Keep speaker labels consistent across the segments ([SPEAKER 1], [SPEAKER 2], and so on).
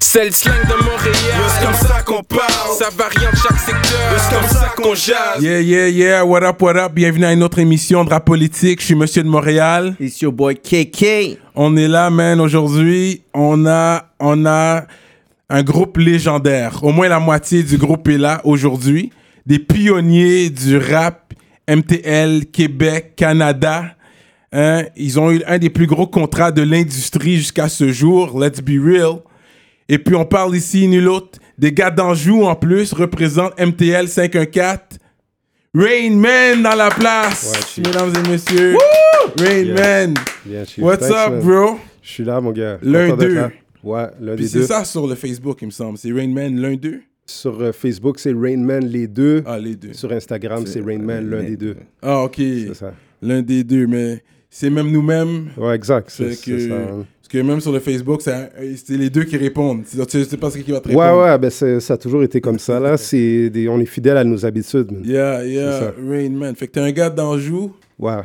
[SPEAKER 1] C'est le slang de Montréal.
[SPEAKER 2] C'est comme ça qu'on parle.
[SPEAKER 1] Ça varie en chaque secteur.
[SPEAKER 2] C'est comme ça qu'on jase.
[SPEAKER 3] Yeah, yeah, yeah, what up, what up, bienvenue à une autre émission de Rap Politique, je suis Monsieur de Montréal.
[SPEAKER 4] It's your boy KK.
[SPEAKER 3] On est là, man, aujourd'hui, on a, on a un groupe légendaire, au moins la moitié du groupe est là aujourd'hui, des pionniers du rap MTL, Québec, Canada. Hein, ils ont eu un des plus gros contrats de l'industrie jusqu'à ce jour, let's be real. Et puis on parle ici, nul autre, des gars d'Anjou en plus, représentent MTL 514. Rain Man dans la place,
[SPEAKER 5] Ouais, chief.
[SPEAKER 3] mesdames et messieurs. Rain
[SPEAKER 5] Yeah.
[SPEAKER 3] Man,
[SPEAKER 5] Bien, Chief.
[SPEAKER 3] what's
[SPEAKER 5] Thanks,
[SPEAKER 3] up,
[SPEAKER 5] man.
[SPEAKER 3] bro?
[SPEAKER 5] Je suis là, mon gars.
[SPEAKER 3] L'un
[SPEAKER 5] Content d'être
[SPEAKER 3] d'eux.
[SPEAKER 5] là. Ouais, l'un
[SPEAKER 3] Puis
[SPEAKER 5] des
[SPEAKER 3] c'est
[SPEAKER 5] deux.
[SPEAKER 3] ça sur le Facebook, il me semble. C'est Rain Man, l'un d'eux.
[SPEAKER 5] Sur euh, Facebook, c'est Rainman, les deux.
[SPEAKER 3] Ah, les deux.
[SPEAKER 5] Sur Instagram, c'est Rainman, l'un des deux.
[SPEAKER 3] Ah, ok.
[SPEAKER 5] C'est ça.
[SPEAKER 3] L'un des deux, mais c'est même nous-mêmes.
[SPEAKER 5] Ouais, exact. C'est
[SPEAKER 3] Fait
[SPEAKER 5] c'est
[SPEAKER 3] que-
[SPEAKER 5] ça. hein.
[SPEAKER 3] Parce que même sur le Facebook, ça- c'est les deux qui répondent. C'est- Tu sais pas ce qui va te
[SPEAKER 5] Ouais,
[SPEAKER 3] répondre.
[SPEAKER 5] ouais, ben c'est- ça a toujours été comme ça, là. C'est des- on est fidèle à nos habitudes. man.
[SPEAKER 3] Yeah, yeah,
[SPEAKER 5] C'est ça.
[SPEAKER 3] Rain Man. Fait que t'es un gars d'Anjou,
[SPEAKER 5] Ouais.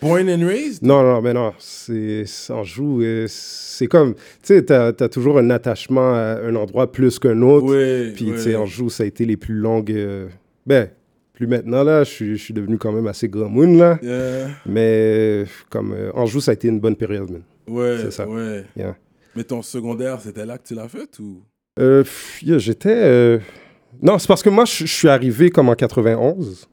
[SPEAKER 3] born and raised.
[SPEAKER 5] Non, non, mais non. C'est on joue. euh, C'est comme, tu sais, t'as as toujours un attachement à un endroit plus qu'un autre.
[SPEAKER 3] Ouais.
[SPEAKER 5] Puis,
[SPEAKER 3] ouais.
[SPEAKER 5] tu sais, Anjou, ça a été les plus longues. euh, Ben, plus maintenant, là, je suis- je suis devenu quand même assez grand moon, là.
[SPEAKER 3] Yeah,
[SPEAKER 5] Mais, euh, comme, euh, Anjou, ça a été une bonne période, man.
[SPEAKER 3] ouais,
[SPEAKER 5] C'est ça.
[SPEAKER 3] ouais.
[SPEAKER 5] Yeah.
[SPEAKER 3] Mais ton secondaire, c'était là que tu l'as fait ou
[SPEAKER 5] Euh, pff, yeah, J'étais. euh, Non, c'est parce que moi, je je suis arrivé comme en 91.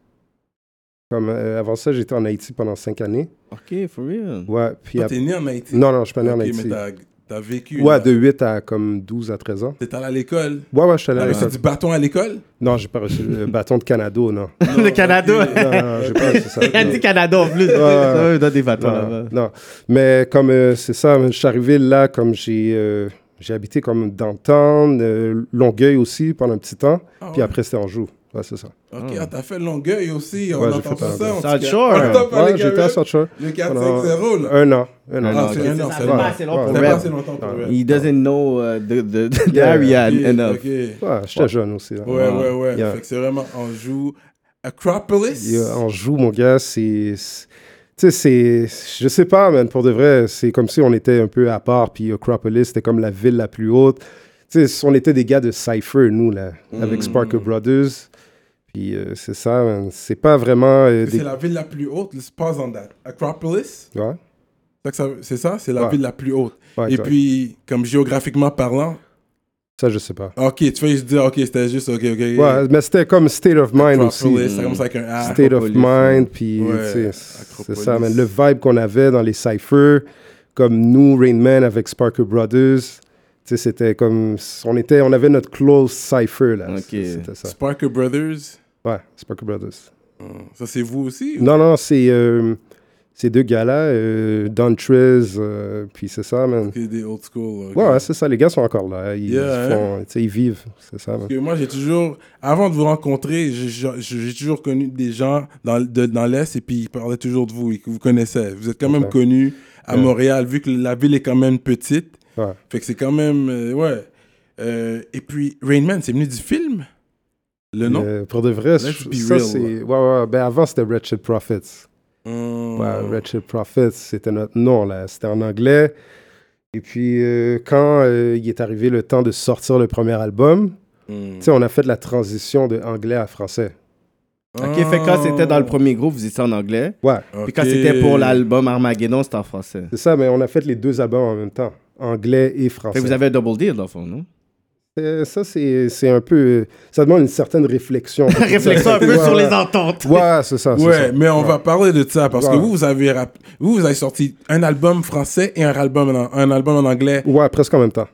[SPEAKER 5] Comme, euh, avant ça, j'étais en Haïti pendant cinq années.
[SPEAKER 4] Ok, for real.
[SPEAKER 5] Ouais, puis
[SPEAKER 3] Toi,
[SPEAKER 5] après-
[SPEAKER 3] T'es né en Haïti.
[SPEAKER 5] Non, non, je suis pas né en
[SPEAKER 3] Ok,
[SPEAKER 5] Haïti.
[SPEAKER 3] mais t'as- t'as vécu. là.
[SPEAKER 5] Ouais, de 8 à comme 12 à 13 ans.
[SPEAKER 3] T'es allé à l'école.
[SPEAKER 5] Ouais, ouais, je suis allé
[SPEAKER 3] T'as
[SPEAKER 5] à
[SPEAKER 3] reçu
[SPEAKER 5] l'école.
[SPEAKER 3] du bâton à l'école
[SPEAKER 5] Non, j'ai pas reçu le bâton de Canado, non.
[SPEAKER 4] Le Canada.
[SPEAKER 3] ok.
[SPEAKER 5] Non, non, j'ai pas reçu ça.
[SPEAKER 4] Il a dit Canada en plus.
[SPEAKER 5] ouais.
[SPEAKER 4] Dans des bâtons
[SPEAKER 5] Non,
[SPEAKER 4] là-bas.
[SPEAKER 5] non. Mais comme euh, c'est ça, je suis arrivé là, comme j'ai euh, j'ai habité comme downtown, euh, Longueuil aussi pendant un petit temps.
[SPEAKER 3] Ah
[SPEAKER 5] Puis
[SPEAKER 3] ouais.
[SPEAKER 5] après, c'était Anjou. Ouais, c'est ça.
[SPEAKER 3] Ok, ah, t'as fait Longueuil aussi. On
[SPEAKER 5] Ouais, j'ai
[SPEAKER 3] entend
[SPEAKER 5] fait
[SPEAKER 3] pas ça.
[SPEAKER 5] Longueuil.
[SPEAKER 3] on se-
[SPEAKER 4] South Shore.
[SPEAKER 3] on entend parler
[SPEAKER 5] Ouais, j'étais
[SPEAKER 3] Gabriel.
[SPEAKER 5] à South Shore.
[SPEAKER 3] hein, Le
[SPEAKER 5] Pendant
[SPEAKER 3] 4-5-0, là.
[SPEAKER 5] Un an. Un an.
[SPEAKER 3] Ah, c'est un an,
[SPEAKER 4] Ça
[SPEAKER 3] c'est
[SPEAKER 4] fait
[SPEAKER 3] un
[SPEAKER 4] pas
[SPEAKER 3] an.
[SPEAKER 4] assez long pour
[SPEAKER 3] Ça fait
[SPEAKER 4] rap.
[SPEAKER 3] pas assez longtemps pour rap.
[SPEAKER 4] He doesn't know uh, the, the, the
[SPEAKER 5] Yeah.
[SPEAKER 4] area
[SPEAKER 3] Ok,
[SPEAKER 4] enough.
[SPEAKER 3] ok.
[SPEAKER 5] Ouais, j'étais jeune aussi. là.
[SPEAKER 3] Ouais, ouais, ouais.
[SPEAKER 5] Yeah.
[SPEAKER 3] Fait que c'est vraiment, on joue Acropolis.
[SPEAKER 5] Et, euh, Anjou, mon gars, c'est. c'est- Tu sais, c'est. Je sais pas, man, pour de vrai, c'est comme si on était un peu à part, puis Acropolis, c'était comme la ville la plus haute. Tu sais, on était des gars de Cypher, nous, là,
[SPEAKER 3] Mm.
[SPEAKER 5] avec Sparker Brothers. Puis euh, c'est ça, man. C'est pas vraiment. euh,
[SPEAKER 3] C'est
[SPEAKER 5] des...
[SPEAKER 3] la ville la plus haute, let's pause on that. Acropolis,
[SPEAKER 5] Ouais,
[SPEAKER 3] Fait que ça- c'est ça, c'est la
[SPEAKER 5] Ouais.
[SPEAKER 3] ville la plus haute.
[SPEAKER 5] ouais,
[SPEAKER 3] Et
[SPEAKER 5] toi.
[SPEAKER 3] puis, comme géographiquement parlant,
[SPEAKER 5] Ça, je sais pas.
[SPEAKER 3] ok, tu fais juste dire, ok, c'était juste, ok, ok.
[SPEAKER 5] Ouais, mais c'était comme state of mind aussi. euh,
[SPEAKER 3] Acropolis, ça commence avec un A.
[SPEAKER 5] State of
[SPEAKER 4] Acropolis,
[SPEAKER 5] mind, puis
[SPEAKER 3] Ouais,
[SPEAKER 5] tu sais, c'est
[SPEAKER 3] Acropolis.
[SPEAKER 5] ça, man. Le vibe qu'on avait dans les cyphers, comme nous, Rainman avec Sparker Brothers, tu sais, c'était comme. On, était, on avait notre close cipher, là.
[SPEAKER 4] Ok.
[SPEAKER 5] C'était ça.
[SPEAKER 3] Sparker Brothers.
[SPEAKER 5] Ouais, Sparker Brothers.
[SPEAKER 3] Ça, c'est vous aussi ou-
[SPEAKER 5] Non, non, c'est. euh, ces deux gars-là, euh, Don Triz, euh, puis c'est ça, man.
[SPEAKER 3] C'est des old school. ok.
[SPEAKER 5] Ouais, ouais, c'est ça, les gars sont encore là. Ils,
[SPEAKER 3] Yeah, hein.
[SPEAKER 5] font, tu sais, ils vivent, c'est ça, man.
[SPEAKER 3] Parce que moi, j'ai toujours, avant de vous rencontrer, j'ai- j'ai j'ai toujours connu des gens dans, de- dans l'Est et puis ils parlaient toujours de vous et que vous connaissez. Vous êtes quand même
[SPEAKER 5] Ok.
[SPEAKER 3] connus à
[SPEAKER 5] Yeah.
[SPEAKER 3] Montréal, vu que la ville est quand même petite.
[SPEAKER 5] Ouais.
[SPEAKER 3] Fait que c'est quand même, euh, ouais. Euh, et puis, Rainman, c'est venu du film Le nom
[SPEAKER 5] Euh, pour de vrai,
[SPEAKER 3] Let's
[SPEAKER 5] je-
[SPEAKER 3] be
[SPEAKER 5] ça,
[SPEAKER 3] real.
[SPEAKER 5] c'est. Ouais, ouais, ben avant, c'était Wretched Profits.
[SPEAKER 3] Hum,
[SPEAKER 5] Ouais, Wretched Prophets, Bah, c'était notre nom, là. C'était en anglais. Et puis, euh, quand euh, il est arrivé le temps de sortir le premier album,
[SPEAKER 3] hum.
[SPEAKER 5] tu sais, on a fait la transition de anglais à français.
[SPEAKER 3] Ah.
[SPEAKER 4] Ok, fait que quand c'était dans le premier groupe, vous étiez en anglais.
[SPEAKER 5] Ouais,
[SPEAKER 4] Puis quand c'était pour l'album Armageddon, c'était en français.
[SPEAKER 5] c'est ça, mais on a fait les deux albums en même temps, anglais et
[SPEAKER 4] Fait
[SPEAKER 5] français.
[SPEAKER 4] que vous avez un double deal dans le fond, non?
[SPEAKER 5] Euh, ça, c'est c'est un peu... euh, Ça demande une certaine réflexion.
[SPEAKER 4] Réflexion un peu
[SPEAKER 5] Ouais,
[SPEAKER 4] sur les
[SPEAKER 5] ouais.
[SPEAKER 4] ententes.
[SPEAKER 5] Ouais, c'est ça, c'est
[SPEAKER 3] Ouais,
[SPEAKER 5] ça.
[SPEAKER 3] mais on va parler de ça parce que
[SPEAKER 5] Ouais.
[SPEAKER 3] vous, vous avez, rap- vous, vous avez sorti un album français et un album en, un album en anglais
[SPEAKER 5] Ouais, presque en même temps.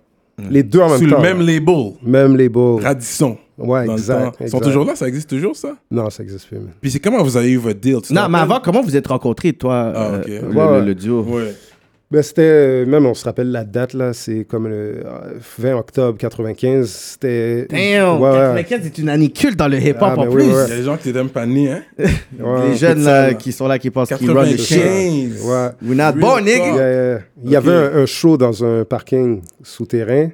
[SPEAKER 5] Les deux en même
[SPEAKER 3] Hmm. sous
[SPEAKER 5] temps.
[SPEAKER 3] le même
[SPEAKER 5] là.
[SPEAKER 3] label,
[SPEAKER 5] Même les beaux.
[SPEAKER 3] Radisson.
[SPEAKER 5] Ouais,
[SPEAKER 3] dans le temps.
[SPEAKER 5] exact.
[SPEAKER 3] Ils sont
[SPEAKER 5] exact.
[SPEAKER 3] toujours là, ça existe toujours ça.
[SPEAKER 5] Non, ça existe plus, man.
[SPEAKER 3] Puis c'est comment vous avez eu votre deal tu te
[SPEAKER 4] Non, mais
[SPEAKER 3] rappelles?
[SPEAKER 4] avant, comment vous êtes rencontrés, toi,
[SPEAKER 3] Ah,
[SPEAKER 4] euh,
[SPEAKER 3] ok.
[SPEAKER 4] le,
[SPEAKER 5] Ouais.
[SPEAKER 4] le- le duo?
[SPEAKER 3] Ouais.
[SPEAKER 5] Ben, c'était, euh, même on se rappelle la date, là, c'est comme le euh, 20 octobre 95, c'était...
[SPEAKER 4] Damn!
[SPEAKER 5] Ouais, ouais.
[SPEAKER 4] 95 est une année culte dans le hip-hop
[SPEAKER 5] Ah,
[SPEAKER 4] en
[SPEAKER 5] ben oui,
[SPEAKER 4] plus.
[SPEAKER 5] ouais.
[SPEAKER 3] Il y a des gens qui étaient même pas nés, hein.
[SPEAKER 5] Ouais.
[SPEAKER 4] Les jeunes
[SPEAKER 3] ça,
[SPEAKER 4] là,
[SPEAKER 3] là.
[SPEAKER 4] qui sont là, qui pensent qu'ils run the shit.
[SPEAKER 3] 95.
[SPEAKER 5] Ouais.
[SPEAKER 4] We're not
[SPEAKER 3] Real
[SPEAKER 4] born, nigga!
[SPEAKER 3] talk.
[SPEAKER 5] Il y, a- euh, il y
[SPEAKER 3] Ok.
[SPEAKER 5] avait un, un show dans un parking souterrain,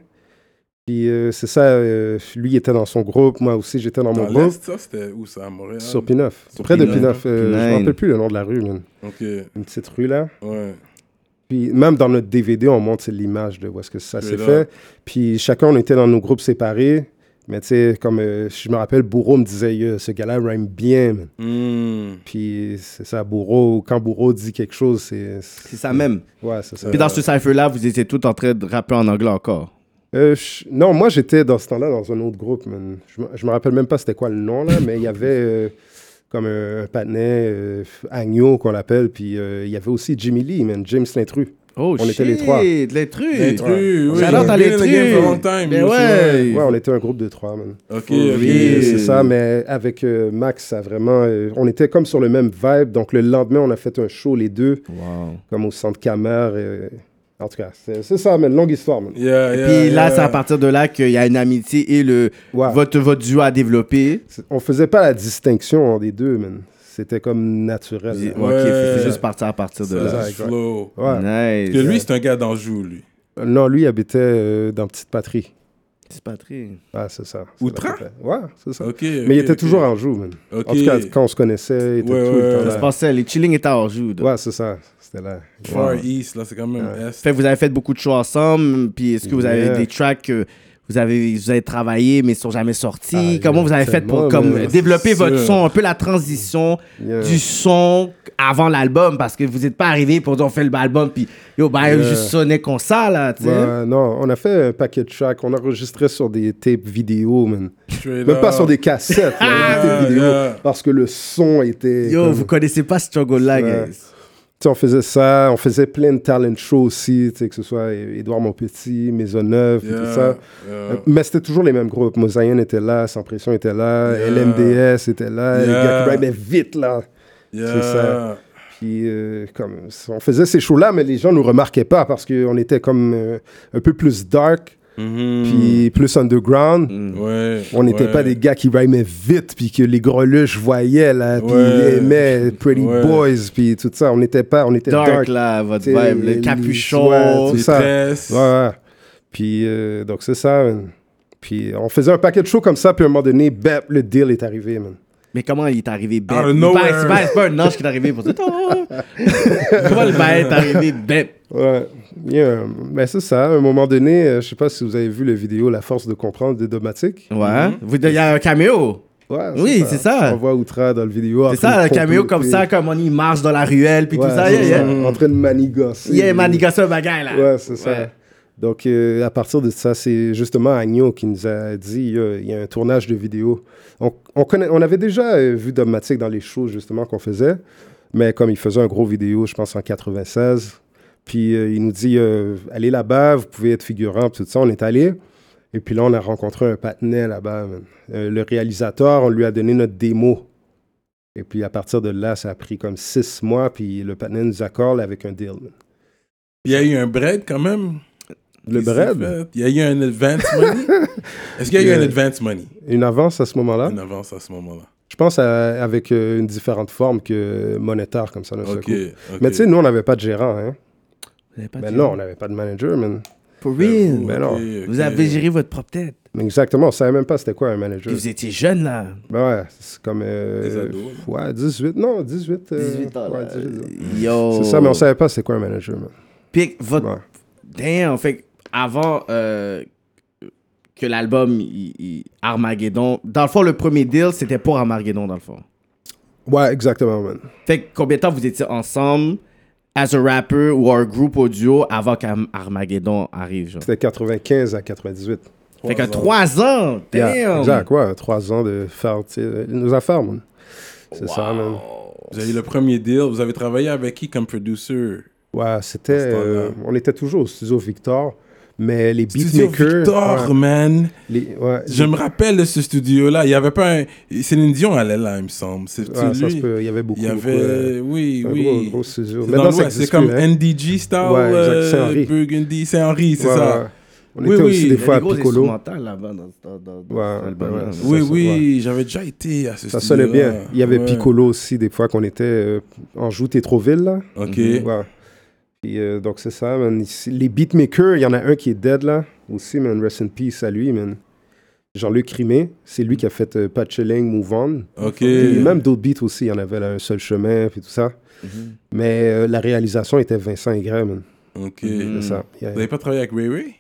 [SPEAKER 5] puis euh, c'est ça, euh, lui était dans son groupe, moi aussi j'étais dans,
[SPEAKER 3] Dans
[SPEAKER 5] mon groupe,
[SPEAKER 3] l'Est, ça, c'était où ça, à Montréal
[SPEAKER 5] sur Pinoff,
[SPEAKER 3] Sur
[SPEAKER 5] près de
[SPEAKER 3] Pinoff.
[SPEAKER 5] Pinoff, euh, je
[SPEAKER 4] Pinane.
[SPEAKER 5] me rappelle plus le nom de la rue, man.
[SPEAKER 3] Ok, ouais.
[SPEAKER 5] une petite rue là. Puis même dans notre DVD, on montre l'image de où est-ce que ça s'est
[SPEAKER 3] là.
[SPEAKER 5] fait. Puis chacun, on était dans nos groupes séparés. Mais tu sais, comme euh, je me rappelle, Bourreau me disait, Yo, ce gars-là rime bien. man.
[SPEAKER 3] Hmm.
[SPEAKER 5] Puis c'est ça, Bourreau, quand Bourreau dit quelque chose, c'est.
[SPEAKER 4] C'est ça même.
[SPEAKER 5] Ouais, c'est ça.
[SPEAKER 4] Puis dans ce cypher-là, vous étiez tous en train de rapper en anglais encore.
[SPEAKER 5] Euh, je- non, moi j'étais dans ce temps-là dans un autre groupe. man. Je, me- je me rappelle même pas c'était quoi le nom là, mais il y avait euh, comme un, un patinet, euh, Agneau qu'on l'appelle, puis euh, il y avait aussi Jimmy Lee, man, James L'intrus.
[SPEAKER 4] Oh,
[SPEAKER 5] On
[SPEAKER 4] shit,
[SPEAKER 5] était les trois.
[SPEAKER 4] L'intrus.
[SPEAKER 3] L'intrus, oui.
[SPEAKER 4] Shout out à
[SPEAKER 3] Been in the game for a
[SPEAKER 4] l'intrus.
[SPEAKER 3] long time,
[SPEAKER 4] Mais
[SPEAKER 3] yo, c'est
[SPEAKER 4] ouais.
[SPEAKER 5] Ouais, on était un groupe de trois, man.
[SPEAKER 3] Ok,
[SPEAKER 4] For
[SPEAKER 3] ok.
[SPEAKER 4] real.
[SPEAKER 5] Euh, C'est ça, mais avec euh, Max, ça a vraiment. euh, on était comme sur le même vibe. Donc le lendemain, on a fait un show les deux,
[SPEAKER 4] Wow.
[SPEAKER 5] comme au centre Camère. euh, en tout cas, c'est c'est ça, man. Longue histoire, man.
[SPEAKER 3] Yeah, yeah,
[SPEAKER 4] Puis là,
[SPEAKER 3] yeah.
[SPEAKER 4] c'est à partir de là qu'il y a une amitié et le,
[SPEAKER 5] Ouais.
[SPEAKER 4] votre, votre duo à développer.
[SPEAKER 5] C'est- On faisait pas la distinction des deux, man. C'était comme naturel.
[SPEAKER 4] Ouais.
[SPEAKER 5] là.
[SPEAKER 4] Ok,
[SPEAKER 3] Ouais.
[SPEAKER 4] c'est juste partir à partir de
[SPEAKER 3] Ça,
[SPEAKER 4] là.
[SPEAKER 5] ça,
[SPEAKER 3] c'est
[SPEAKER 5] exact.
[SPEAKER 3] flow.
[SPEAKER 5] Ouais.
[SPEAKER 4] Nice.
[SPEAKER 3] Parce que lui, c'est un gars d'Anjou, lui.
[SPEAKER 5] Euh, Non, lui il habitait euh, dans Petite Patrie.
[SPEAKER 4] c'est pas très.
[SPEAKER 5] Ah, c'est ça.
[SPEAKER 3] Outran?
[SPEAKER 5] C'est la- Ouais, c'est ça.
[SPEAKER 3] Ok.
[SPEAKER 5] Mais il était toujours en joue, man.
[SPEAKER 3] Ok.
[SPEAKER 5] En tout cas, quand on se connaissait, il était
[SPEAKER 3] Ouais,
[SPEAKER 5] tout
[SPEAKER 3] ouais,
[SPEAKER 5] le temps
[SPEAKER 3] ouais.
[SPEAKER 4] Ça
[SPEAKER 5] là.
[SPEAKER 4] se passait, les chilling étaient hors jeu. là.
[SPEAKER 5] Ouais, c'est ça. C'était là.
[SPEAKER 3] Far East, là, c'est quand même Est.
[SPEAKER 4] Fait que vous avez fait beaucoup de choses ensemble, puis est-ce que vous avez
[SPEAKER 5] Yeah.
[SPEAKER 4] des tracks que vous avez, vous avez travaillé mais sont jamais sortis?
[SPEAKER 5] Ah,
[SPEAKER 4] Comment
[SPEAKER 5] yeah,
[SPEAKER 4] vous avez fait pour
[SPEAKER 5] tellement,
[SPEAKER 4] comme,
[SPEAKER 5] mais-
[SPEAKER 4] développer votre
[SPEAKER 3] Sûr.
[SPEAKER 4] son, un peu la transition
[SPEAKER 5] Yeah.
[SPEAKER 4] du son avant l'album? Parce que vous n'êtes pas arrivé pour dire on fait l'album, puis yo, ben
[SPEAKER 5] Yeah.
[SPEAKER 4] juste sonner comme ça, là, tu sais.
[SPEAKER 5] Ouais, non, on a fait un paquet de tracks. On enregistrait sur des tapes vidéo, man.
[SPEAKER 3] Straight
[SPEAKER 5] Même pas
[SPEAKER 3] up.
[SPEAKER 5] sur des cassettes, mais des tapes
[SPEAKER 3] Yeah,
[SPEAKER 5] vidéo.
[SPEAKER 3] Ah, yeah.
[SPEAKER 5] Parce que le son était.
[SPEAKER 4] Yo,
[SPEAKER 5] comme-
[SPEAKER 4] vous connaissez pas ce struggle-là,
[SPEAKER 5] Ouais.
[SPEAKER 4] guys.
[SPEAKER 5] Tu sais, on faisait ça, on faisait plein de talent shows aussi, tu sais, que ce soit Édouard Montpetit, Maisonneuve,
[SPEAKER 3] Yeah,
[SPEAKER 5] tout ça. Euh,
[SPEAKER 3] yeah.
[SPEAKER 5] Mais c'était toujours les mêmes groupes. Mosaïen était là, Sans Pression était là,
[SPEAKER 3] Yeah.
[SPEAKER 5] LMDS était là, les
[SPEAKER 3] Yeah.
[SPEAKER 5] gars qui ripaient vite là.
[SPEAKER 3] Yeah.
[SPEAKER 5] C'est ça. Puis euh, comme, on faisait ces shows-là, mais les gens ne nous remarquaient pas parce qu'on était comme euh, un peu plus dark,
[SPEAKER 3] Mhm.
[SPEAKER 5] puis plus underground.
[SPEAKER 3] Ouais,
[SPEAKER 5] On n'était
[SPEAKER 3] ouais.
[SPEAKER 5] pas des gars qui rimaient vite, puis que les greluches voyaient, là, puis
[SPEAKER 3] Ouais.
[SPEAKER 5] aimaient Pretty
[SPEAKER 3] Ouais.
[SPEAKER 5] Boys, puis tout ça. On n'était pas, on était
[SPEAKER 4] Dark,
[SPEAKER 5] dark.
[SPEAKER 4] là, votre
[SPEAKER 5] T'sais,
[SPEAKER 4] vibe, le
[SPEAKER 5] les-
[SPEAKER 4] capuchon.
[SPEAKER 5] ouais, tout
[SPEAKER 3] Des
[SPEAKER 5] ça.
[SPEAKER 3] tresses.
[SPEAKER 5] Ouais, ouais. Puis, euh, donc c'est ça, man. Puis euh, on faisait un paquet de shows comme ça, puis à un moment donné, bap, le deal est arrivé, man.
[SPEAKER 4] Mais comment il est arrivé bête?
[SPEAKER 3] Out of
[SPEAKER 4] Il est pas-
[SPEAKER 3] nowhere.
[SPEAKER 4] C'est pas, c'est pas un ange qui est arrivé pour dire Oh! Comment le bail est arrivé bête?
[SPEAKER 5] Ouais. Il y a un- ben, c'est ça, à un moment donné, euh, je sais pas si vous avez vu la vidéo La force de comprendre de Domatic.
[SPEAKER 4] Ouais. hein? Vous- Il y a un caméo.
[SPEAKER 5] Ouais,
[SPEAKER 4] Oui, c'est ça.
[SPEAKER 5] On voit Outra dans le vidéo. en
[SPEAKER 4] C'est
[SPEAKER 5] train
[SPEAKER 4] ça,
[SPEAKER 5] de
[SPEAKER 4] un caméo
[SPEAKER 5] comploter.
[SPEAKER 4] comme ça, comme on y marche dans la ruelle, puis
[SPEAKER 5] Ouais,
[SPEAKER 4] tout ça.
[SPEAKER 5] c'est
[SPEAKER 4] Yeah, yeah.
[SPEAKER 5] ça, En train de manigancer.
[SPEAKER 4] Il y a manigassé un bagage, là.
[SPEAKER 5] Ouais, c'est ça.
[SPEAKER 4] Ouais.
[SPEAKER 5] Donc, euh, à partir de ça, c'est justement Agneau qui nous a dit euh, il y a un tournage de vidéo. On, on, connaît, on avait déjà euh, vu Dogmatic dans les shows, justement, qu'on faisait. Mais comme il faisait un gros vidéo, je pense en 96, puis euh, il nous dit euh, allez là-bas, vous pouvez être figurant, puis tout ça. On est allé. Et puis là, on a rencontré un patinet là-bas. man. Euh, le réalisateur, on lui a donné notre démo. Et puis à partir de là, ça a pris comme six mois, puis le patinet nous accorde avec un deal. man.
[SPEAKER 3] Il y a eu un bread quand même.
[SPEAKER 5] Le
[SPEAKER 3] Qu'est-ce
[SPEAKER 5] bread?
[SPEAKER 3] qu'il fait? Il y a eu un advance money. Est-ce qu'il y a eu
[SPEAKER 5] Yeah. Hein?
[SPEAKER 3] un advance money
[SPEAKER 5] Une avance à ce moment-là.
[SPEAKER 3] en avance à ce moment-là
[SPEAKER 5] Je pense à- avec euh, une différente forme que monétaire, comme ça, d'un seul
[SPEAKER 3] Ok.
[SPEAKER 5] coup.
[SPEAKER 3] ok.
[SPEAKER 5] Mais tu sais, nous, on n'avait pas de gérant. Hein.
[SPEAKER 4] Vous avez pas
[SPEAKER 5] Ben
[SPEAKER 4] de-
[SPEAKER 5] non, on n'avait pas de manager. Man.
[SPEAKER 4] For real.
[SPEAKER 5] mais non.
[SPEAKER 3] ok,
[SPEAKER 4] Vous
[SPEAKER 3] ok.
[SPEAKER 4] avez géré votre propre tête.
[SPEAKER 5] Mais Exactement, on savait même pas c'était quoi un manager.
[SPEAKER 4] Puis vous étiez jeune, là.
[SPEAKER 5] Ben ouais, c'est comme. euh,
[SPEAKER 3] Des ados, là.
[SPEAKER 5] ouais, 18. Non, 18. euh, ouais,
[SPEAKER 4] là. Oh.
[SPEAKER 5] 18, ouais.
[SPEAKER 4] Yo.
[SPEAKER 5] C'est ça, mais on savait pas c'était quoi un manager. Man.
[SPEAKER 4] Puis votre
[SPEAKER 5] Ouais.
[SPEAKER 4] Damn, fait que avant euh, que l'album il- il- Armageddon, dans le fond, le premier deal, c'était pour Armageddon, dans le fond.
[SPEAKER 5] Ouais, exactement, man.
[SPEAKER 4] Fait que combien de temps vous étiez ensemble, as a rapper ou un groupe au duo, avant qu'Armageddon arrive, genre?
[SPEAKER 5] C'était 95 à 98.
[SPEAKER 4] Fait que trois ans! Damn!
[SPEAKER 5] Yeah, exact, ouais, trois ans de faire tu sais, euh, nos affaires, man. C'est ça, man.
[SPEAKER 3] Vous avez eu le premier deal. Vous avez travaillé avec qui comme producer
[SPEAKER 5] Ouais, c'était.
[SPEAKER 3] À ce temps-là.
[SPEAKER 5] euh, on était toujours au studio Victor, mais les
[SPEAKER 3] Studio
[SPEAKER 5] beatmakers.
[SPEAKER 3] Victor,
[SPEAKER 5] ouais,
[SPEAKER 3] man.
[SPEAKER 5] les- ouais,
[SPEAKER 3] Je me rappelle de ce studio-là. Il y avait pas un. Céline Dion allait là, il me semble. C'est
[SPEAKER 5] Ouais, ça se
[SPEAKER 3] lui.
[SPEAKER 5] peut, Il y avait beaucoup.
[SPEAKER 3] Il y
[SPEAKER 5] beaucoup,
[SPEAKER 3] avait.
[SPEAKER 5] euh,
[SPEAKER 3] Oui,
[SPEAKER 5] un
[SPEAKER 3] oui.
[SPEAKER 5] gros, gros studio.
[SPEAKER 3] C'est
[SPEAKER 5] Maintenant,
[SPEAKER 3] dans
[SPEAKER 5] ça
[SPEAKER 3] l'Ouest,
[SPEAKER 5] existe
[SPEAKER 3] c'est comme
[SPEAKER 5] plus, hein.
[SPEAKER 3] NDG style,
[SPEAKER 5] Ouais, exact,
[SPEAKER 3] euh,
[SPEAKER 5] Saint-Henri.
[SPEAKER 3] Burgundy, Saint-Henri, c'est
[SPEAKER 5] Ouais,
[SPEAKER 3] ça.
[SPEAKER 5] ouais. On
[SPEAKER 3] Oui,
[SPEAKER 5] était
[SPEAKER 3] oui,
[SPEAKER 5] aussi
[SPEAKER 3] il y a
[SPEAKER 5] des
[SPEAKER 4] Il y a
[SPEAKER 5] fois
[SPEAKER 4] des
[SPEAKER 5] à
[SPEAKER 4] gros
[SPEAKER 5] Piccolo.
[SPEAKER 4] instrumentales là-bas dans, dans, dans, dans
[SPEAKER 5] Ouais,
[SPEAKER 4] cet album-là.
[SPEAKER 5] ouais, c'est
[SPEAKER 3] Oui,
[SPEAKER 5] ça,
[SPEAKER 3] oui, j'avais déjà été à ce studio.
[SPEAKER 5] Ça sonnait bien. Il y avait
[SPEAKER 3] Ouais.
[SPEAKER 5] Piccolo aussi, des fois qu'on était euh, en joue Tétroville, là.
[SPEAKER 3] Ok.
[SPEAKER 5] Ouais. Puis, euh, donc, c'est ça, man. Ici, Les beatmakers, il y en a un qui est dead, là, aussi, man. Rest in peace à lui, man. Jean-Luc Rimé, c'est
[SPEAKER 3] Mm.
[SPEAKER 5] lui qui a fait euh, Patcheling, Move On.
[SPEAKER 3] Ok.
[SPEAKER 5] Puis même d'autres beats
[SPEAKER 4] Mhm.
[SPEAKER 5] aussi, il y en avait là, un seul chemin, puis tout ça. Mais euh, la réalisation était Vincent Aigret, man.
[SPEAKER 3] Ok.
[SPEAKER 4] Mhm.
[SPEAKER 5] C'est ça. Yeah,
[SPEAKER 3] Vous
[SPEAKER 5] yeah.
[SPEAKER 3] n'avez pas travaillé avec Ray Ray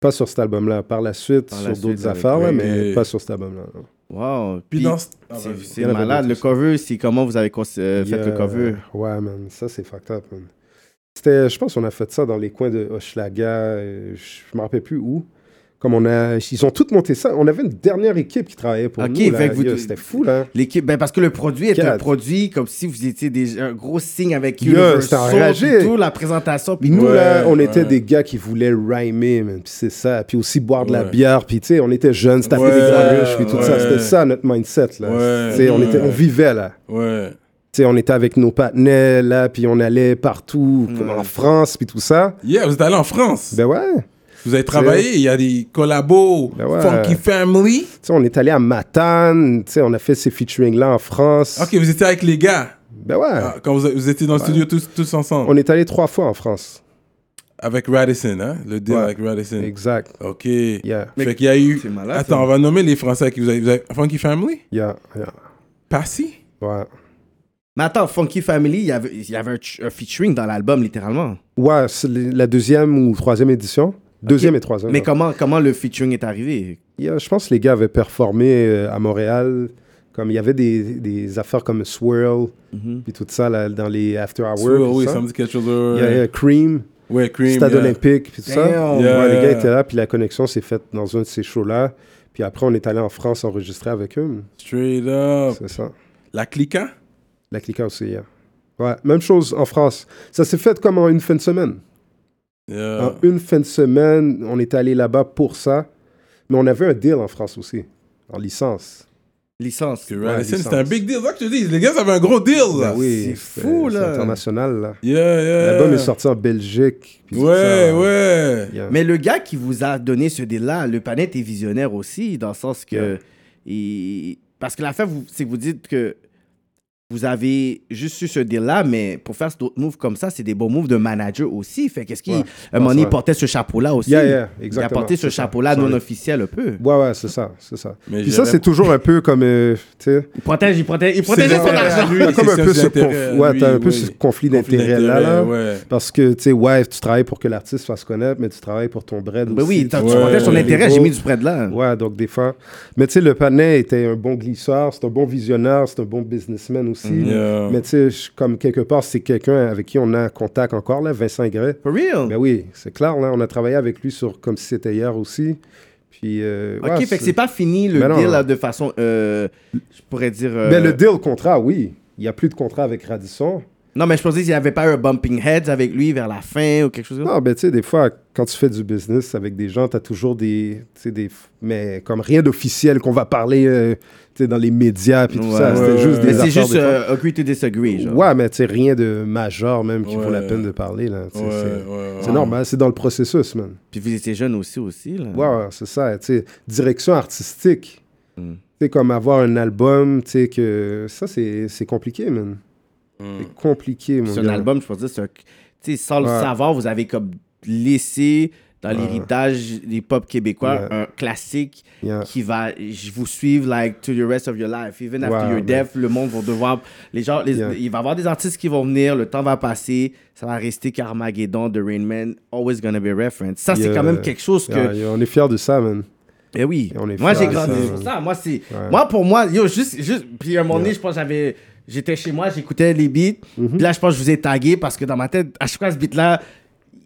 [SPEAKER 5] Pas sur cet album-là. Par la suite,
[SPEAKER 4] Par la
[SPEAKER 5] sur
[SPEAKER 4] suite,
[SPEAKER 5] d'autres
[SPEAKER 4] avec
[SPEAKER 5] affaires, ouais,
[SPEAKER 3] Ray.
[SPEAKER 5] mais
[SPEAKER 3] Ok.
[SPEAKER 5] pas sur cet album-là. non.
[SPEAKER 4] Wow.
[SPEAKER 3] Puis dans ce- Ah,
[SPEAKER 4] c'est-
[SPEAKER 3] vas-y.
[SPEAKER 4] c'est
[SPEAKER 5] bah, Il y en avait
[SPEAKER 4] malade. Le
[SPEAKER 5] d'autres
[SPEAKER 4] cover, c'est comment vous avez cons- euh, fait
[SPEAKER 5] Yeah.
[SPEAKER 4] le cover
[SPEAKER 5] Ouais, man. Ça, c'est fucked up, man. C'était, je pense qu'on a fait ça dans les coins de Hochelaga. euh, Je me rappelle plus où. Comme on a, ils ont tous monté ça. On avait une dernière équipe qui travaillait pour
[SPEAKER 4] Ok,
[SPEAKER 5] nous. là.
[SPEAKER 4] fait que vous-
[SPEAKER 5] Yo, C'était fou, là.
[SPEAKER 4] L'équipe, ben parce que le produit est un
[SPEAKER 5] Quatre.
[SPEAKER 4] produit comme si vous étiez des, un gros signe avec
[SPEAKER 5] Yo, c'était
[SPEAKER 4] Universal,
[SPEAKER 5] enragé.
[SPEAKER 4] puis tout, la présentation, puis
[SPEAKER 5] Nous,
[SPEAKER 4] tout.
[SPEAKER 3] Ouais,
[SPEAKER 5] là, on était
[SPEAKER 3] ouais.
[SPEAKER 5] des gars qui voulaient rhymer, man, puis c'est ça. Puis aussi boire de la
[SPEAKER 3] Ouais.
[SPEAKER 5] bière, puis tu sais, on était jeunes, se taper
[SPEAKER 3] Ouais,
[SPEAKER 5] des clariches, puis tout ça.
[SPEAKER 3] ouais.
[SPEAKER 5] C'était ça, notre mindset, là.
[SPEAKER 3] Ouais,
[SPEAKER 5] Tu sais, on,
[SPEAKER 3] ouais.
[SPEAKER 5] était, on vivait, là.
[SPEAKER 3] Ouais.
[SPEAKER 5] Tu sais, on était avec nos partenaires, là, puis on allait partout, comme en France, puis tout ça.
[SPEAKER 3] Yeah, vous êtes allé en France.
[SPEAKER 5] Ben ouais. Tu
[SPEAKER 3] vous avez travaillé. Il y a des collabos.
[SPEAKER 5] Ben ouais.
[SPEAKER 3] Funky Family.
[SPEAKER 5] sais, on est allé à Matane, tu sais, on a fait ces featuring-là en France.
[SPEAKER 3] Ok, vous étiez avec les gars.
[SPEAKER 5] Ben ouais.
[SPEAKER 3] Ah, Quand vous, vous étiez dans le studio tous, tous ensemble.
[SPEAKER 5] On est allé trois fois en France.
[SPEAKER 3] Avec Radisson, hein? Le deal
[SPEAKER 5] Ouais.
[SPEAKER 3] avec Radisson.
[SPEAKER 5] Exact.
[SPEAKER 3] Ok.
[SPEAKER 5] Yeah.
[SPEAKER 3] Fait qu'il y a eu.
[SPEAKER 4] C'est malade,
[SPEAKER 3] Attends,
[SPEAKER 4] ça.
[SPEAKER 3] on va nommer les Français qui vous avez. Vous avez... Funky Family?
[SPEAKER 5] Yeah, yeah.
[SPEAKER 3] Passy?
[SPEAKER 5] Ouais.
[SPEAKER 4] Mais attends, Funky Family, il y avait, il y avait un, ch- un featuring dans l'album, littéralement.
[SPEAKER 5] Ouais, c'est la deuxième ou troisième édition. Deuxième et troisième.
[SPEAKER 4] Mais
[SPEAKER 5] ouais.
[SPEAKER 4] comment, comment le featuring est arrivé
[SPEAKER 5] Yeah, je pense que les gars avaient performé euh, à Montréal. Comme il y avait des, des affaires comme Swirl, puis tout ça là, dans les After
[SPEAKER 3] Mhm.
[SPEAKER 5] Hours.
[SPEAKER 3] Swirl,
[SPEAKER 5] tout
[SPEAKER 3] oui,
[SPEAKER 5] ça.
[SPEAKER 3] ça me dit quelque chose. ouais,
[SPEAKER 5] Yeah, yeah, Cream,
[SPEAKER 3] Ouais, Cream.
[SPEAKER 5] Stade
[SPEAKER 3] yeah.
[SPEAKER 5] Olympique, puis tout ça.
[SPEAKER 4] Damn.
[SPEAKER 3] Yeah.
[SPEAKER 5] Ouais, les gars étaient là, puis la connexion s'est faite dans un de ces shows-là. Puis après, on est allé en France enregistrer avec eux.
[SPEAKER 3] Straight up.
[SPEAKER 5] C'est ça.
[SPEAKER 3] La Clica?
[SPEAKER 5] La Clica aussi, yeah. Ouais, même chose en France. Ça s'est fait comme en une fin de semaine.
[SPEAKER 3] Yeah.
[SPEAKER 5] En une fin de semaine, on est allé là-bas pour ça. Mais on avait un deal en France aussi, en licence.
[SPEAKER 4] Licence.
[SPEAKER 3] Que Radisson,
[SPEAKER 5] Ouais,
[SPEAKER 3] c'était un
[SPEAKER 5] licence.
[SPEAKER 3] big deal. C'est ça que je te dis. Les gars, ça avait un gros deal, là.
[SPEAKER 5] Ben oui,
[SPEAKER 4] c'est fou,
[SPEAKER 5] c'est
[SPEAKER 4] là.
[SPEAKER 5] international, là.
[SPEAKER 3] Yeah, yeah.
[SPEAKER 5] L'album est sorti en Belgique. puis
[SPEAKER 3] Euh,
[SPEAKER 5] tout
[SPEAKER 3] Ouais,
[SPEAKER 5] ça. hein.
[SPEAKER 3] ouais.
[SPEAKER 5] Yeah.
[SPEAKER 4] Mais le gars qui vous a donné ce deal-là, le panel est visionnaire aussi, dans le sens que.
[SPEAKER 5] Yeah.
[SPEAKER 4] il- parce que la fin, vous- c'est que vous dites que vous avez juste eu ce deal-là, mais pour faire d'autres moves comme ça, c'est des bons moves de manager aussi. Fait qu'est-ce qu'il.
[SPEAKER 5] Ouais,
[SPEAKER 4] un moment donné,
[SPEAKER 5] ouais.
[SPEAKER 4] il portait ce chapeau-là aussi.
[SPEAKER 5] Yeah, yeah,
[SPEAKER 4] il a
[SPEAKER 5] exactement,
[SPEAKER 4] porté ce
[SPEAKER 5] c'est ça.
[SPEAKER 4] chapeau-là
[SPEAKER 5] Sorry.
[SPEAKER 4] non officiel un peu.
[SPEAKER 5] Ouais, ouais, c'est ça, c'est ça.
[SPEAKER 3] Mais
[SPEAKER 5] Puis ça,
[SPEAKER 3] j'avais-
[SPEAKER 5] c'est toujours un peu comme, euh, tu sais,
[SPEAKER 4] Il protège, il protège, il
[SPEAKER 3] C'est
[SPEAKER 4] protégeait son
[SPEAKER 3] vrai,
[SPEAKER 4] argent.
[SPEAKER 3] lui,
[SPEAKER 5] T'as comme
[SPEAKER 3] c'est
[SPEAKER 5] un peu
[SPEAKER 3] ses
[SPEAKER 5] ce
[SPEAKER 3] intérêts,
[SPEAKER 5] conf- ouais,
[SPEAKER 3] lui,
[SPEAKER 5] t'as un peu
[SPEAKER 3] oui.
[SPEAKER 5] ce conflit d'intérêt là, là.
[SPEAKER 3] ouais.
[SPEAKER 5] parce que, tu sais, ouais, tu travailles pour que l'artiste fasse connaître, mais tu travailles pour ton bread
[SPEAKER 4] Ben
[SPEAKER 5] aussi.
[SPEAKER 4] oui, t'as- tu
[SPEAKER 3] Ouais.
[SPEAKER 4] protèges son
[SPEAKER 5] Les
[SPEAKER 4] intérêt, j'ai
[SPEAKER 5] gros-
[SPEAKER 4] mis du prêt de là.
[SPEAKER 5] Ouais, donc des fois. Mais tu sais, le Panet était un bon glisseur, c'est un bon visionnaire, c'est un bon businessman aussi.
[SPEAKER 3] Mm. Yeah.
[SPEAKER 5] Mais tu sais, je- comme quelque part, c'est quelqu'un avec qui on a un contact encore, là, Vincent Gray.
[SPEAKER 4] For real?
[SPEAKER 5] Ben oui, c'est clair, là, on a travaillé avec lui sur Comme si c'était hier aussi. Puis, euh,
[SPEAKER 4] Ok,
[SPEAKER 5] ouais,
[SPEAKER 4] fait que c'est pas fini le
[SPEAKER 5] Mais non.
[SPEAKER 4] deal là, de façon, euh, je pourrais dire. euh,
[SPEAKER 5] Ben, le deal contrat, oui. Il n'y a plus de contrat avec Radisson.
[SPEAKER 4] Non, mais je pensais qu'il n'y avait pas un bumping heads avec lui vers la fin ou quelque chose comme ça.
[SPEAKER 5] Non, ben tu sais, des fois, quand tu fais du business avec des gens, tu as toujours des, tu sais, des... Mais comme rien d'officiel qu'on va parler euh, tu sais, dans les médias puis tout
[SPEAKER 4] Ouais.
[SPEAKER 5] ça. C'était
[SPEAKER 3] Ouais,
[SPEAKER 5] juste
[SPEAKER 3] ouais.
[SPEAKER 5] des
[SPEAKER 4] Mais c'est
[SPEAKER 5] affaires
[SPEAKER 4] juste
[SPEAKER 5] de-
[SPEAKER 4] euh, agree to disagree. Genre.
[SPEAKER 5] Ouais, mais tu sais, rien de majeur même qui vaut la
[SPEAKER 3] Ouais.
[SPEAKER 5] peine de parler. là. Tu sais,
[SPEAKER 3] Ouais,
[SPEAKER 5] c'est
[SPEAKER 3] ouais,
[SPEAKER 5] c'est
[SPEAKER 3] ouais.
[SPEAKER 5] normal, c'est dans le processus, man.
[SPEAKER 4] Puis vous étiez jeune aussi, aussi. Là.
[SPEAKER 5] Ouais, ouais, c'est ça. tu sais, direction artistique.
[SPEAKER 4] Mm.
[SPEAKER 5] C'est comme avoir un album, tu sais, que ça, c'est c'est compliqué, man. C'est compliqué, mon
[SPEAKER 4] Mm. C'est un
[SPEAKER 5] gars.
[SPEAKER 4] album, je pense que c'est un. Tu sais, sans le
[SPEAKER 5] Ouais.
[SPEAKER 4] savoir, vous avez comme laissé dans l'héritage des pop québécois
[SPEAKER 5] Ouais.
[SPEAKER 4] un classique
[SPEAKER 5] Yeah.
[SPEAKER 4] qui va je vous suivre like to the rest of your life even after
[SPEAKER 5] Ouais,
[SPEAKER 4] your
[SPEAKER 5] ouais.
[SPEAKER 4] death le monde va devoir les gens les-
[SPEAKER 5] Yeah.
[SPEAKER 4] il va y avoir des artistes qui vont venir le temps va passer ça va rester qu'Armageddon de Rain Man always gonna be referenced ça Ah, c'est
[SPEAKER 5] Yeah.
[SPEAKER 4] quand même quelque chose que
[SPEAKER 5] Yeah, yeah, on est fiers de ça, man.
[SPEAKER 4] Eh oui.
[SPEAKER 5] Et on est
[SPEAKER 4] moi,
[SPEAKER 5] fiers
[SPEAKER 4] j'ai
[SPEAKER 5] de
[SPEAKER 4] grandi
[SPEAKER 5] ça.
[SPEAKER 4] sur ça. Moi, c'est... moi, pour moi, yo, juste, juste... Puis à un moment donné, je pense que j'avais... J'étais chez moi, j'écoutais les beats.
[SPEAKER 5] Mm-hmm.
[SPEAKER 4] Puis là, je pense que je vous ai tagué parce que dans ma tête, à chaque fois, ce beat-là,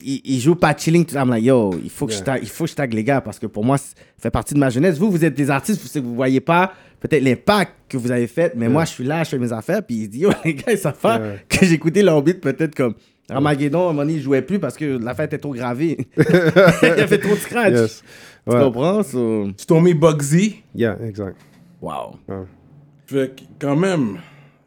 [SPEAKER 4] il, il joue pas chilling. Tout ça. I'm like, yo, il faut, que je tague, il faut que je tague les gars parce que pour moi, c'est- ça fait partie de ma jeunesse. Vous, vous êtes des artistes, vous savez que vous voyez pas peut-être l'impact que vous avez fait. Mais moi, je suis là, je fais mes affaires. Puis il dit, yo, les gars, ils savent pas
[SPEAKER 5] Ouais.
[SPEAKER 4] que j'écoutais leur beat peut-être comme... Armageddon, à un moment donné, il jouait plus parce que l'affaire était trop gravée. il avait trop de scratch.
[SPEAKER 5] Yes.
[SPEAKER 4] Ah, Tu
[SPEAKER 5] Ouais.
[SPEAKER 4] comprends? so-
[SPEAKER 3] Stormy Bugsy.
[SPEAKER 5] Yeah, exact.
[SPEAKER 4] Wow.
[SPEAKER 3] Fait que, quand même,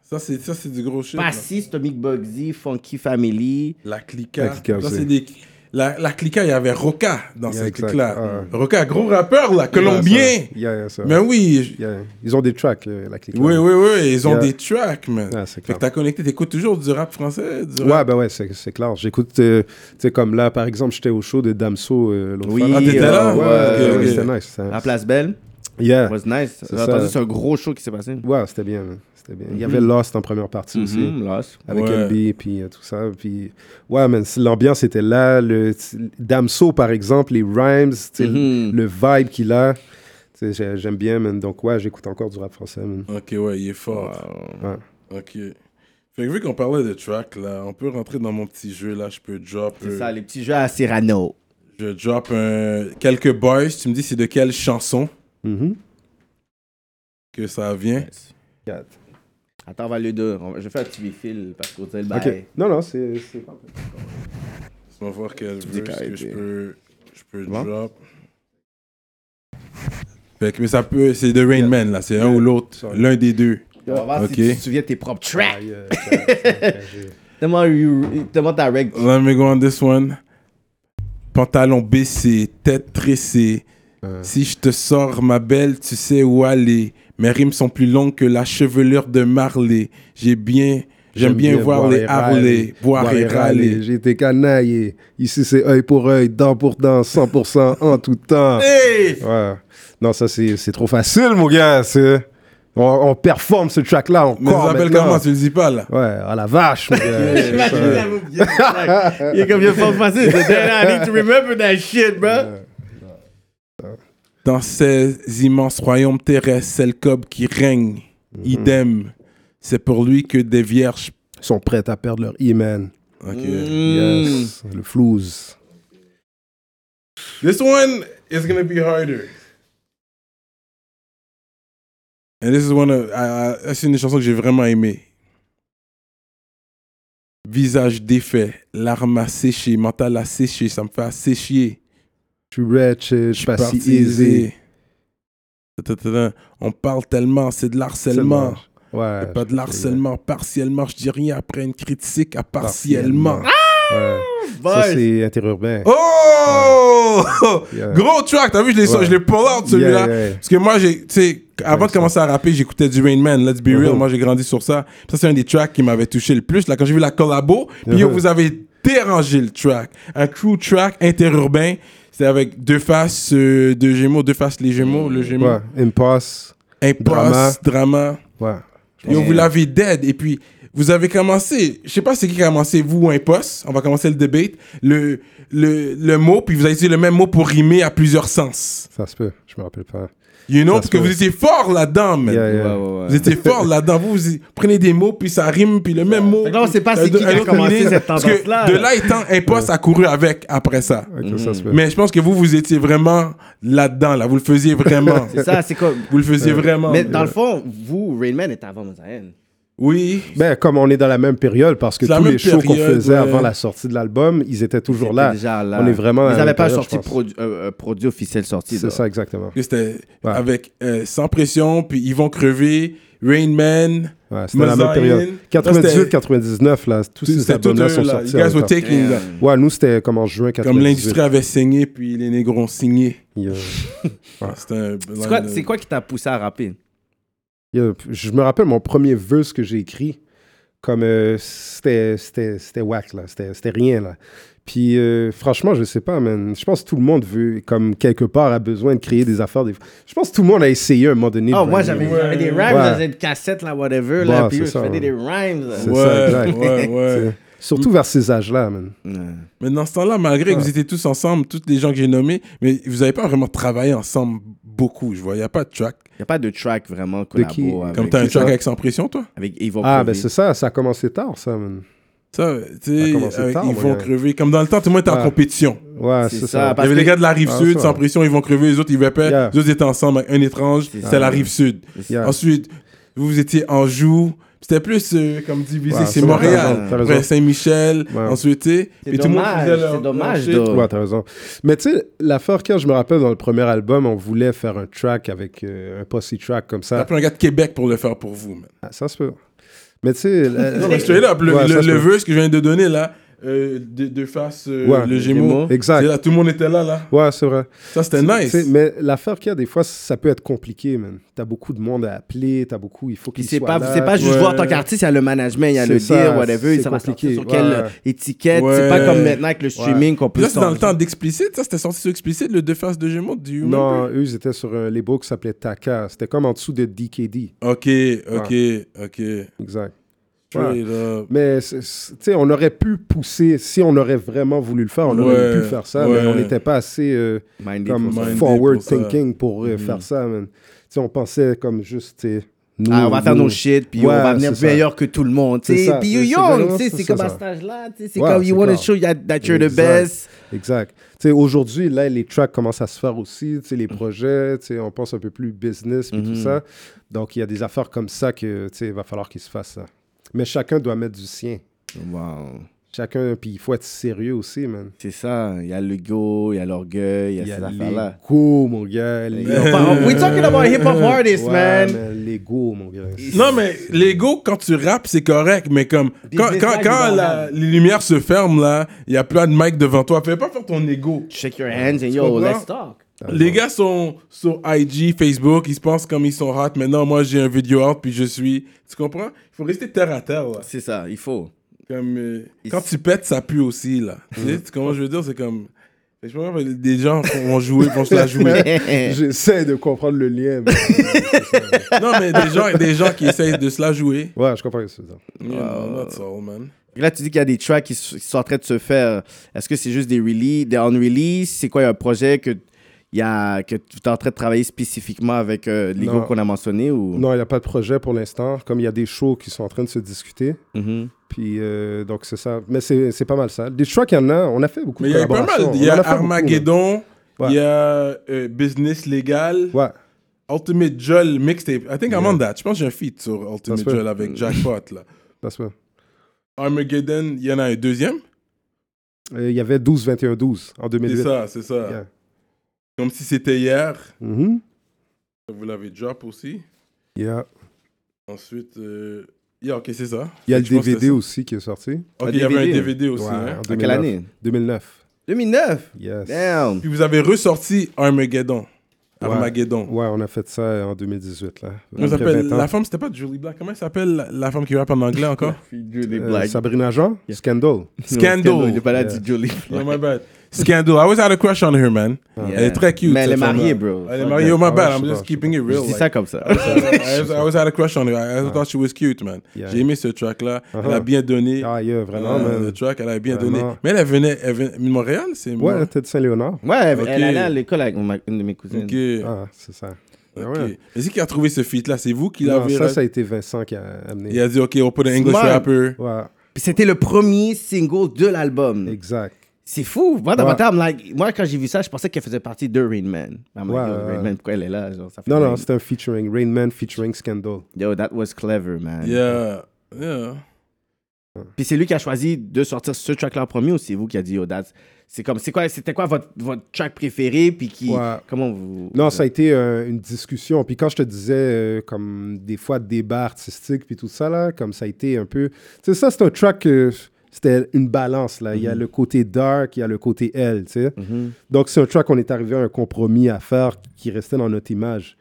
[SPEAKER 3] ça, c'est ça, c'est du gros shit. là.
[SPEAKER 4] Passy, Stomach Bugsy, Funky Family.
[SPEAKER 3] La Clica.
[SPEAKER 5] La Clica
[SPEAKER 3] Ça,
[SPEAKER 5] aussi.
[SPEAKER 3] c'est des- La, la Clica, il y avait Roca dans
[SPEAKER 5] Yeah,
[SPEAKER 3] cette
[SPEAKER 5] exact.
[SPEAKER 3] clique-là.
[SPEAKER 5] Ah,
[SPEAKER 3] Roca, gros rappeur, là, colombien.
[SPEAKER 5] Yeah, yeah, ça.
[SPEAKER 3] Mais oui, je-
[SPEAKER 5] Yeah, yeah. Ils ont des tracks, euh, la clique.
[SPEAKER 3] oui, oui, oui, ils ont
[SPEAKER 5] Yeah.
[SPEAKER 3] des tracks, man.
[SPEAKER 5] Ah, c'est
[SPEAKER 3] fait
[SPEAKER 5] clair.
[SPEAKER 3] que t'as connecté, t'écoutes toujours du rap français, du
[SPEAKER 5] Ouais,
[SPEAKER 3] rap...
[SPEAKER 5] ben ouais, c'est c'est clair. J'écoute, euh, tu sais, comme là, par exemple, j'étais au show de Damso euh, l'autre
[SPEAKER 4] Oui,
[SPEAKER 5] fois.
[SPEAKER 3] Ah, t'étais là?
[SPEAKER 5] Ouais, ouais,
[SPEAKER 4] ouais,
[SPEAKER 5] ouais,
[SPEAKER 3] ok, ok.
[SPEAKER 5] c'était nice. c'était
[SPEAKER 4] La
[SPEAKER 5] nice.
[SPEAKER 4] Place Belle.
[SPEAKER 5] Yeah.
[SPEAKER 4] Was nice. J'ai
[SPEAKER 5] ça.
[SPEAKER 4] entendu, c'est un gros show qui s'est passé.
[SPEAKER 5] Ouais, c'était bien. man. C'était bien. Il y
[SPEAKER 4] Mm-hmm.
[SPEAKER 5] avait Lost en première partie aussi.
[SPEAKER 4] Mhm, Lost.
[SPEAKER 5] avec
[SPEAKER 3] Ouais.
[SPEAKER 5] LB puis euh, tout ça puis ouais man, c- l'ambiance était là le Damso par exemple les rhymes tu sais,
[SPEAKER 4] Mhm.
[SPEAKER 5] le vibe qu'il a tu sais, j'ai- j'aime bien man. donc ouais j'écoute encore du rap français man.
[SPEAKER 3] Ok, ouais, il est fort.
[SPEAKER 5] Ouais.
[SPEAKER 3] Ok. Fait que vu qu'on parlait de track, là, on peut rentrer dans mon petit jeu, là. Je peux drop,
[SPEAKER 4] C'est
[SPEAKER 3] euh,
[SPEAKER 4] ça, les petits jeux à Cyrano.
[SPEAKER 3] je drop un- quelques boys. Tu me dis c'est de quelle chanson
[SPEAKER 5] Mhm.
[SPEAKER 3] que ça vient.
[SPEAKER 5] Quatre.
[SPEAKER 4] Attends, on va les deux. On va- Je vais faire un petit fil parce qu'on dirait le
[SPEAKER 5] ok
[SPEAKER 4] bail.
[SPEAKER 5] non non c'est c'est-
[SPEAKER 3] Laisse-moi voir quel
[SPEAKER 4] dis
[SPEAKER 3] verse
[SPEAKER 4] qu'arrête,
[SPEAKER 3] que je
[SPEAKER 4] euh.
[SPEAKER 3] peux, je peux
[SPEAKER 4] Bon.
[SPEAKER 3] drop. Fait que, mais ça peut, c'est de Rain Man, là. C'est un ou l'autre.
[SPEAKER 5] Sorry.
[SPEAKER 3] L'un des deux.
[SPEAKER 4] On va voir
[SPEAKER 3] Ok.
[SPEAKER 4] si tu te souviens de tes propres tracks.
[SPEAKER 5] Aïe, euh, j'ai- j'ai-
[SPEAKER 4] Demande you- demande ta règle.
[SPEAKER 3] Let me go on this one. Pantalon baissé, tête tressée. Si je te sors, ma belle, tu sais où aller. Mes rimes sont plus longues que la chevelure de Marley. J'ai bien, j'aime bien, voir les harler, boire et râler.
[SPEAKER 5] J'ai été canaillé. Ici, c'est œil pour œil, dent pour dent, 100% en tout temps. Ouais. Non, ça, c'est c'est trop facile, mon gars. c'est- On, on performe ce track-là
[SPEAKER 3] Mais
[SPEAKER 5] encore
[SPEAKER 3] ça s'appelle
[SPEAKER 5] maintenant.
[SPEAKER 3] comment Tu le dis pas là
[SPEAKER 5] Ouais, à la vache, mon gars. C'est ça.
[SPEAKER 4] Il est comme, il est pas facile. The day I need to remember that shit, bro.
[SPEAKER 3] Dans ces immenses royaumes terrestres, c'est le cob qui règne. Idem. C'est pour lui que des vierges.
[SPEAKER 5] Ils sont prêts à perdre leur e-man.
[SPEAKER 3] Ok.
[SPEAKER 5] Yes. Le flouze.
[SPEAKER 3] This one is gonna be harder. And this is one of, I- I- c'est une des chansons que j'ai vraiment aimé. Visage défait, larmes asséchées, mental asséché, ça me fait assécher.
[SPEAKER 5] Je suis wretched, je suis
[SPEAKER 3] Ah,
[SPEAKER 5] pas si aisé.
[SPEAKER 3] Particiser. Ta, ta, ta, ta. On parle tellement, c'est de l'harcèlement.
[SPEAKER 5] Ouais.
[SPEAKER 3] Ah, Pas de l'harcèlement, partiellement, je dis rien après une critique à partiellement. Ah,
[SPEAKER 5] Ouais. Ça,
[SPEAKER 4] Boys.
[SPEAKER 5] c'est interurbain.
[SPEAKER 3] Oh!
[SPEAKER 5] Yeah.
[SPEAKER 3] Gros track, t'as vu, je l'ai
[SPEAKER 5] Ouais.
[SPEAKER 3] je l'ai pull out celui-là.
[SPEAKER 5] Yeah, yeah.
[SPEAKER 3] Parce que moi, j'ai, tu sais, avant de commencer à rapper, j'écoutais du Rain Man, Let's Be Real.
[SPEAKER 5] Mhm.
[SPEAKER 3] Moi, j'ai grandi sur ça. Ça, c'est un des tracks qui m'avait touché le plus. Là, quand j'ai vu la collabo, puis yo,
[SPEAKER 5] Mhm.
[SPEAKER 3] vous avez dérangé le track. Un crew track interurbain. C'était avec deux faces, euh, deux gémeaux, deux faces, les gémeaux, le gémeau.
[SPEAKER 5] Ouais. Impasse.
[SPEAKER 3] Impasse, drama.
[SPEAKER 5] Ouais.
[SPEAKER 3] Yo, vous l'avez dead. Et puis, vous avez commencé, je sais pas c'est qui qui a commencé, vous ou un poste, on va commencer le debate, le, le, le mot, puis vous avez utilisé le même mot pour rimer à plusieurs sens.
[SPEAKER 5] Ça se peut, je me rappelle pas.
[SPEAKER 3] You know,
[SPEAKER 5] Ça
[SPEAKER 3] parce
[SPEAKER 5] se
[SPEAKER 3] que
[SPEAKER 5] peut.
[SPEAKER 3] vous étiez fort là-dedans, man.
[SPEAKER 5] Yeah, yeah.
[SPEAKER 3] Vous étiez fort là-dedans. Vous, vous y- prenez des mots, puis ça rime, puis le même mot.
[SPEAKER 4] Fait que là, on sait pas
[SPEAKER 3] puis-
[SPEAKER 4] c'est qui
[SPEAKER 3] un
[SPEAKER 4] qui a
[SPEAKER 3] autre
[SPEAKER 4] commencé
[SPEAKER 3] idée.
[SPEAKER 4] cette
[SPEAKER 3] Parce que
[SPEAKER 4] tendance-là,
[SPEAKER 3] De
[SPEAKER 4] là.
[SPEAKER 3] là étant, un poste a couru avec après ça.
[SPEAKER 5] Ok, ça se peut.
[SPEAKER 3] Mm-hmm. Mais je pense que vous, vous étiez vraiment là-dedans, là. Vous le faisiez vraiment.
[SPEAKER 4] C'est ça, c'est comme.
[SPEAKER 3] Vous le faisiez vraiment.
[SPEAKER 4] Mais dans le fond, vous, Rainman était avant Mosaïen.
[SPEAKER 3] Oui.
[SPEAKER 5] Ben, comme on est dans la même période, parce que
[SPEAKER 3] C'est la
[SPEAKER 5] tous
[SPEAKER 3] même
[SPEAKER 5] les shows qu'on
[SPEAKER 3] période,
[SPEAKER 5] faisait
[SPEAKER 3] ouais.
[SPEAKER 5] avant la sortie de l'album, ils étaient toujours
[SPEAKER 4] C'était
[SPEAKER 5] là.
[SPEAKER 4] déjà là.
[SPEAKER 5] On est vraiment. à
[SPEAKER 4] Ils
[SPEAKER 5] la
[SPEAKER 4] n'avaient
[SPEAKER 5] même
[SPEAKER 4] pas
[SPEAKER 5] période,
[SPEAKER 4] sorti
[SPEAKER 5] je pense.
[SPEAKER 4] produ- euh, euh, produit officiel sorti.
[SPEAKER 5] C'est
[SPEAKER 4] là.
[SPEAKER 5] ça, exactement.
[SPEAKER 3] que C'était
[SPEAKER 5] Ouais.
[SPEAKER 3] avec euh, Sans Pression, puis Ils vont crever, Rain Man.
[SPEAKER 5] Ouais, c'était la même
[SPEAKER 3] Mazarin.
[SPEAKER 5] période.
[SPEAKER 3] Là, c'était-
[SPEAKER 5] 98, 99, là, tous ces
[SPEAKER 3] C'était tout
[SPEAKER 5] albums-là
[SPEAKER 3] eux,
[SPEAKER 5] sont
[SPEAKER 3] là. You
[SPEAKER 5] sortis. en
[SPEAKER 3] guys
[SPEAKER 5] même
[SPEAKER 3] were
[SPEAKER 5] temps.
[SPEAKER 3] taking, là.
[SPEAKER 4] Damn.
[SPEAKER 5] Ouais, nous, c'était comme en juin 98.
[SPEAKER 3] Comme l'industrie avait saigné, puis les négros ont signé.
[SPEAKER 5] Yeah.
[SPEAKER 3] C'était un
[SPEAKER 4] C'est quoi, c'est quoi qui t'a poussé à rapper
[SPEAKER 5] Yeah. Je me rappelle mon premier verse que j'ai écrit, comme euh, c'était c'était- c'était whack, là. C'était c'était rien, là. Puis euh, franchement, je sais pas, man. Je pense que tout le monde veut, comme quelque part, a besoin de créer des affaires. Des... Je pense que tout le monde a essayé à un moment donné. de
[SPEAKER 3] Ah,
[SPEAKER 4] Oh, moi,
[SPEAKER 5] rhymer.
[SPEAKER 4] j'avais j'avais des rhymes,
[SPEAKER 5] Ouais.
[SPEAKER 4] j'avais des cassettes, là, whatever. Là,
[SPEAKER 5] Bah,
[SPEAKER 4] puis
[SPEAKER 5] c'est
[SPEAKER 4] je
[SPEAKER 5] ça,
[SPEAKER 4] faisais
[SPEAKER 5] ouais.
[SPEAKER 4] des rhymes. là.
[SPEAKER 5] C'est
[SPEAKER 3] Ouais,
[SPEAKER 5] ça, exact.
[SPEAKER 3] ouais, ouais.
[SPEAKER 5] C'est- Surtout vers ces âges-là, man.
[SPEAKER 3] Mais dans ce temps-là, malgré que vous étiez tous ensemble, tous les gens que j'ai nommés, mais vous n'avez pas vraiment travaillé ensemble beaucoup. Je vois, il n'y a pas de track.
[SPEAKER 4] Il n'y a pas de track vraiment
[SPEAKER 5] De qui
[SPEAKER 4] collabo
[SPEAKER 3] Comme
[SPEAKER 4] avec,
[SPEAKER 3] tu as un
[SPEAKER 5] qui Ah, ça
[SPEAKER 3] track avec Sans Pression, toi.
[SPEAKER 4] avec Yvon
[SPEAKER 5] Ah,
[SPEAKER 4] Crevé.
[SPEAKER 5] ben c'est ça, ça a commencé tard, ça, man.
[SPEAKER 3] Ça,
[SPEAKER 5] Ça a
[SPEAKER 3] tu
[SPEAKER 5] commencé
[SPEAKER 3] sais, avec
[SPEAKER 5] tard,
[SPEAKER 3] Ils
[SPEAKER 5] mon
[SPEAKER 3] vont
[SPEAKER 5] gars.
[SPEAKER 3] crever. Comme dans le temps, tout le monde était en
[SPEAKER 5] Ouais.
[SPEAKER 3] compétition.
[SPEAKER 5] Ouais,
[SPEAKER 4] C'est
[SPEAKER 5] c'est
[SPEAKER 4] ça,
[SPEAKER 5] ça.
[SPEAKER 3] Il y
[SPEAKER 4] Parce
[SPEAKER 3] avait les
[SPEAKER 4] que-
[SPEAKER 3] gars de la rive
[SPEAKER 5] Ah,
[SPEAKER 3] sud,
[SPEAKER 5] ça,
[SPEAKER 3] sans
[SPEAKER 5] ouais.
[SPEAKER 3] pression, ils vont crever, les autres ils vapaient,
[SPEAKER 5] Yeah.
[SPEAKER 3] les autres ils étaient ensemble avec un étrange,
[SPEAKER 4] C'est
[SPEAKER 3] c'était
[SPEAKER 4] ça.
[SPEAKER 3] la rive sud.
[SPEAKER 5] Yeah.
[SPEAKER 3] Ensuite, vous étiez en joue, c'était plus euh, comme divisé,
[SPEAKER 5] Ouais,
[SPEAKER 3] c'est
[SPEAKER 5] ça,
[SPEAKER 4] t'as
[SPEAKER 3] Montréal,
[SPEAKER 5] raison, t'as raison.
[SPEAKER 3] après Saint-Michel,
[SPEAKER 5] Ouais.
[SPEAKER 3] ensuite, tu sais,
[SPEAKER 4] C'est
[SPEAKER 3] puis tout le monde
[SPEAKER 4] dommage,
[SPEAKER 3] faisait leur-
[SPEAKER 4] c'est dommage,
[SPEAKER 3] leur shit.
[SPEAKER 4] dog.
[SPEAKER 5] Ouais, t'as raison. Mais tu sais, l'affaire, quand je me rappelle dans le premier album, on voulait faire un track avec euh, un posse track comme
[SPEAKER 3] T'as
[SPEAKER 5] ça.
[SPEAKER 3] pris un gars de Québec pour le faire pour vous, man.
[SPEAKER 5] Ah, ça se peut. Mais tu sais. la-
[SPEAKER 3] Non, mais straight up, le,
[SPEAKER 5] Ouais,
[SPEAKER 3] le,
[SPEAKER 5] ça se
[SPEAKER 3] le
[SPEAKER 5] peut.
[SPEAKER 3] verse que je viens de donner là, euh, de, de face euh,
[SPEAKER 5] Ouais,
[SPEAKER 3] le Gémeaux.
[SPEAKER 4] Gémeaux.
[SPEAKER 5] Exact.
[SPEAKER 3] C'est Là, tout le monde était là, là.
[SPEAKER 5] Ouais, c'est vrai.
[SPEAKER 3] Ça, c'était
[SPEAKER 5] Tu
[SPEAKER 3] nice.
[SPEAKER 5] sais, Mais l'affaire qu'il y a, des fois, ça peut être compliqué, man. T'as beaucoup de monde à appeler, t'as beaucoup, il faut
[SPEAKER 4] Puis
[SPEAKER 5] qu'ils
[SPEAKER 4] c'est
[SPEAKER 5] soient
[SPEAKER 4] pas,
[SPEAKER 5] là.
[SPEAKER 4] c'est pas juste
[SPEAKER 3] Ouais.
[SPEAKER 4] voir ton qu'artiste, il y a le management, il y a
[SPEAKER 5] C'est
[SPEAKER 4] le
[SPEAKER 5] ça,
[SPEAKER 4] dire, whatever,
[SPEAKER 5] c'est
[SPEAKER 4] ça va sortir
[SPEAKER 5] compliqué,
[SPEAKER 4] sur quelle
[SPEAKER 5] ouais.
[SPEAKER 4] étiquette.
[SPEAKER 3] Ouais.
[SPEAKER 4] C'est pas comme maintenant avec le streaming qu'on
[SPEAKER 3] Puis
[SPEAKER 4] peut
[SPEAKER 3] là, c'est dans le temps
[SPEAKER 4] sortir.
[SPEAKER 3] d'explicite. Ça, c'était sorti sur explicite, le deux faces de Gémeaux du Human
[SPEAKER 5] Non,
[SPEAKER 3] Brain.
[SPEAKER 5] eux, ils étaient sur un label qui s'appelait Taka. C'était comme en dessous de DKD.
[SPEAKER 3] Ok, ok, ok.
[SPEAKER 5] Exact.
[SPEAKER 3] Straight up.
[SPEAKER 5] Mais, c'est- c'est- tu sais, on aurait pu pousser, si on aurait vraiment voulu le faire, on aurait
[SPEAKER 3] Ouais,
[SPEAKER 5] pu faire ça,
[SPEAKER 3] ouais.
[SPEAKER 5] mais on n'était pas assez euh,
[SPEAKER 4] Minded
[SPEAKER 5] comme
[SPEAKER 4] pour ça.
[SPEAKER 3] minded
[SPEAKER 5] forward
[SPEAKER 3] pour ça. Mhm.
[SPEAKER 5] thinking pour euh, faire ça, man. Tu sais, on pensait comme juste, tu sais, nous,
[SPEAKER 4] Ah, on va faire
[SPEAKER 5] nous.
[SPEAKER 4] nos shit, puis
[SPEAKER 5] Ouais,
[SPEAKER 4] on va venir
[SPEAKER 5] c'est ça.
[SPEAKER 4] meilleur que tout le monde. tu
[SPEAKER 5] C'est
[SPEAKER 4] sais.
[SPEAKER 5] ça,
[SPEAKER 4] Puis you
[SPEAKER 5] c'est- c'est
[SPEAKER 4] young,
[SPEAKER 5] vraiment-
[SPEAKER 4] tu sais,
[SPEAKER 5] c'est
[SPEAKER 4] c'est comme
[SPEAKER 5] ça.
[SPEAKER 4] à cet âge-là. tu sais, C'est
[SPEAKER 5] Ouais,
[SPEAKER 4] comme
[SPEAKER 5] c'est
[SPEAKER 4] you want
[SPEAKER 5] clair.
[SPEAKER 4] to show ya- that you're the
[SPEAKER 5] Exact.
[SPEAKER 4] best.
[SPEAKER 5] Exact. Tu sais, aujourd'hui, là, les tracks commencent à se faire aussi, tu sais, les projets, tu sais, on pense un peu plus business et tout
[SPEAKER 4] Mm-hmm.
[SPEAKER 5] ça. Donc, il y a des affaires comme ça que, tu sais, il va falloir qu'ils se fassent ça. Mais chacun doit mettre du sien.
[SPEAKER 4] Wow.
[SPEAKER 5] Chacun, puis il faut être sérieux aussi, man.
[SPEAKER 4] C'est ça. Il y a le go, il y a l'orgueil, il y a ces affaires-là.
[SPEAKER 5] l'ego, mon gars.
[SPEAKER 4] On parle- We talking about hip-hop artists, man.
[SPEAKER 5] L'ego, mon gars.
[SPEAKER 3] Non, mais l'ego, quand tu rappes, c'est correct, mais comme, quand,
[SPEAKER 4] des
[SPEAKER 3] quand,
[SPEAKER 4] vagues
[SPEAKER 3] quand
[SPEAKER 4] dans
[SPEAKER 3] la-
[SPEAKER 4] l'âme.
[SPEAKER 3] les lumières se ferment, là, il y a plein de mics devant toi. Fais pas faire ton ego.
[SPEAKER 4] Shake your hands and yo,
[SPEAKER 3] comprends?
[SPEAKER 4] let's talk.
[SPEAKER 3] Les gars sont sur IG, Facebook, ils se pensent comme ils sont hot. Maintenant, moi, j'ai un vidéo out, puis je suis. Tu comprends? Il faut rester terre à terre, là.
[SPEAKER 4] C'est ça, il faut.
[SPEAKER 3] Comme, euh,
[SPEAKER 4] Ils-
[SPEAKER 3] quand tu pètes, ça pue aussi, là. tu sais, tu- comment je veux dire? C'est comme. Je comprends pas, des gens vont jouer, vont se la jouer.
[SPEAKER 5] J'essaie de comprendre le lien. mais-
[SPEAKER 3] Non, mais des gens, des gens qui essayent de se la jouer.
[SPEAKER 5] Ouais, je comprends ce que tu veux dire.
[SPEAKER 3] You know, that's all, man.
[SPEAKER 4] Là, tu dis qu'il y a des tracks qui, s- qui sont en train de se faire. Est-ce que c'est juste des release, des on-release C'est quoi, il y a un projet que, il y a, que tu es en train de travailler spécifiquement avec euh, les
[SPEAKER 5] Non.
[SPEAKER 4] groupes qu'on a mentionnés ou...
[SPEAKER 5] Non, il n'y a pas de projet pour l'instant. Comme il y a des shows qui sont en train de se discuter.
[SPEAKER 4] Mhm.
[SPEAKER 5] Puis, euh, donc, c'est ça. Mais c'est c'est pas mal ça. Des choix qu'il y en a, on a fait beaucoup
[SPEAKER 3] Mais
[SPEAKER 5] de
[SPEAKER 3] il y a eu pas mal.
[SPEAKER 5] collaborations.
[SPEAKER 3] Il y
[SPEAKER 5] On
[SPEAKER 3] a
[SPEAKER 5] en fait beaucoup,
[SPEAKER 3] Armageddon, il
[SPEAKER 5] Ouais.
[SPEAKER 3] y a euh, Business Legal,
[SPEAKER 5] là. Ouais.
[SPEAKER 3] Ultimate Joel Mixtape. I think I'm on that. Je pense que j'ai un feat sur Ultimate
[SPEAKER 5] Ça se peut.
[SPEAKER 3] Joel avec Jackpot, là.
[SPEAKER 5] That's right.
[SPEAKER 3] Armageddon, il y en a un deuxième.
[SPEAKER 5] Euh, Il y avait 12-21-12 en
[SPEAKER 3] C'est
[SPEAKER 5] 2008.
[SPEAKER 3] ça, c'est ça.
[SPEAKER 5] Yeah.
[SPEAKER 3] Comme si c'était hier.
[SPEAKER 5] Mhm.
[SPEAKER 3] Vous l'avez drop aussi.
[SPEAKER 5] Yeah.
[SPEAKER 3] Ensuite, euh... yeah, ok, c'est ça.
[SPEAKER 5] Il y a le
[SPEAKER 3] Je pense que
[SPEAKER 5] DVD
[SPEAKER 3] c'est ça.
[SPEAKER 5] aussi qui est sorti.
[SPEAKER 3] Ok,
[SPEAKER 4] Un
[SPEAKER 3] il y avait un
[SPEAKER 4] DVD.
[SPEAKER 3] DVD aussi.
[SPEAKER 5] Ouais,
[SPEAKER 3] hein.
[SPEAKER 5] en
[SPEAKER 4] En
[SPEAKER 5] 2009.
[SPEAKER 4] quelle année
[SPEAKER 5] 2009.
[SPEAKER 4] 2009
[SPEAKER 5] Yes.
[SPEAKER 4] Damn
[SPEAKER 3] Puis vous avez ressorti Armageddon.
[SPEAKER 5] Ouais.
[SPEAKER 3] Armageddon.
[SPEAKER 5] Ouais, on a fait ça en 2018. Là.
[SPEAKER 3] Comment
[SPEAKER 5] Après
[SPEAKER 3] s'appelle
[SPEAKER 5] 20 ans.
[SPEAKER 3] la femme, c'était pas Julie Black. Comment elle s'appelle la- la femme qui rappe en anglais encore
[SPEAKER 5] Euh, Sabrina Jean, Scandal.
[SPEAKER 3] Scandal.
[SPEAKER 4] Il est pas là,
[SPEAKER 5] Yeah.
[SPEAKER 4] dit Julie.
[SPEAKER 3] Yeah, my bad. Scandal. I always had a crush on her, man. Elle est très cute.
[SPEAKER 4] Mais elle est
[SPEAKER 3] cette femme-là.
[SPEAKER 4] mariée, bro.
[SPEAKER 3] Elle est
[SPEAKER 4] Fuck
[SPEAKER 3] mariée.
[SPEAKER 4] that.
[SPEAKER 3] Oh, my
[SPEAKER 5] Ah,
[SPEAKER 3] bad.
[SPEAKER 5] je
[SPEAKER 3] I'm
[SPEAKER 5] sais
[SPEAKER 3] just
[SPEAKER 5] pas,
[SPEAKER 3] keeping it
[SPEAKER 4] Je
[SPEAKER 3] real.
[SPEAKER 4] dis
[SPEAKER 3] like-
[SPEAKER 4] ça comme ça.
[SPEAKER 3] I always- I always had a crush on her. I I thought she was cute, man.
[SPEAKER 5] Yeah.
[SPEAKER 3] J'ai aimé ce track-là. Elle a
[SPEAKER 5] Uh-huh.
[SPEAKER 3] bien donné.
[SPEAKER 5] Ah, yeah, vraiment,
[SPEAKER 3] Euh,
[SPEAKER 5] man.
[SPEAKER 3] Le track, elle a bien
[SPEAKER 5] Vraiment.
[SPEAKER 3] donné. Mais elle venait, elle venait de Montréal, c'est moi.
[SPEAKER 5] Ouais, t'es de Saint-Léonard.
[SPEAKER 4] Ouais, elle-
[SPEAKER 3] Ok.
[SPEAKER 4] elle allait à l'école avec ma- une de mes cousines.
[SPEAKER 3] Ok.
[SPEAKER 5] Ah, c'est ça. Ah
[SPEAKER 3] ok.
[SPEAKER 5] ouais.
[SPEAKER 3] Mais c'est qui a trouvé ce feat-là C'est vous qui
[SPEAKER 5] Non,
[SPEAKER 3] l'avez.
[SPEAKER 5] ça, ça a été Vincent qui a amené.
[SPEAKER 3] Il a dit, OK, on put an English
[SPEAKER 4] Smart.
[SPEAKER 3] rapper.
[SPEAKER 5] Ouais,
[SPEAKER 4] Puis c'était le premier single de l'album.
[SPEAKER 5] exact.
[SPEAKER 4] C'est fou. Moi, dans
[SPEAKER 5] Ouais.
[SPEAKER 4] ma tête, I'm like- moi, quand j'ai vu ça, je pensais qu'elle faisait partie de Rain Man. I'm like,
[SPEAKER 5] Ouais,
[SPEAKER 4] yo,
[SPEAKER 5] ouais.
[SPEAKER 4] Rain Man, pourquoi elle est là? Genre, ça fait
[SPEAKER 5] Non,
[SPEAKER 4] rien.
[SPEAKER 5] non, c'était un featuring. Rain Man featuring Scandal.
[SPEAKER 4] Yo, that was clever, man.
[SPEAKER 3] Yeah. Yeah.
[SPEAKER 4] Puis c'est lui qui a choisi de sortir ce track-là en premier ou c'est vous qui a dit, yo, that's... C'est comme, c'est quoi, c'était quoi votre, votre track préféré? Puis qui.
[SPEAKER 5] Ouais.
[SPEAKER 4] Comment vous.
[SPEAKER 5] Non, ça a été euh, une discussion. Puis quand je te disais, euh, comme des fois, débat artistique, puis tout ça, là, comme ça a été un peu. Tu sais, ça, c'est un track que c'était une balance, là. Il y a le côté dark, il y a le côté L, tu sais.
[SPEAKER 4] Mhm.
[SPEAKER 5] Donc, c'est un track qu'on est arrivé à un compromis à faire qui restait dans notre image.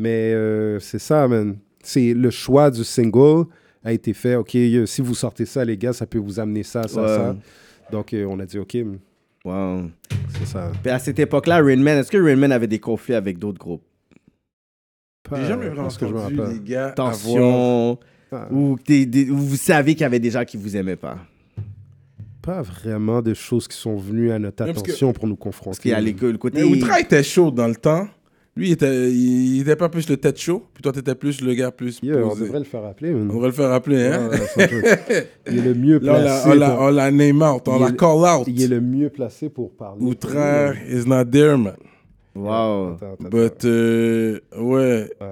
[SPEAKER 5] Mais euh, c'est ça, man. C'est le choix du single a été fait. OK, euh, si vous sortez ça, les gars, ça peut vous amener ça, ça,
[SPEAKER 4] Ouais.
[SPEAKER 5] ça. Donc, euh, on a dit, OK, man,
[SPEAKER 4] Wow.
[SPEAKER 5] c'est ça.
[SPEAKER 4] Puis à cette époque-là, Rain Man, est-ce que Rain Man avait des conflits avec d'autres groupes?
[SPEAKER 3] J'ai jamais
[SPEAKER 5] Euh,
[SPEAKER 3] vraiment
[SPEAKER 5] parce que je me
[SPEAKER 3] entendu
[SPEAKER 5] rappelle.
[SPEAKER 3] les gars avoir-
[SPEAKER 4] Tension.
[SPEAKER 5] Ah.
[SPEAKER 4] Ou des- des- ou vous savez qu'il y avait des gens qui vous aimaient pas?
[SPEAKER 5] pas vraiment de choses qui sont venues à notre
[SPEAKER 3] Ouais, parce que-
[SPEAKER 5] attention pour nous
[SPEAKER 4] Parce
[SPEAKER 5] confronter.
[SPEAKER 4] qu'il y a les- le côté.
[SPEAKER 3] Mais hein. Outra était chaud dans le temps. Lui, il était, il, il était pas plus le tête chaud. Puis toi, t'étais plus le gars plus
[SPEAKER 5] Yeah, on
[SPEAKER 3] posé.
[SPEAKER 5] devrait le faire appeler. man.
[SPEAKER 3] On devrait le faire appeler, hein.
[SPEAKER 5] Ouais, c'est un truc. il est le mieux
[SPEAKER 3] Là, on la,
[SPEAKER 5] placé.
[SPEAKER 3] on la,
[SPEAKER 5] pour-
[SPEAKER 3] on la name out, on
[SPEAKER 5] Il
[SPEAKER 3] la
[SPEAKER 5] est-
[SPEAKER 3] call out.
[SPEAKER 5] Il est le mieux placé pour parler.
[SPEAKER 3] Outre is not there, man.
[SPEAKER 4] Wow.
[SPEAKER 5] Attends, attends,
[SPEAKER 3] But, euh, ouais.
[SPEAKER 5] Ouais.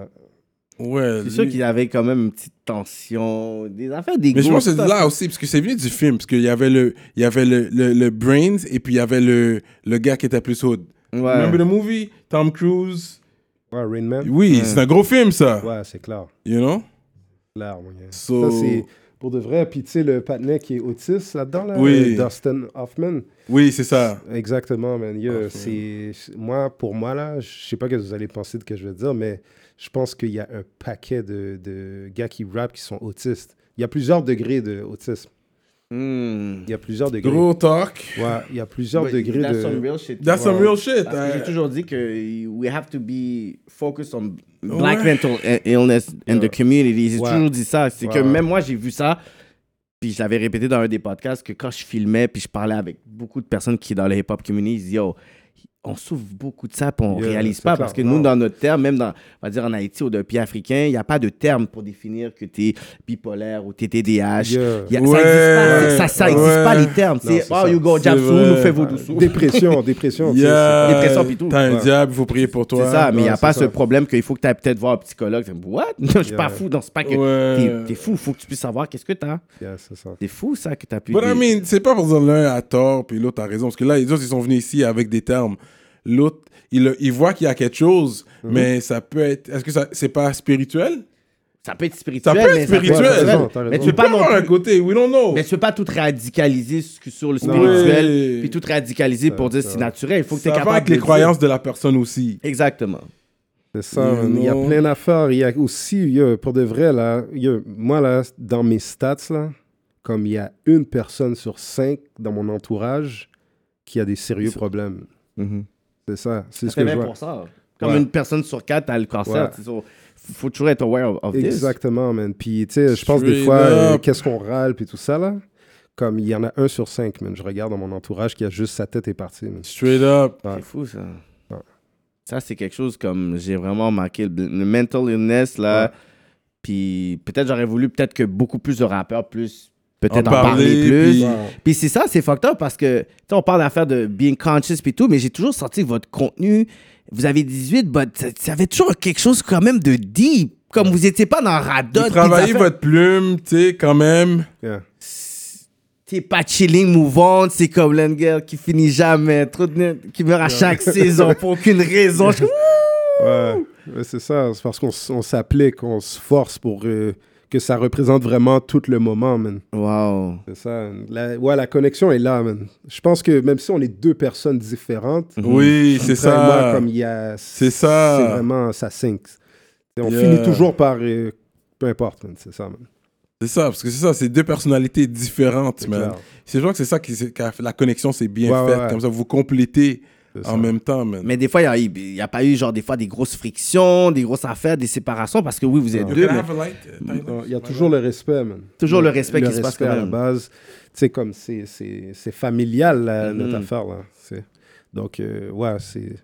[SPEAKER 3] Ouais.
[SPEAKER 4] C'est sûr
[SPEAKER 3] lui-
[SPEAKER 4] qu'il y avait quand même une petite tension, des affaires, des
[SPEAKER 3] Mais je
[SPEAKER 4] gros
[SPEAKER 3] pense que c'est
[SPEAKER 4] stuff.
[SPEAKER 3] là aussi, parce que c'est venu du film, parce qu'il y avait le, il y avait le, le, le Brains et puis il y avait le, le gars qui était plus hood.
[SPEAKER 4] Ouais.
[SPEAKER 3] Remember the movie? Tom Cruise.
[SPEAKER 5] attends. Ouais, Rain Man.
[SPEAKER 3] Oui, c'est un gros film, ça.
[SPEAKER 5] Ouais, c'est clair.
[SPEAKER 3] You know?
[SPEAKER 5] Clair, mon gars.
[SPEAKER 3] So-
[SPEAKER 5] Ça, c'est Pour de vrai. Puis, tu sais, le patinet qui est autiste là-dedans, là,
[SPEAKER 3] Oui.
[SPEAKER 5] euh, Dustin Hoffman.
[SPEAKER 3] Oui, c'est ça.
[SPEAKER 5] Exactement, man. Yo, c'est moi, pour moi là, je sais pas ce que vous allez penser de ce que je vais dire, mais je pense qu'il y a un paquet de, de gars qui rappent qui sont autistes. Il y a plusieurs degrés de autisme. Il y a plusieurs degrés.
[SPEAKER 3] Gros talk.
[SPEAKER 5] Ouais, il y a plusieurs degrés
[SPEAKER 4] Hmm. That's
[SPEAKER 5] de.
[SPEAKER 4] some real shit.
[SPEAKER 3] That's some real shit.
[SPEAKER 4] Parce que
[SPEAKER 3] hein.
[SPEAKER 4] j'ai toujours dit que we have to be focused on black
[SPEAKER 3] Ouais.
[SPEAKER 4] mental i- illness and the community. J'ai
[SPEAKER 5] Ouais.
[SPEAKER 4] toujours dit ça. C'est que
[SPEAKER 5] Ouais.
[SPEAKER 4] même moi, j'ai vu ça. Puis je l'avais répété dans un des podcasts que quand je filmais, puis je parlais avec beaucoup de personnes qui dans le hip-hop community, ils disent Yo, on souffre beaucoup de ça, puis on
[SPEAKER 5] Yeah,
[SPEAKER 4] réalise
[SPEAKER 5] c'est
[SPEAKER 4] pas.
[SPEAKER 5] clair.
[SPEAKER 4] Parce que
[SPEAKER 5] Non.
[SPEAKER 4] nous, dans notre terme, même dans, on va dire en Haïti ou d'un pays africain, il n'y a pas de terme pour définir que tu es bipolaire ou t'es TDAH.
[SPEAKER 5] Yeah.
[SPEAKER 4] Y a-
[SPEAKER 3] Ouais.
[SPEAKER 4] Ça n'existe pas, ça, ça existe
[SPEAKER 3] Ouais.
[SPEAKER 4] pas les termes.
[SPEAKER 5] Non,
[SPEAKER 4] C'est
[SPEAKER 5] c'est
[SPEAKER 4] Oh,
[SPEAKER 5] ça.
[SPEAKER 4] you go,
[SPEAKER 3] C'est
[SPEAKER 4] Japsou,
[SPEAKER 3] vrai.
[SPEAKER 4] nous fais vos dessous.
[SPEAKER 5] Dépression, dépression. tu sais,
[SPEAKER 3] Euh, Yeah,
[SPEAKER 5] c'est-
[SPEAKER 4] dépression pis tout.
[SPEAKER 3] T'as un
[SPEAKER 5] Ouais.
[SPEAKER 3] diable, il faut prier pour toi.
[SPEAKER 4] C'est ça, mais il
[SPEAKER 5] ouais,
[SPEAKER 4] n'y a
[SPEAKER 5] c'est
[SPEAKER 4] pas
[SPEAKER 5] ça.
[SPEAKER 4] ce problème qu'il faut que tu ailles peut-être voir un psychologue. T'es, What? Non, Je suis pas
[SPEAKER 5] Yeah.
[SPEAKER 4] fou. Non, c'est pas que.
[SPEAKER 3] Ouais.
[SPEAKER 4] T'es, t'es fou, faut que tu puisses savoir qu'est-ce que t'as.
[SPEAKER 5] Yeah, c'est ça.
[SPEAKER 4] T'es fou, ça, que t'as pu.
[SPEAKER 3] But I mean, c'est pas pour dire l'un a tort puis l'autre a raison. Parce que là, les autres, ils sont venus ici avec des termes. L'autre, il, il voit qu'il y a quelque chose,
[SPEAKER 4] Mhm.
[SPEAKER 3] mais ça peut être. Est-ce que ça, c'est pas spirituel?
[SPEAKER 4] Ça peut être spirituel.
[SPEAKER 3] Ça peut être
[SPEAKER 4] mais
[SPEAKER 3] spirituel.
[SPEAKER 4] être
[SPEAKER 5] T'as raison, t'as
[SPEAKER 4] Mais
[SPEAKER 5] raison.
[SPEAKER 4] tu peux
[SPEAKER 3] Pas
[SPEAKER 4] pas non
[SPEAKER 3] avoir un
[SPEAKER 4] plus.
[SPEAKER 3] côté, we don't know.
[SPEAKER 4] Mais tu peux pas tout radicaliser sur sur le
[SPEAKER 5] Non.
[SPEAKER 4] spirituel,
[SPEAKER 3] Ouais.
[SPEAKER 4] puis tout radicaliser pour dire c'est naturel. Il faut que tu es
[SPEAKER 3] ça va
[SPEAKER 4] capable.
[SPEAKER 3] avec
[SPEAKER 4] de
[SPEAKER 3] les
[SPEAKER 4] dire.
[SPEAKER 3] croyances de la personne aussi.
[SPEAKER 4] Exactement.
[SPEAKER 5] C'est ça,
[SPEAKER 3] You
[SPEAKER 5] man. il y a
[SPEAKER 3] know.
[SPEAKER 5] plein d'affaires. Il y a aussi, yo, pour de vrai, là, yo, moi, là, dans mes stats, là, comme il y a une personne sur cinq dans mon entourage qui a des sérieux problèmes.
[SPEAKER 3] Mm-hmm.
[SPEAKER 5] C'est ça, c'est ce
[SPEAKER 4] C'est
[SPEAKER 5] que je
[SPEAKER 4] 20
[SPEAKER 5] vois.
[SPEAKER 4] Comme
[SPEAKER 5] Ouais.
[SPEAKER 4] une personne sur quatre a le cancer.
[SPEAKER 5] Ouais.
[SPEAKER 4] tu sais, so, faut toujours être aware of this.
[SPEAKER 5] Exactement, man. Puis, tu sais, je pense
[SPEAKER 3] Straight
[SPEAKER 5] des fois, euh,
[SPEAKER 3] up.
[SPEAKER 5] qu'est-ce qu'on râle, puis tout ça, là. Comme il y en a un sur cinq, man. Je regarde dans mon entourage qui a juste sa tête est partie, man.
[SPEAKER 3] Straight up.
[SPEAKER 5] Ouais.
[SPEAKER 4] C'est fou, ça.
[SPEAKER 5] Ouais.
[SPEAKER 4] Ça, c'est quelque chose comme j'ai vraiment remarqué. Le, le mental illness, là. Puis peut-être j'aurais voulu peut-être que beaucoup plus de rappeurs, plus. Peut-être en,
[SPEAKER 3] En parler,
[SPEAKER 4] parler, plus.
[SPEAKER 3] puis-
[SPEAKER 4] Puis, c'est ça, c'est facteur parce que, tu sais, on parle d'affaires de being conscious puis tout, mais j'ai toujours senti que votre contenu, vous avez 18, but ça, ça avait toujours quelque chose quand même de deep. Comme vous étiez pas dans Radot.
[SPEAKER 3] Vous travaillez votre plume, tu sais, quand même.
[SPEAKER 5] Yeah.
[SPEAKER 4] T'es pas chilling, mouvante, c'est comme l'Engel qui finit jamais, trop de... qui meurt à chaque saison pour aucune raison. Je suis comme,
[SPEAKER 5] Ouais, ouais, c'est ça. C'est parce qu'on s- on s'applique, on se force pour euh, que ça représente vraiment tout le moment, man.
[SPEAKER 4] Wow.
[SPEAKER 5] C'est ça. La, ouais, la connexion est là, man. Je pense que même si on est deux personnes différentes,
[SPEAKER 4] Mhm.
[SPEAKER 3] Oui, c'est
[SPEAKER 5] Après, moi,
[SPEAKER 3] ça.
[SPEAKER 5] comme il y a,
[SPEAKER 3] C'est ça.
[SPEAKER 5] C'est vraiment, ça sync. Et on
[SPEAKER 3] Yeah.
[SPEAKER 5] finit toujours par, euh, peu importe, man, c'est ça, man.
[SPEAKER 3] C'est ça, parce que c'est ça, c'est deux personnalités différentes,
[SPEAKER 5] C'est
[SPEAKER 3] man.
[SPEAKER 5] clair.
[SPEAKER 3] C'est je crois que c'est ça qui, c'est- qu'a- la connexion c'est bien
[SPEAKER 5] Ouais, ouais,
[SPEAKER 3] faite.
[SPEAKER 5] ouais.
[SPEAKER 3] Comme ça, vous complétez
[SPEAKER 5] C'est
[SPEAKER 3] en
[SPEAKER 5] ça.
[SPEAKER 3] même temps, man.
[SPEAKER 4] Mais des fois, il n'y a, pas eu genre des fois des grosses frictions, des grosses affaires, des séparations parce que oui, vous êtes
[SPEAKER 5] Non.
[SPEAKER 4] deux, mais
[SPEAKER 5] Non, Mm, Il y a toujours le respect, man.
[SPEAKER 4] toujours le respect qui se passe
[SPEAKER 5] respect
[SPEAKER 4] quand
[SPEAKER 5] à la
[SPEAKER 4] même.
[SPEAKER 5] base. Tu sais, comme c'est- c'est c'est familial, là,
[SPEAKER 4] Mhm.
[SPEAKER 5] notre affaire, là. C'est- Donc, euh, ouais, c'est...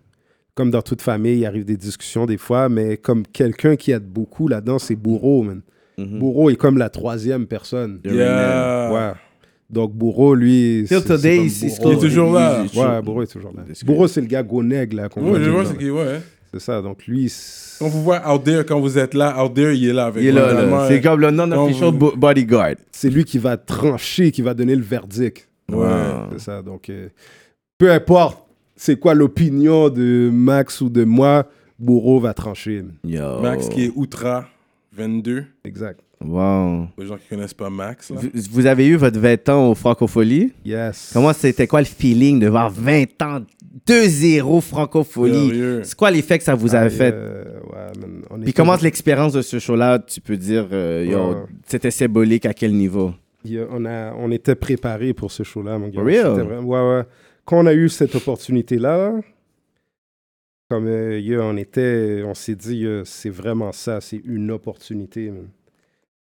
[SPEAKER 5] Comme dans toute famille, il arrive des discussions des fois, mais comme quelqu'un qui aide beaucoup là-dedans, c'est Bourreau, man.
[SPEAKER 4] Mhm.
[SPEAKER 5] Bourreau est comme la troisième personne.
[SPEAKER 3] Yeah.
[SPEAKER 5] Ouais. Donc, Bourreau, lui.
[SPEAKER 4] Ah. Till
[SPEAKER 5] c'est- c'est
[SPEAKER 4] today,
[SPEAKER 5] comme
[SPEAKER 4] c'est ce
[SPEAKER 5] Bourreau.
[SPEAKER 3] Il est toujours là.
[SPEAKER 4] il- il-
[SPEAKER 5] Ouais, Bourreau est toujours là. Bourreau, c'est le gars Goneg, là, qu'on voit
[SPEAKER 3] Oui, je
[SPEAKER 5] tout le
[SPEAKER 3] vois
[SPEAKER 5] temps,
[SPEAKER 3] ce
[SPEAKER 5] là.
[SPEAKER 3] qui ouais.
[SPEAKER 5] C'est ça. Donc, lui. c'est-
[SPEAKER 3] Quand vous voit out there, quand vous êtes là, out there, il est là avec
[SPEAKER 4] Il est
[SPEAKER 3] vous,
[SPEAKER 4] là,
[SPEAKER 3] vraiment,
[SPEAKER 4] là. C'est
[SPEAKER 3] euh,
[SPEAKER 4] comme le non-official
[SPEAKER 3] vous-
[SPEAKER 4] bo- bodyguard.
[SPEAKER 5] C'est lui qui va trancher, qui va donner le verdict.
[SPEAKER 3] Ouais.
[SPEAKER 5] C'est ça. Donc, euh, peu importe c'est quoi l'opinion de Max ou de moi, Bourreau va trancher.
[SPEAKER 4] Yo.
[SPEAKER 3] Max qui est Outra 22.
[SPEAKER 5] Exact.
[SPEAKER 4] Wow.
[SPEAKER 3] Pour les gens qui connaissent pas Max, là.
[SPEAKER 4] Vous, vous avez eu votre 20 ans au Francophonie.
[SPEAKER 5] Yes.
[SPEAKER 4] Comment c'était quoi le feeling de voir 20 ans, 2-0 Francophonie?
[SPEAKER 3] Sérieux.
[SPEAKER 4] C'est quoi l'effet que ça vous
[SPEAKER 3] Ah,
[SPEAKER 4] avait fait?
[SPEAKER 5] Euh, ouais, man, on
[SPEAKER 4] Puis
[SPEAKER 5] était-
[SPEAKER 4] comment l'expérience de ce show-là, tu peux dire, euh, yo,
[SPEAKER 5] Ouais.
[SPEAKER 4] c'était symbolique à quel niveau?
[SPEAKER 5] Y a- on, a, on était préparé pour ce show-là, mon gars.
[SPEAKER 4] For real?
[SPEAKER 5] C'était vraiment- ouais, ouais. Quand on a eu cette opportunité-là, comme euh, yo, on était, on s'est dit, yo, c'est vraiment ça, c'est une opportunité. man.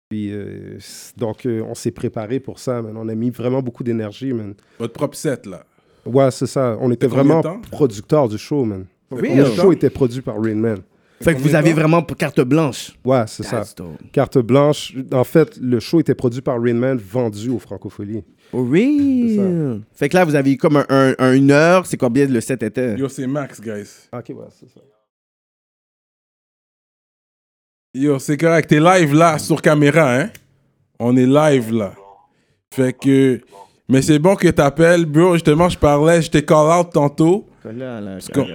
[SPEAKER 5] Puis, euh, c- donc, euh, on s'est préparé pour ça, man. On a mis vraiment beaucoup d'énergie, man.
[SPEAKER 3] Votre propre set, là.
[SPEAKER 5] Ouais, c'est ça. On était
[SPEAKER 3] combien de
[SPEAKER 5] vraiment
[SPEAKER 3] temps? euh,
[SPEAKER 5] producteurs du show, man.
[SPEAKER 4] real?
[SPEAKER 5] Le show était produit par Rain Man.
[SPEAKER 4] Fait que
[SPEAKER 3] combien
[SPEAKER 4] vous
[SPEAKER 3] de
[SPEAKER 4] avez
[SPEAKER 3] temps?
[SPEAKER 4] vraiment p- carte blanche.
[SPEAKER 5] Ouais, c'est ça.
[SPEAKER 4] That's dope.
[SPEAKER 5] Carte blanche. En fait, le show était produit par Rain Man, vendu aux Francopholies.
[SPEAKER 4] For real. Fait que là, vous avez eu comme un, un- un- une heure. C'est combien le set était?
[SPEAKER 3] Yo, c'est Max, guys.
[SPEAKER 5] Ok, ouais, c'est ça.
[SPEAKER 3] Yo, c'est correct. T'es live là, sur caméra, hein? On est live là. Fait que. Mais c'est bon que t'appelles, bro. Justement, je parlais, je t'ai call out tantôt. qu'on-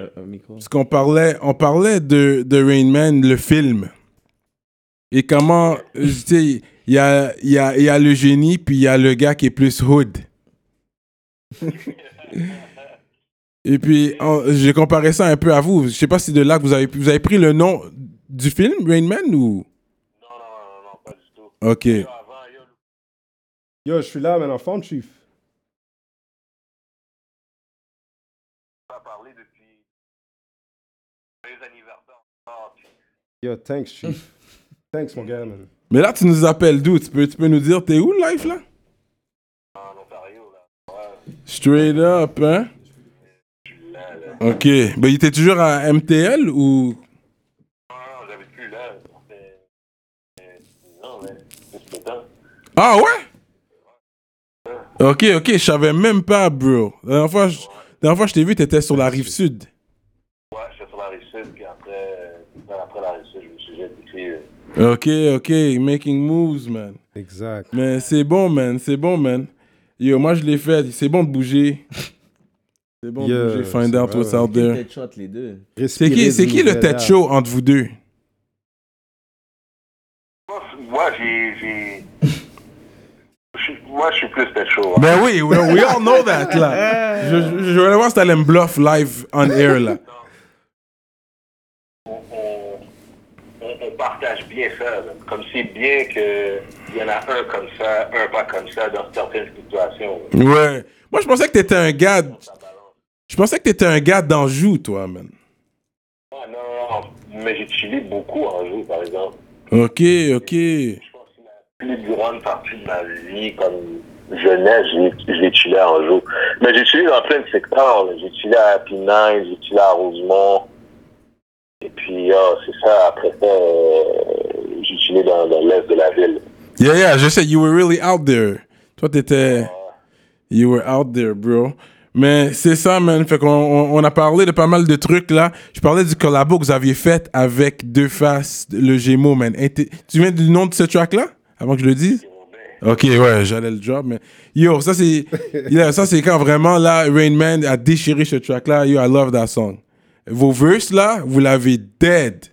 [SPEAKER 3] Parce qu'on parlait, on parlait de, de Rain Man, le film. et comment, euh, tu sais, il y a, il y, a, il y a le génie, puis il y a le gars qui est plus hood. et puis, en- j'ai comparé ça un peu à vous. Je sais pas si de là que vous avez, vous avez pris le nom du film, Rain Man, ou...
[SPEAKER 6] Non, non, non, non, pas du tout.
[SPEAKER 3] Ok.
[SPEAKER 6] Avant, yo,
[SPEAKER 5] Yo, je suis là, man, en forme, chief.
[SPEAKER 6] on a parlé depuis les anniversaires. Ah, puis-
[SPEAKER 5] Yo, thanks, chief. thanks, mon gars, man.
[SPEAKER 3] Mais là, tu nous appelles d'où? Tu peux, tu peux nous dire, t'es où, life, là?
[SPEAKER 6] en Ontario, là.
[SPEAKER 3] Straight up, hein? Ok. Ben, il était toujours à MTL ou.
[SPEAKER 6] Non, non, j'avais Ah, plus là. mais- mais- Non, mais plus le temps.
[SPEAKER 3] Ah ouais? Ok, ok, je savais même pas, bro. La dernière fois, je, la dernière fois, je t'ai vu, t'étais sur la rive sud.
[SPEAKER 6] Ouais, j'étais sur la rive sud, puis après, euh, après la rive sud, je me suis jeté écrit. euh,
[SPEAKER 3] Ok, ok, making moves, man.
[SPEAKER 5] Exact.
[SPEAKER 3] Mais c'est bon, man, c'est bon, man. Yo, moi, je l'ai fait, c'est bon de bouger. C'est bon
[SPEAKER 5] Yeah,
[SPEAKER 3] de bouger, find
[SPEAKER 5] c'est
[SPEAKER 3] out
[SPEAKER 5] vrai,
[SPEAKER 3] what's
[SPEAKER 5] ouais.
[SPEAKER 3] out there.
[SPEAKER 4] Deadshot, les deux.
[SPEAKER 3] C'est qui, c'est qui le tête
[SPEAKER 5] chaud?
[SPEAKER 3] chaud entre vous deux?
[SPEAKER 6] Moi, je- Moi, j'ai. j'ai- je suis- Moi, je suis plus tête chaud. hein.
[SPEAKER 3] Ben oui, we, we all know that, là. Je, je, je voulais voir si t'allais me bluff live on air, là.
[SPEAKER 6] On, on- on- on partage bien ça. là. Comme si bien qu'il y en a un comme ça, un pas comme ça dans certaines situations. là.
[SPEAKER 3] Ouais. Moi, je pensais que t'étais un gars. Je pensais que t'étais un gars d'Anjou, toi, man.
[SPEAKER 6] Ah, non, non, non, mais j'ai chillé beaucoup en jeu, par exemple.
[SPEAKER 3] Ok, ok.
[SPEAKER 6] Je pense que la plus grande partie de ma vie, comme jeunesse, j'ai- j'ai chillé en jeu. Mais j'ai chillé dans plein de secteurs. là. J'ai chillé à Pinay, j'ai chillé à Rosemont. Et puis, ah, c'est ça, après ça, euh, j'ai chillé dans, dans l'est de la ville.
[SPEAKER 3] Yeah, yeah, je sais, you were really out there. Toi, t'étais. You were out there, bro. Mais c'est ça, man. Fait qu'on on, on a parlé de pas mal de trucs, là. Je parlais du collabo que vous aviez fait avec Deux Faces, le Gémeaux, man. Inté- tu viens du nom de ce track-là? Avant que je le dise? Ok, ouais, j'allais le drop, mais yo, ça c'est, yeah, ça c'est quand vraiment là, Rain Man a déchiré ce track là. Yo, I love that song. Vos verses là, vous l'avez dead.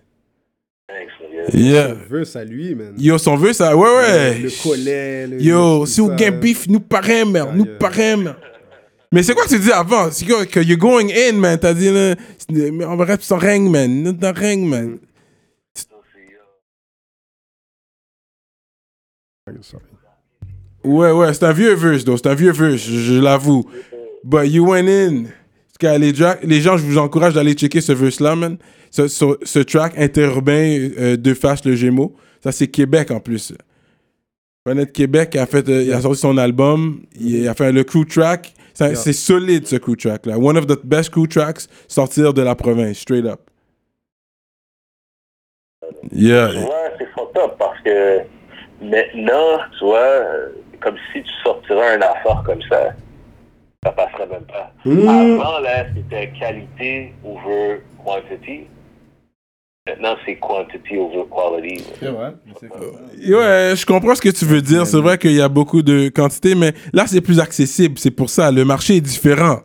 [SPEAKER 6] Thanks, nigga.
[SPEAKER 3] Yeah.
[SPEAKER 5] Verse à lui, man.
[SPEAKER 3] Yo, son verse, ça, ouais, ouais.
[SPEAKER 5] Le collet. le-
[SPEAKER 3] Yo,
[SPEAKER 5] tout
[SPEAKER 3] si vous
[SPEAKER 5] ça.
[SPEAKER 3] gagnez beef, nous parrain, merde, nous
[SPEAKER 5] yeah.
[SPEAKER 3] parrain, merde. Mais c'est quoi que tu dis avant? C'est quoi que you're going in, man? T'as dit, là, c'est- mais on va rester sans règne, man. Nous, dans règne, man. Ouais, ouais, c'est un vieux verse, though. C'est un vieux verse, je, je l'avoue. But you went in. Parce que les, dra- les gens, je vous encourage d'aller checker ce verse-là, man. Ce, ce- ce track interurbain euh, de Fast le Gémeaux. Ça, c'est Québec en plus. Planète Québec a, fait, euh, il a sorti son album. Il a fait le crew track. Ça, C'est solide, ce crew track-là. One of the best crew tracks sortir de la province, straight up. Yeah.
[SPEAKER 6] Tu vois, c'est fucked up parce que maintenant, tu vois, euh, comme si tu sortirais un affaire comme ça, ça passerait même pas. Avant, là, c'était qualité over quantity. Maintenant, c'est quantity over quality.
[SPEAKER 3] Ouais, je comprends ce que tu veux dire. C'est vrai qu'il y a beaucoup de quantité, mais là, c'est plus accessible. C'est pour ça. Le marché est différent.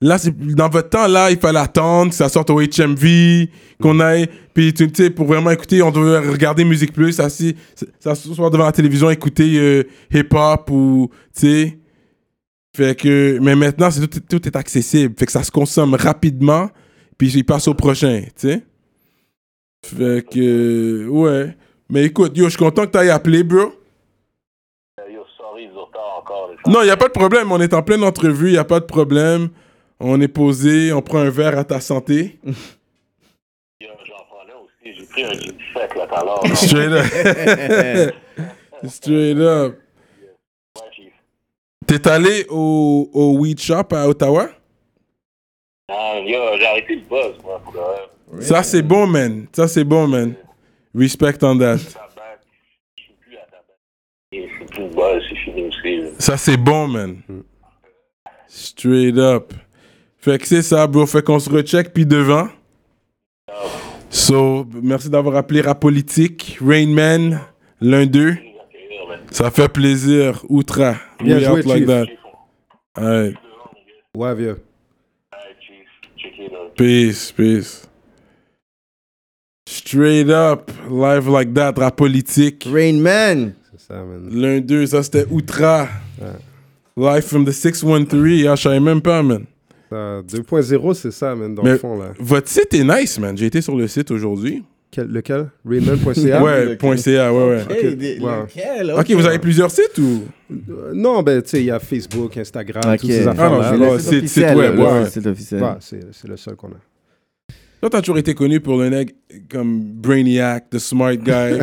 [SPEAKER 3] Là, c'est dans votre temps, là, il fallait attendre que ça sorte au HMV, qu'on aille. Puis, tu sais, pour vraiment écouter, on devait regarder Musique Plus, assis, s'asseoir devant la télévision, écouter euh, hip-hop ou, tu sais. Fait que, mais maintenant, c'est tout, tout est accessible. Fait que ça se consomme rapidement, puis il passe au prochain, tu sais. Fait que, ouais. Mais écoute, yo, je suis content que t'ailles appelé, bro.
[SPEAKER 6] Euh, Yo, sorry, du retard encore. les
[SPEAKER 3] Non, il a pas de problème. On est en pleine entrevue, il a pas de problème. On est posé, on prend un verre à ta santé.
[SPEAKER 6] gars. J'en prenais aussi. J'ai pris un gin sec, là, tout à l'heure.
[SPEAKER 3] Straight up. Straight up.
[SPEAKER 6] Ouais, j'ai-
[SPEAKER 3] T'es allé au, au weed shop à Ottawa?
[SPEAKER 6] Ah, yo, J'ai arrêté le buzz, moi, pour le reste.
[SPEAKER 3] Ça, c'est bon, man. Ça, c'est bon, man. Respect on that.
[SPEAKER 6] Tabac, je suis plus à tabac. Et C'est plus le buzz, c'est fini aussi. là.
[SPEAKER 3] Ça, c'est bon, man. Straight up. Fait que c'est ça, bro. Fait qu'on se recheck, puis devant. So, merci d'avoir appelé Rapolitique, Rain Man, l'un d'eux. Ça fait plaisir, Outra.
[SPEAKER 5] Bien
[SPEAKER 3] We
[SPEAKER 5] joué,
[SPEAKER 3] out like
[SPEAKER 5] Chief.
[SPEAKER 3] that. Alright.
[SPEAKER 5] Ouais, vieux.
[SPEAKER 6] Check it out.
[SPEAKER 3] Peace, peace. Straight up, live like that, rap politique.
[SPEAKER 4] Rain Man.
[SPEAKER 5] C'est ça, man.
[SPEAKER 3] L'un d'eux, ça c'était Outra. Live from the 613, ah, je savais même pas, man.
[SPEAKER 5] Ça, 2.0, c'est ça, man, dans
[SPEAKER 3] Mais
[SPEAKER 5] le fond, là.
[SPEAKER 3] votre site est nice, man. J'ai été sur le site aujourd'hui.
[SPEAKER 5] Quel- lequel Raymond.ca
[SPEAKER 3] Ouais, point .ca, ouais, ouais.
[SPEAKER 5] Ah Ok,
[SPEAKER 4] Hey, des-
[SPEAKER 5] wow.
[SPEAKER 4] lequel,
[SPEAKER 3] Ok, vous avez plusieurs sites ou
[SPEAKER 5] Euh, Non, ben, tu sais, il y a Facebook, Instagram,
[SPEAKER 4] Ok.
[SPEAKER 5] toutes ces
[SPEAKER 3] Ah non,
[SPEAKER 5] affaires-là.
[SPEAKER 3] c'est
[SPEAKER 5] là.
[SPEAKER 3] le site
[SPEAKER 4] officiel,
[SPEAKER 3] web,
[SPEAKER 4] le
[SPEAKER 3] ouais.
[SPEAKER 4] site officiel.
[SPEAKER 5] Ouais, c'est c'est le seul qu'on a.
[SPEAKER 3] Toi, t'as toujours été connu pour le nègre comme Brainiac, the smart guy.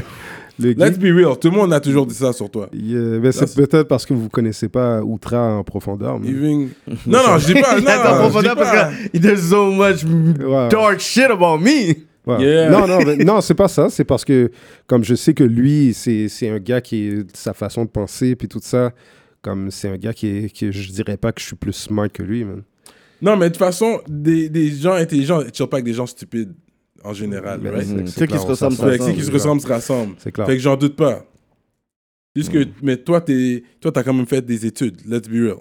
[SPEAKER 5] Le
[SPEAKER 3] Let's be real, tout le monde a toujours dit ça sur toi.
[SPEAKER 5] geek, euh, ben, c'est
[SPEAKER 3] Là,
[SPEAKER 5] peut-être parce que vous connaissez pas Outra en profondeur. mais-
[SPEAKER 3] Even- Non, non, je dis pas.
[SPEAKER 4] Il a
[SPEAKER 3] Non,
[SPEAKER 4] ton
[SPEAKER 3] je dis
[SPEAKER 4] profondeur
[SPEAKER 3] pas.
[SPEAKER 4] parce que there's so much
[SPEAKER 5] Ouais.
[SPEAKER 4] dark shit about me.
[SPEAKER 5] Ouais.
[SPEAKER 3] Yeah.
[SPEAKER 5] Non, non, ben, non, c'est pas ça. C'est parce que, comme je sais que lui, c'est c'est un gars qui est sa façon de penser, puis tout ça. Comme c'est un gars qui est, qui est- je dirais pas que je suis plus smart que lui, man.
[SPEAKER 3] Non, mais de toute façon, des, des gens intelligents, tu pas avec des gens stupides en général,
[SPEAKER 5] Mais
[SPEAKER 3] Ah, right?
[SPEAKER 5] c'est- c'est
[SPEAKER 4] Ceux qui
[SPEAKER 5] clair,
[SPEAKER 4] se
[SPEAKER 5] on
[SPEAKER 4] ressemblent,
[SPEAKER 5] s'assemble.
[SPEAKER 3] Fait que ceux qui se
[SPEAKER 5] C'est clair.
[SPEAKER 3] ressemblent se rassemblent.
[SPEAKER 5] C'est clair. Hmm.
[SPEAKER 3] Fait que j'en doute pas. Juste que, mais toi, t'es, toi, t'as quand même fait des études. Let's be real.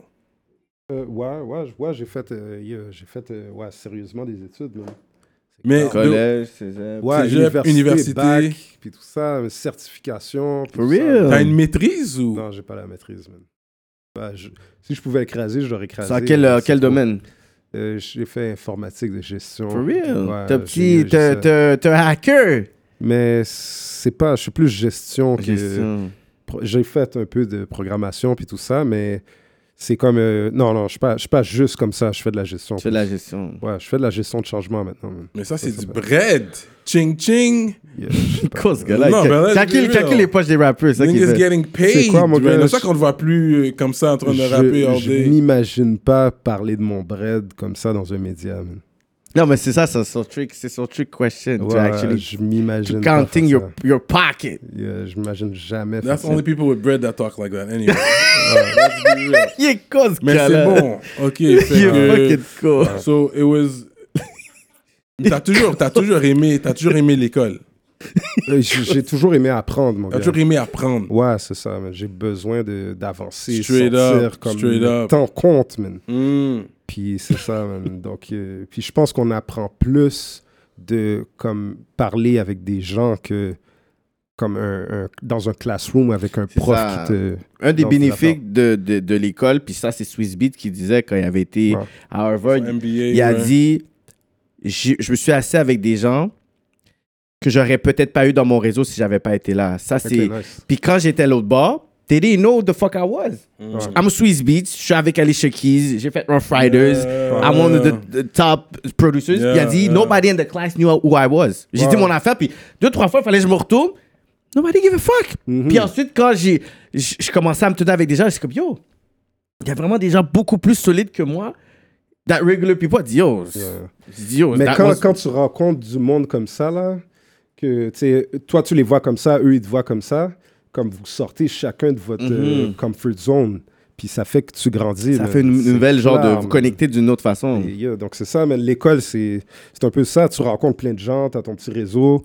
[SPEAKER 5] Euh, ouais, ouais, j- ouais, j'ai fait, euh, yeah, j'ai fait euh, ouais, sérieusement des études, man. C'est
[SPEAKER 3] Mais-
[SPEAKER 5] clair.
[SPEAKER 4] Collège, c'est ça.
[SPEAKER 5] ouais,
[SPEAKER 3] cégep,
[SPEAKER 5] université,
[SPEAKER 3] université.
[SPEAKER 5] bac, puis tout ça, euh, certification. puis
[SPEAKER 4] For
[SPEAKER 5] tout ça,
[SPEAKER 4] real?
[SPEAKER 5] man.
[SPEAKER 3] T'as une maîtrise ou
[SPEAKER 5] Hmm. Non, j'ai pas la maîtrise, man. Bah, je- Si je pouvais écraser, je l'aurais écrasé.
[SPEAKER 4] C'est en quel,
[SPEAKER 5] mais
[SPEAKER 4] euh,
[SPEAKER 5] c'est
[SPEAKER 4] quel
[SPEAKER 5] trop.
[SPEAKER 4] domaine?
[SPEAKER 5] Euh, j'ai fait informatique de gestion.
[SPEAKER 4] For real?
[SPEAKER 5] Ouais,
[SPEAKER 4] t'es
[SPEAKER 5] j'ai-
[SPEAKER 4] petit,
[SPEAKER 5] j'ai
[SPEAKER 4] t'es-
[SPEAKER 5] ça.
[SPEAKER 4] t'es t'es un hacker.
[SPEAKER 5] Mais c'est pas, je suis plus gestion que.
[SPEAKER 4] Gestion.
[SPEAKER 5] pro- J'ai fait un peu de programmation puis tout ça, mais c'est comme. euh, Non, non, je suis pas, je suis pas juste comme ça, je fais de la gestion.
[SPEAKER 4] Tu fais de la gestion.
[SPEAKER 5] Ouais, je fais de la gestion de changement maintenant. man.
[SPEAKER 3] Mais ça, c'est
[SPEAKER 5] Ça,
[SPEAKER 3] du
[SPEAKER 5] ça
[SPEAKER 3] bread. Ching ching.
[SPEAKER 5] Yeah, je sais pas.
[SPEAKER 4] Quoi, ce gars-là?
[SPEAKER 3] Non,
[SPEAKER 4] il-
[SPEAKER 3] ben là,
[SPEAKER 4] calcule,
[SPEAKER 3] c'est
[SPEAKER 4] calcule
[SPEAKER 3] real.
[SPEAKER 4] les poches des rappeurs, c'est ça qu'il
[SPEAKER 3] Niggas
[SPEAKER 4] fait.
[SPEAKER 3] getting paid.
[SPEAKER 5] C'est quoi, mon
[SPEAKER 3] man?
[SPEAKER 5] gars?
[SPEAKER 3] C'est ça qu'on le voit plus euh, comme ça en train de rapper all
[SPEAKER 5] je je
[SPEAKER 3] day.
[SPEAKER 5] m'imagine pas parler de mon bread comme ça dans un média. man.
[SPEAKER 4] Non, mais c'est ça, c'est son trick, c'est son trick question. to
[SPEAKER 5] Ouais,
[SPEAKER 4] actually
[SPEAKER 5] je m'imagine.
[SPEAKER 4] to
[SPEAKER 5] pas
[SPEAKER 4] counting
[SPEAKER 5] faire
[SPEAKER 4] your, your pocket.
[SPEAKER 5] ça. Yeah, je m'imagine jamais. faire
[SPEAKER 3] That's
[SPEAKER 5] ça.
[SPEAKER 3] only people with bread that talk like that anyway.
[SPEAKER 4] Il est con, ce
[SPEAKER 3] Mais c'est
[SPEAKER 4] gars-là.
[SPEAKER 3] bon. OK.
[SPEAKER 4] Il
[SPEAKER 3] fait
[SPEAKER 4] est
[SPEAKER 3] que-
[SPEAKER 4] fucking con.
[SPEAKER 3] So it was. T'as toujours, t'as toujours aimé, t'as toujours aimé l'école.
[SPEAKER 5] Euh, J'ai j'ai toujours aimé apprendre, mon
[SPEAKER 3] T'as
[SPEAKER 5] gars.
[SPEAKER 3] toujours aimé apprendre.
[SPEAKER 5] Ouais, c'est ça, man. J'ai besoin de- d'avancer,
[SPEAKER 3] Straight
[SPEAKER 5] sortir
[SPEAKER 3] up,
[SPEAKER 5] comme
[SPEAKER 3] straight
[SPEAKER 5] le
[SPEAKER 3] up.
[SPEAKER 5] temps compte, man.
[SPEAKER 3] Mm.
[SPEAKER 5] Puis c'est ça, man. Donc, euh, puis je pense qu'on apprend plus de comme parler avec des gens que comme un, un- dans un classroom avec un
[SPEAKER 4] C'est
[SPEAKER 5] prof
[SPEAKER 4] ça.
[SPEAKER 5] qui te.
[SPEAKER 4] Un des
[SPEAKER 5] Non,
[SPEAKER 4] bénéfices de, de, de l'école, puis ça, c'est Swiss Beat qui disait quand il avait été
[SPEAKER 5] Ouais.
[SPEAKER 4] à Harvard,
[SPEAKER 3] MBA.
[SPEAKER 4] il a
[SPEAKER 3] ouais.
[SPEAKER 4] dit J'ai- Je me suis assis avec des gens que j'aurais peut-être pas eu dans mon réseau si j'avais pas été là. Ça,
[SPEAKER 5] Ok,
[SPEAKER 4] c'est.
[SPEAKER 5] nice.
[SPEAKER 4] Puis quand j'étais à l'autre bord, they didn't know who the fuck I was.
[SPEAKER 3] Mm.
[SPEAKER 4] I'm Swiss Beats, je suis avec Alicia Keys, j'ai fait Rough Riders,
[SPEAKER 3] Yeah.
[SPEAKER 4] I'm one of the, the top producers. Puis il a
[SPEAKER 3] Yeah,
[SPEAKER 4] dit,
[SPEAKER 3] yeah.
[SPEAKER 4] nobody in the class knew who I was. J'ai dit mon affaire, puis deux, trois fois, il fallait que je me retourne. Nobody give a fuck.
[SPEAKER 3] Hmm.
[SPEAKER 5] Mhm.
[SPEAKER 4] Puis ensuite, quand j'ai, j- je commençais à me tenir avec des gens, c'est comme, yo, il y a vraiment des gens beaucoup plus solides que moi. That regular people, I dit, yo, je dis, yo
[SPEAKER 5] Mais
[SPEAKER 4] that
[SPEAKER 5] quand,
[SPEAKER 4] was-
[SPEAKER 5] quand tu rencontres du monde comme ça, là, que tu sais, toi, tu les vois comme ça, eux, ils te voient comme ça, comme vous sortez chacun de votre euh, comfort zone, puis ça fait que tu grandis.
[SPEAKER 4] Mhm. ça
[SPEAKER 5] man.
[SPEAKER 4] fait une
[SPEAKER 5] C'est
[SPEAKER 4] nouvelle genre de
[SPEAKER 5] clair,
[SPEAKER 4] vous
[SPEAKER 5] man.
[SPEAKER 4] connecter d'une autre façon.
[SPEAKER 5] Et, yeah, donc c'est ça, mais l'école, c'est c'est un peu ça. Tu rencontres plein de gens, tu as ton petit réseau,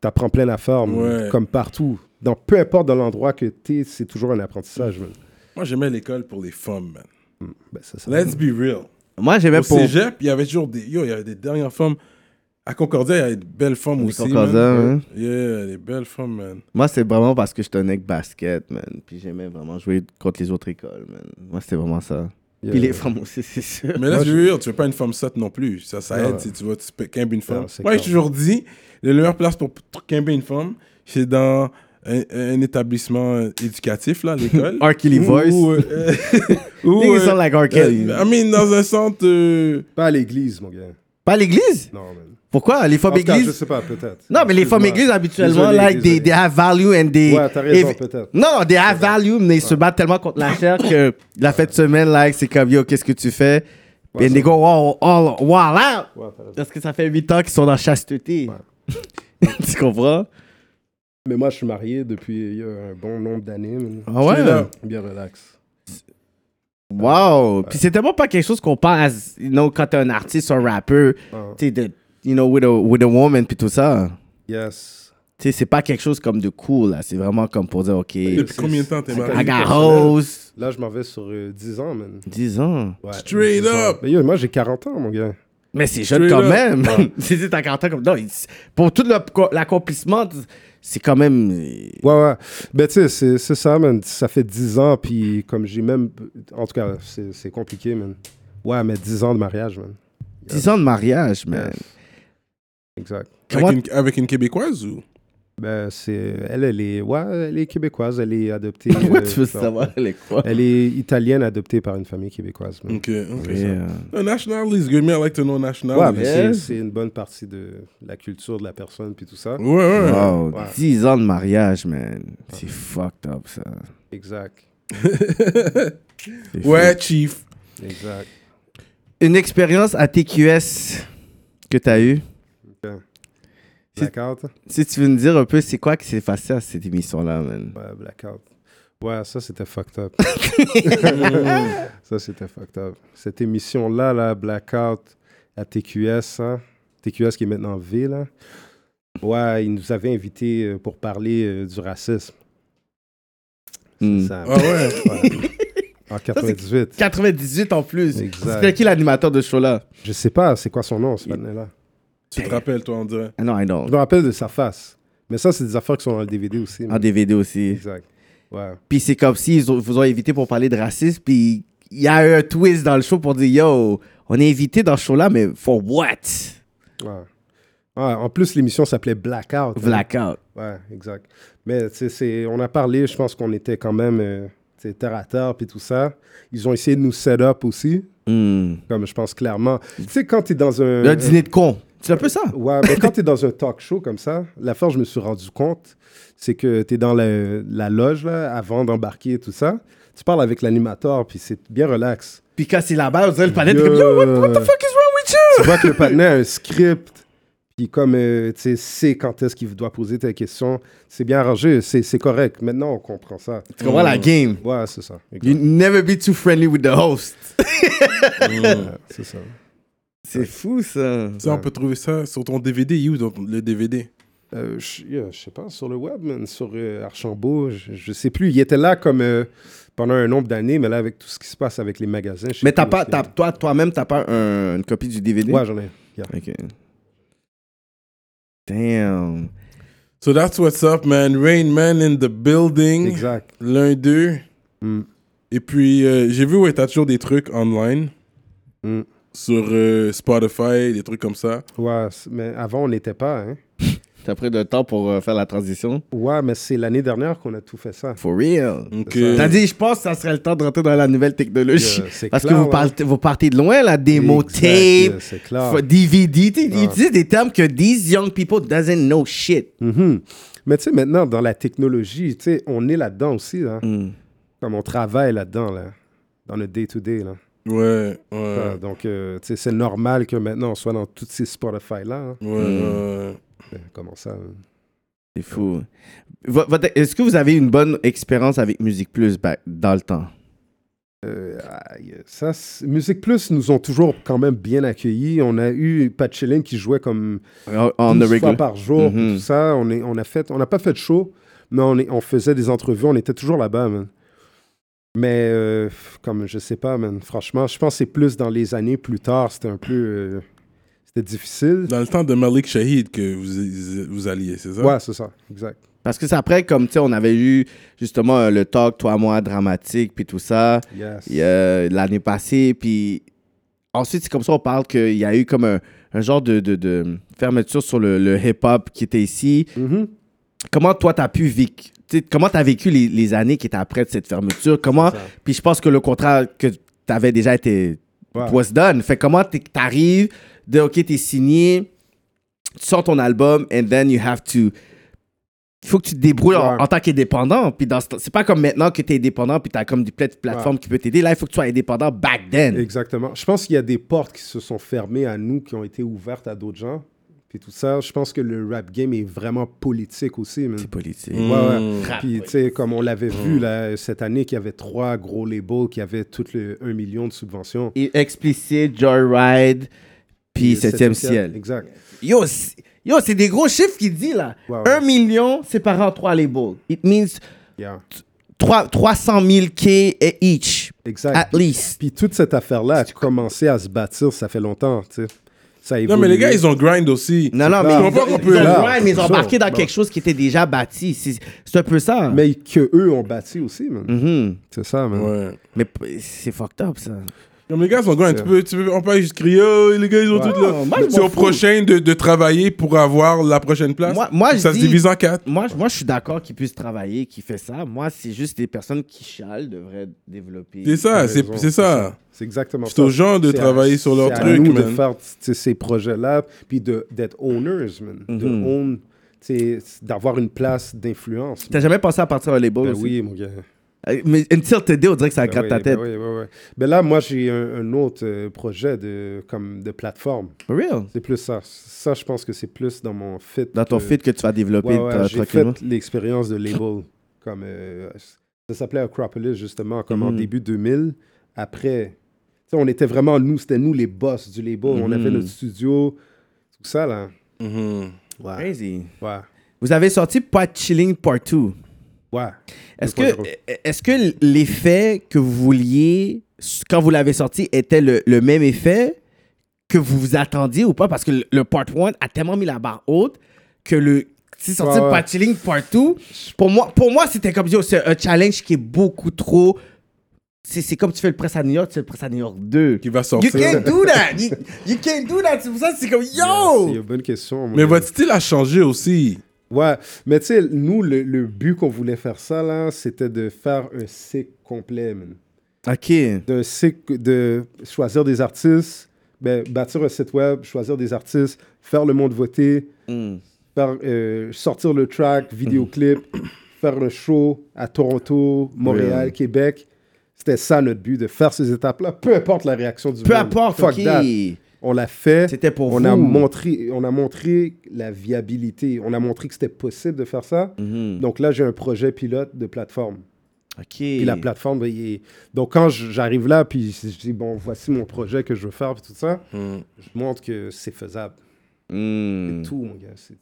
[SPEAKER 5] tu apprends plein d'affaires, man,
[SPEAKER 3] Ouais.
[SPEAKER 5] comme partout. Donc peu importe dans l'endroit que tu es, c'est toujours un apprentissage. man.
[SPEAKER 3] Moi, j'aimais l'école pour les femmes, man.
[SPEAKER 5] Ben, c'est ça.
[SPEAKER 3] Let's be real.
[SPEAKER 4] Moi, j'aimais
[SPEAKER 3] Au
[SPEAKER 4] pour.
[SPEAKER 3] cégep, il y avait toujours des. Yo, il y avait des dernières femmes. À Concordia, il y avait des belles femmes
[SPEAKER 4] Les
[SPEAKER 3] aussi.
[SPEAKER 4] Concordia,
[SPEAKER 3] man.
[SPEAKER 4] hein.
[SPEAKER 3] Yeah, des belles femmes, man.
[SPEAKER 4] Moi, c'est vraiment parce que j'étais un mec basket, man. Puis j'aimais vraiment jouer contre les autres écoles, man. Moi, c'était vraiment ça.
[SPEAKER 5] Yeah.
[SPEAKER 4] Puis les femmes aussi, c'est sûr.
[SPEAKER 3] Mais là, tu veux, tu veux pas une femme sotte non plus. Ça, ça
[SPEAKER 5] Ah
[SPEAKER 3] aide
[SPEAKER 5] ouais.
[SPEAKER 3] si tu vas, tu peux quimber une femme.
[SPEAKER 5] Ah, c'est
[SPEAKER 3] Moi, j'ai
[SPEAKER 5] clair.
[SPEAKER 3] toujours dit, la meilleure place pour quimber une femme, c'est dans un, un établissement euh, éducatif, là, l'école.
[SPEAKER 4] R. Kelly
[SPEAKER 3] Ou,
[SPEAKER 4] Voice.
[SPEAKER 3] euh, ou,
[SPEAKER 4] Niggas
[SPEAKER 3] euh,
[SPEAKER 4] sound like R. Kelly.
[SPEAKER 3] euh, I mean, dans un centre. euh,
[SPEAKER 5] Pas à l'église, mon gars.
[SPEAKER 4] Pas à l'église
[SPEAKER 5] Non, man.
[SPEAKER 4] Pourquoi Les femmes
[SPEAKER 5] En tout cas, je
[SPEAKER 4] églises
[SPEAKER 5] sais pas, peut-être.
[SPEAKER 4] Non, mais les femmes
[SPEAKER 5] Excuse-moi.
[SPEAKER 4] églises, habituellement,
[SPEAKER 5] Désolé,
[SPEAKER 4] like, they,
[SPEAKER 5] désolé.
[SPEAKER 4] they have value and they.
[SPEAKER 5] Ouais, t'as raison,
[SPEAKER 4] if-
[SPEAKER 5] peut-être.
[SPEAKER 4] Non, they have value, mais ils se battent tellement contre la chair que la fête de semaine, like, c'est comme yo, qu'est-ce que tu fais
[SPEAKER 5] Ouais,
[SPEAKER 4] And
[SPEAKER 5] ça-
[SPEAKER 4] they go all, all, all out.
[SPEAKER 5] Ouais, t'as raison.
[SPEAKER 4] Parce que ça fait 8 ans qu'ils sont dans la chasteté. tu comprends
[SPEAKER 5] Mais moi, je suis marié depuis euh, un bon nombre d'années. man.
[SPEAKER 4] Ah ouais
[SPEAKER 3] là.
[SPEAKER 5] Bien relax.
[SPEAKER 4] Wow! Puis c'est tellement pas quelque chose qu'on pense, you know, quand t'es un artiste, un rappeur, tu sais, de- you know, with a, with a woman, puis tout ça.
[SPEAKER 5] Yes.
[SPEAKER 4] Tu sais, c'est pas quelque chose comme de cool, là. C'est vraiment comme pour dire, OK, I
[SPEAKER 3] Depuis combien de temps t'es marié?
[SPEAKER 4] got hoes.
[SPEAKER 5] Là, je m'en vais sur euh, 10 ans, man.
[SPEAKER 4] 10 ans.
[SPEAKER 5] Ouais,
[SPEAKER 3] Straight
[SPEAKER 5] 10 ans.
[SPEAKER 3] up.
[SPEAKER 5] Mais yo, moi, j'ai 40 ans, mon gars.
[SPEAKER 4] Mais c'est jeune
[SPEAKER 3] Straight
[SPEAKER 4] quand
[SPEAKER 3] up.
[SPEAKER 4] même. Si c'est à 40 ans comme. Non, il- pour tout le- l'accomplissement, c'est quand même. euh,
[SPEAKER 5] Ouais, ouais. Ben, tu sais, c'est- c'est ça, man. Ça fait 10 ans, puis comme j'ai même. En tout cas, c'est c'est compliqué, man. Ouais, mais 10 ans de mariage, man.
[SPEAKER 4] 10 ans de mariage, man.
[SPEAKER 5] Exact.
[SPEAKER 3] Avec,
[SPEAKER 4] Comment-
[SPEAKER 3] une, avec une Québéquoise ou
[SPEAKER 5] Ben, c'est. Elle, elle est. Ouais, elle est québécoise. Elle est adoptée.
[SPEAKER 4] Pourquoi
[SPEAKER 5] euh,
[SPEAKER 4] tu veux
[SPEAKER 5] genre-
[SPEAKER 4] savoir les quoi?
[SPEAKER 5] Elle est italienne adoptée par une famille québécoise, man.
[SPEAKER 3] Ok,
[SPEAKER 4] Mm,
[SPEAKER 3] ok.
[SPEAKER 4] Yeah.
[SPEAKER 3] No, national is good. Me, I like to know national.
[SPEAKER 5] Ouais, mais c'est-
[SPEAKER 4] yes.
[SPEAKER 5] c'est une bonne partie de la culture de la personne, puis tout ça.
[SPEAKER 4] Mm.
[SPEAKER 3] Ouais, ouais.
[SPEAKER 4] Wow,
[SPEAKER 5] Ouais.
[SPEAKER 4] 10 ans de mariage, man. C'est fucked up, ça.
[SPEAKER 5] Exact.
[SPEAKER 4] C'est
[SPEAKER 3] Ouais, chief.
[SPEAKER 5] Exact.
[SPEAKER 4] Une expérience à TQS que t'as eue. C'est-
[SPEAKER 5] Blackout.
[SPEAKER 4] Si tu veux nous dire un peu, c'est quoi qui s'est passé à cette émission-là, man?
[SPEAKER 5] Ouais, blackout. Ouais, ça c'était fucked up. ça c'était fucked up. Cette émission-là, là, blackout à TQS, hein. TQS qui est maintenant en V, là. Ouais, ils nous avaient invités euh, pour parler euh, du racisme. C'est
[SPEAKER 4] Mm.
[SPEAKER 5] ça.
[SPEAKER 3] Ah ouais.
[SPEAKER 5] Ouais. En 98.
[SPEAKER 4] 98 en plus.
[SPEAKER 5] Exact.
[SPEAKER 4] C'était qui l'animateur de ce show-là?
[SPEAKER 5] Je sais pas, c'est quoi son nom, ce panel-là.
[SPEAKER 3] tu te rappelles, toi, on dirait.
[SPEAKER 4] Ah non, I don't.
[SPEAKER 5] Je me rappelle de sa face. Mais ça, c'est des affaires qui sont dans le DVD aussi.
[SPEAKER 4] En
[SPEAKER 5] mais-
[SPEAKER 4] DVD aussi.
[SPEAKER 5] Exact. Ouais.
[SPEAKER 4] Puis c'est comme s'ils ont- vous ont invité pour parler de racisme, puis il y a eu un twist dans le show pour dire Yo, on est invité dans ce show-là, mais for what?
[SPEAKER 5] ouais. Ouais, En plus, l'émission s'appelait Blackout. hein.
[SPEAKER 4] Blackout.
[SPEAKER 5] Ouais, exact. Mais tu sais, c'est- on a parlé, je pense qu'on était quand même euh, tu sais, terre à terre puis tout ça. Ils ont essayé de nous set up aussi,
[SPEAKER 4] Hmm.
[SPEAKER 5] comme je pense clairement. Tu sais, quand t'es dans un.
[SPEAKER 4] Le dîner de con. C'est un peu ça.
[SPEAKER 5] Ouais, mais quand t'es dans un talk show comme ça, la fois où je me suis rendu compte, c'est que t'es dans la, la loge là, avant d'embarquer et tout ça. Tu parles avec l'animateur, puis c'est bien relax.
[SPEAKER 4] Puis quand c'est là-bas, on dirait le panel
[SPEAKER 5] Yo.
[SPEAKER 4] est comme Yo, what, what the fuck is wrong with you?
[SPEAKER 5] Tu vois que le partenaire a un script, puis comme, euh, tu sais, sait quand est-ce qu'il doit poser ta question. C'est bien arrangé, c'est c'est correct. Maintenant, on comprend ça.
[SPEAKER 4] Tu comprends la game?
[SPEAKER 5] Ouais, c'est ça.
[SPEAKER 4] You never be too friendly with the host.
[SPEAKER 5] Ouais, c'est ça.
[SPEAKER 4] C'est fou ça.
[SPEAKER 3] Ça, on peut trouver ça sur ton DVD. You, dans ton- le DVD.
[SPEAKER 5] Euh, je yeah, je sais pas, sur le web, man, sur euh, Archambault, je, je sais plus. Il était là comme euh, pendant un nombre d'années, mais là, avec tout ce qui se passe avec les magasins. je sais
[SPEAKER 4] Mais t'as
[SPEAKER 5] plus
[SPEAKER 4] pas,
[SPEAKER 5] est-ce
[SPEAKER 4] t'as- toi, toi-même, t'as pas un- une copie du DVD?
[SPEAKER 5] qu'il y a- Ouais, j'en ai. Yeah.
[SPEAKER 4] Ok. Damn.
[SPEAKER 3] So that's what's up, man. Rain Man in the building.
[SPEAKER 5] Exact.
[SPEAKER 3] L'un d'eux.
[SPEAKER 5] Mm.
[SPEAKER 3] Et puis, euh, j'ai vu, ouais, t'as toujours des trucs online.
[SPEAKER 5] Mm.
[SPEAKER 3] Sur euh, Spotify, des trucs comme ça.
[SPEAKER 5] Ouais, c'est- mais avant, on n'était pas. Hein.
[SPEAKER 4] T'as pris le temps pour euh, faire la transition?
[SPEAKER 5] Ouais, mais c'est l'année dernière qu'on a tout fait ça.
[SPEAKER 4] For real.
[SPEAKER 3] Donc,
[SPEAKER 5] C'est
[SPEAKER 4] T'as
[SPEAKER 3] euh,
[SPEAKER 4] dit, je pense que ça serait le temps de rentrer dans la nouvelle technologie.
[SPEAKER 5] Yeah, Euh, c'est
[SPEAKER 4] Parce
[SPEAKER 5] clair,
[SPEAKER 4] que vous,
[SPEAKER 5] ouais.
[SPEAKER 4] partez, vous partez de loin, là, démo
[SPEAKER 5] Exact, yeah,
[SPEAKER 4] tape,
[SPEAKER 5] c'est clair.
[SPEAKER 4] f- DVD. tu- Ils
[SPEAKER 5] Ouais.
[SPEAKER 4] utilisent des termes que these young people doesn't know shit.
[SPEAKER 5] Mhm. Mais tu sais, maintenant, dans la technologie, tu sais, on est là-dedans aussi. Là.
[SPEAKER 4] Mm.
[SPEAKER 5] Comme on travaille là-dedans, là, dans le day-to-day. là.
[SPEAKER 3] ouais, ouais.
[SPEAKER 5] Ouais, donc, euh, tu sais, c'est normal que maintenant, on soit dans toutes ces Spotify-là. hein.
[SPEAKER 3] Ouais, ouais.
[SPEAKER 5] Mais Comment ça hein?
[SPEAKER 4] C'est fou. Vo- votre- Est-ce que vous avez une bonne expérience avec Musique Plus back- dans le temps?
[SPEAKER 5] Euh, aïe, ça, c'est- Musique Plus nous ont toujours quand même bien accueillis. On a eu Pat Chilling qui jouait comme
[SPEAKER 4] On- On the
[SPEAKER 5] 12 fois
[SPEAKER 4] regular.
[SPEAKER 5] par jour, puis
[SPEAKER 4] Mhm.
[SPEAKER 5] tout ça. On est, on a fait, on n'a pas fait de show, mais on, est- on faisait des entrevues. On était toujours là-bas, man. Mais euh, comme je sais pas, man, franchement, je pense que c'est plus dans les années plus tard, c'était un peu, euh, c'était difficile.
[SPEAKER 3] Dans le temps de Malik Shahid que vous, vous alliez, c'est ça?
[SPEAKER 5] Ouais, c'est ça, exact.
[SPEAKER 4] Parce que c'est après, comme tu sais, on avait eu justement euh, le talk, toi, moi, dramatique, puis tout ça,
[SPEAKER 5] Yes.
[SPEAKER 4] et, euh, l'année passée. Puis ensuite, c'est comme ça, on parle qu'il y a eu comme un, un genre de, de- de fermeture sur le, le hip-hop qui était ici.
[SPEAKER 5] Mhm.
[SPEAKER 4] Comment toi, t'as pu vivre? Comment t'as vécu les, les années qui étaient après de cette fermeture? Comment.
[SPEAKER 5] C'est ça.
[SPEAKER 4] Puis je pense que le contrat que t'avais déjà été.
[SPEAKER 5] Ouais.
[SPEAKER 4] was done. Fait comment t'es- t'arrives de OK, t'es signé, tu sors ton album, and then you have to. Il faut que tu te débrouilles en,
[SPEAKER 5] Ouais.
[SPEAKER 4] en tant qu'indépendant. Puis dans ce temps- c'est pas comme maintenant que t'es indépendant, puis t'as comme des plate- plateformes qui peuvent t'aider. Là, il faut que tu sois indépendant back then.
[SPEAKER 5] Exactement. Je pense qu'il y a des portes qui se sont fermées à nous, qui ont été ouvertes à d'autres gens. Puis tout ça, je pense que le rap game est vraiment politique aussi. man.
[SPEAKER 4] C'est politique.
[SPEAKER 3] Mm.
[SPEAKER 5] Ouais, ouais.
[SPEAKER 3] Ah,
[SPEAKER 4] Rap,
[SPEAKER 5] Puis,
[SPEAKER 4] oui.
[SPEAKER 5] tu sais, comme on l'avait
[SPEAKER 4] Mm.
[SPEAKER 5] vu là, cette année, qu'il y avait trois gros labels qui avaient tout le 1 million de subventions.
[SPEAKER 4] Et explicite, Joyride, puis
[SPEAKER 5] Et
[SPEAKER 4] 7e
[SPEAKER 5] Septième
[SPEAKER 4] ciel.
[SPEAKER 5] Exact.
[SPEAKER 4] Yo, c'est- yo, c'est des gros chiffres qu'il dit là.
[SPEAKER 5] Ouais, ouais.
[SPEAKER 4] Un million séparé en trois labels. It means
[SPEAKER 5] Yeah.
[SPEAKER 4] trois- 300 000 K each,
[SPEAKER 5] Exact.
[SPEAKER 4] at least.
[SPEAKER 5] Puis toute cette affaire-là a commencé à se bâtir, ça fait longtemps, tu sais. ça évolue.
[SPEAKER 3] Non, mais les gars, ils ont grind aussi.
[SPEAKER 4] Non, non, mais
[SPEAKER 5] C'est clair.
[SPEAKER 4] ils,
[SPEAKER 3] Je comprends
[SPEAKER 4] ont-
[SPEAKER 3] qu'on peut-
[SPEAKER 4] ils ont
[SPEAKER 5] Là,
[SPEAKER 4] grind, mais ils ont
[SPEAKER 5] ça,
[SPEAKER 4] embarqué dans
[SPEAKER 5] bon.
[SPEAKER 4] quelque chose qui était déjà bâti. C'est c'est un peu ça. Mais,
[SPEAKER 5] Mais que eux ont bâti aussi, man.
[SPEAKER 4] Mm.
[SPEAKER 5] C'est ça, man.
[SPEAKER 3] Ouais.
[SPEAKER 4] mais p- c'est fucked up, ça.
[SPEAKER 3] Non, mais les gars, ils ont grind. Tu peux, tu peux, on peut juste crier, oh, les gars, ils ont
[SPEAKER 5] Ouais.
[SPEAKER 3] tout là.
[SPEAKER 4] Non, moi, je
[SPEAKER 3] C'est
[SPEAKER 4] m'en
[SPEAKER 3] au
[SPEAKER 4] fous.
[SPEAKER 3] prochain de, de travailler pour avoir la prochaine place.
[SPEAKER 4] Moi- moi, je
[SPEAKER 3] ça se
[SPEAKER 4] dis-
[SPEAKER 3] divise en quatre.
[SPEAKER 4] Moi, je- moi, je suis d'accord qu'ils puissent travailler, qu'ils fait ça. Moi, c'est juste des personnes qui chialent devraient développer.
[SPEAKER 3] C'est ça,
[SPEAKER 5] T'as
[SPEAKER 3] c'est
[SPEAKER 5] raison,
[SPEAKER 3] c'est ça.
[SPEAKER 5] C'est exactement
[SPEAKER 3] C'est aux gens de
[SPEAKER 5] C'est à-
[SPEAKER 3] travailler sur leur
[SPEAKER 5] C'est à
[SPEAKER 3] truc,
[SPEAKER 5] nous de
[SPEAKER 3] man.
[SPEAKER 5] faire tu sais, ces projets-là, puis de- d'être owners, man. De
[SPEAKER 4] Mm-hmm.
[SPEAKER 5] own, tu sais, d'avoir une place d'influence.
[SPEAKER 4] T'as jamais pensé à partir un label
[SPEAKER 5] Ben
[SPEAKER 4] aussi?
[SPEAKER 5] oui, mon gars.
[SPEAKER 4] Euh, Mais une tire TD, on dirait que ça
[SPEAKER 5] Ben
[SPEAKER 4] gratte
[SPEAKER 5] oui,
[SPEAKER 4] ta tête.
[SPEAKER 5] Ben, oui, oui, oui. Ben là, moi, j'ai un, un autre euh, projet de, comme de plateforme.
[SPEAKER 4] For real.
[SPEAKER 5] C'est plus ça. Ça, je pense que c'est plus dans mon fit.
[SPEAKER 4] Dans ton
[SPEAKER 5] que-
[SPEAKER 4] feed que tu vas développer
[SPEAKER 5] Euh, Ouais, ouais,
[SPEAKER 4] tra-
[SPEAKER 5] j'ai
[SPEAKER 4] tranquillement.
[SPEAKER 5] fait l'expérience de label. Comme, euh, ça s'appelait Acropolis, justement, comme en
[SPEAKER 4] Mhm.
[SPEAKER 5] début 2000. Après, tu sais, on était vraiment nous, c'était nous les boss du label. On avait
[SPEAKER 4] Mhm.
[SPEAKER 5] notre studio, tout ça, là.
[SPEAKER 3] Mhm.
[SPEAKER 5] Ouais.
[SPEAKER 4] Crazy.
[SPEAKER 5] Ouais.
[SPEAKER 4] Vous avez sorti Pas Chilling Part 2.
[SPEAKER 5] Ouais.
[SPEAKER 4] Est-ce que,
[SPEAKER 5] 2.0.
[SPEAKER 4] est que l'effet que vous vouliez, s- quand vous l'avez sorti, était le, le même effet que vous vous attendiez ou pas? Parce que le, le Part 1 a tellement mis la barre haute que le si sorti
[SPEAKER 5] Ouais, ouais.
[SPEAKER 4] Pas Chilling Part 2, pour moi, pour moi c'était comme yo, c'est un challenge qui est beaucoup trop. C'est c'est comme tu fais le press à New York, tu fais le press à New York 2.
[SPEAKER 3] Qui va
[SPEAKER 4] You
[SPEAKER 3] sortir.
[SPEAKER 4] can't do that! You, you can't do that! C'est pour ça que c'est comme
[SPEAKER 5] C'est
[SPEAKER 4] yo!
[SPEAKER 5] une bonne question. mon
[SPEAKER 3] Mais
[SPEAKER 5] gars.
[SPEAKER 3] votre style a changé aussi.
[SPEAKER 5] Ouais, mais tu sais, nous, le, le but qu'on voulait faire ça, là, c'était de faire un cycle complet, man.
[SPEAKER 4] Ok.
[SPEAKER 5] D'un cycle de choisir des artistes, ben, bâtir un site web, choisir des artistes, faire le monde voter, faire, euh, sortir le track, vidéoclip, faire le show à Toronto, Montréal, Québec. C'était ça notre but, de faire ces étapes-là, peu importe la réaction du
[SPEAKER 4] Peu
[SPEAKER 5] monde.
[SPEAKER 4] importe,
[SPEAKER 5] Fuck
[SPEAKER 4] ok.
[SPEAKER 5] that. On l'a fait.
[SPEAKER 4] C'était pour
[SPEAKER 5] on
[SPEAKER 4] vous.
[SPEAKER 5] A montré, on a montré la viabilité. On a montré que c'était possible de faire ça.
[SPEAKER 4] Mm.
[SPEAKER 5] Donc là, j'ai un projet pilote de plateforme.
[SPEAKER 4] Mhm. Ok.
[SPEAKER 5] Puis la plateforme, ben, il est- donc quand je- j'arrive là, puis je dis, bon, voici mon projet que je veux faire, puis tout ça, je montre que c'est faisable.
[SPEAKER 4] Hmm.
[SPEAKER 5] Tout, mon gars. C'est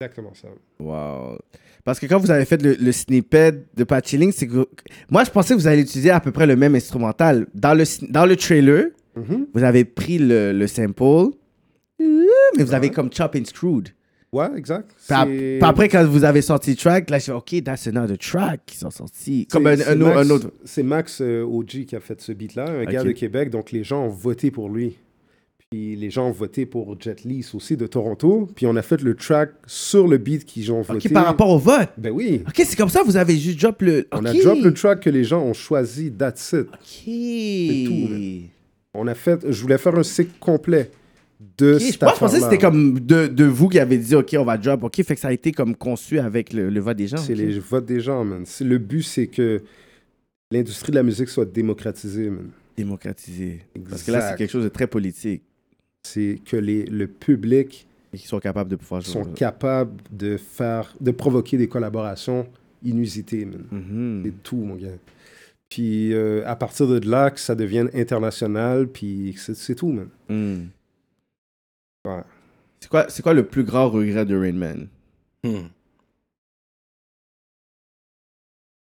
[SPEAKER 5] c'est exactement ça.
[SPEAKER 4] Wow. Parce que quand vous avez fait le, le snippet de Pat Chilling, c'est que moi je pensais que vous allez utiliser à peu près le même instrumental. Dans le, sn- dans le trailer,
[SPEAKER 5] Mhm.
[SPEAKER 4] vous avez pris le, le sample, Euh, mais vous avez comme chop and screwed.
[SPEAKER 5] Ouais, exact.
[SPEAKER 4] Puis ap-
[SPEAKER 5] Uh-huh. C'est-
[SPEAKER 4] puis après, quand vous avez sorti le track, là je fais OK, that's another track qui sont sortis. Comme un,
[SPEAKER 5] C'est-
[SPEAKER 4] un
[SPEAKER 5] c'est
[SPEAKER 4] au- un
[SPEAKER 5] Max-
[SPEAKER 4] autre.
[SPEAKER 5] C'est Max euh, OG qui a fait ce beat-là, un gars
[SPEAKER 4] Ok.
[SPEAKER 5] de Québec. Donc, les gens ont voté pour lui. Puis, les gens ont voté pour Jet Li aussi de Toronto. Puis, on a fait le track sur le beat qu'ils ont voté.
[SPEAKER 4] OK, par rapport au vote.
[SPEAKER 5] Ben oui.
[SPEAKER 4] OK, c'est comme ça, vous avez juste drop le.
[SPEAKER 5] On
[SPEAKER 4] OK.
[SPEAKER 5] a drop le track que les gens ont choisi. That's it.
[SPEAKER 4] OK.
[SPEAKER 5] tout, man. On a fait... Je voulais faire un cycle complet de
[SPEAKER 4] Ok,
[SPEAKER 5] cette
[SPEAKER 4] je pense- je pensais que
[SPEAKER 5] affaire-là.
[SPEAKER 4] c'était comme de, de vous qui avez dit, OK, on va drop, OK, fait que ça a été comme conçu avec le, le vote des gens.
[SPEAKER 5] C'est
[SPEAKER 4] ok.
[SPEAKER 5] les votes des gens, man. C'est- Le but, c'est que l'industrie de la musique soit démocratisée, man.
[SPEAKER 4] Démocratiser. Parce que là, c'est
[SPEAKER 5] Exact.
[SPEAKER 4] quelque chose de très politique
[SPEAKER 5] C'est que les, le public...
[SPEAKER 4] et qu'ils sont capables de pouvoir jouer.
[SPEAKER 5] sont capables de faire, de provoquer des collaborations inusitées, man.
[SPEAKER 4] Mhm.
[SPEAKER 5] C'est tout, mon gars. Puis euh, à partir de là, que ça devienne international, puis c'est c'est tout, man.
[SPEAKER 4] Mhm.
[SPEAKER 5] Ouais.
[SPEAKER 4] C'est quoi, c'est quoi le plus grand regret de Rain Man?
[SPEAKER 3] Hmm.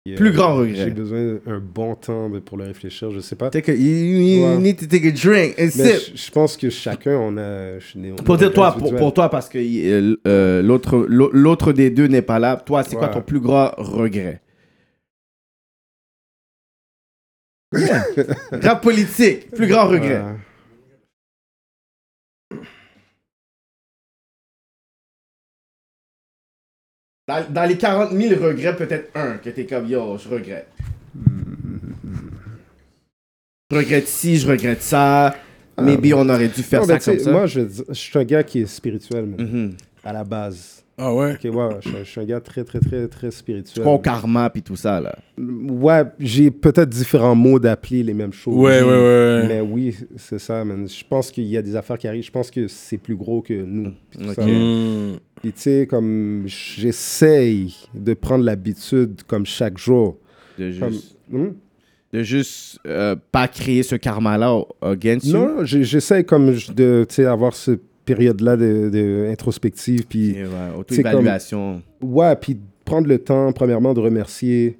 [SPEAKER 5] Puis, euh,
[SPEAKER 4] Plus grand regret.
[SPEAKER 5] J'ai besoin d'un bon temps de- pour le réfléchir, je sais pas.
[SPEAKER 4] Take a- you, you
[SPEAKER 5] Ouais.
[SPEAKER 4] need to take a drink and
[SPEAKER 5] Mais
[SPEAKER 4] sip.
[SPEAKER 5] je je pense que chacun, on a... on a
[SPEAKER 4] Pour dire
[SPEAKER 5] un
[SPEAKER 4] toi,
[SPEAKER 5] réseau
[SPEAKER 4] pour,
[SPEAKER 5] duel.
[SPEAKER 4] pour toi, parce que euh, euh, l'autre, l'au- l'autre des deux n'est pas là. Toi, c'est quoi
[SPEAKER 5] Ouais.
[SPEAKER 4] ton plus grand regret? Yeah. Rap politique, plus grand regret.
[SPEAKER 5] Ouais.
[SPEAKER 4] Dans, dans les 40 000 regrets, peut-être un que t'es comme yo, je regrette. Je regrette ci, je regrette ça. Maybe on aurait dû faire
[SPEAKER 5] Ah, Non,
[SPEAKER 4] ça
[SPEAKER 5] ben, tu sais,
[SPEAKER 4] comme ça.
[SPEAKER 5] Moi, je, je suis un gars qui est spirituel, man,
[SPEAKER 4] Mhm.
[SPEAKER 5] à la base.
[SPEAKER 3] Ah ouais.
[SPEAKER 5] Ok, ouais, je, je suis un gars très, très, très, très spirituel.
[SPEAKER 4] Pas au karma puis tout ça là.
[SPEAKER 5] Ouais, j'ai peut-être différents mots d'appeler les mêmes choses.
[SPEAKER 3] Ouais, ouais, ouais.
[SPEAKER 5] Mais oui, c'est ça, man. Je pense qu'il y a des affaires qui arrivent. Je pense que c'est plus gros que nous. Puis tout ça.
[SPEAKER 4] Ok.
[SPEAKER 3] Hmm.
[SPEAKER 5] Puis tu sais, comme j'essaye de prendre l'habitude, comme chaque jour.
[SPEAKER 4] De juste,
[SPEAKER 5] Comme- Hmm?
[SPEAKER 4] de juste euh, pas créer ce karma là against you.
[SPEAKER 5] Non, j'ai- j'essaye comme je- de, tu sais, avoir cette période-là de, de introspective. Puis
[SPEAKER 4] Et euh, ouais, auto-évaluation.
[SPEAKER 5] Ouais, puis prendre le temps, premièrement, de remercier.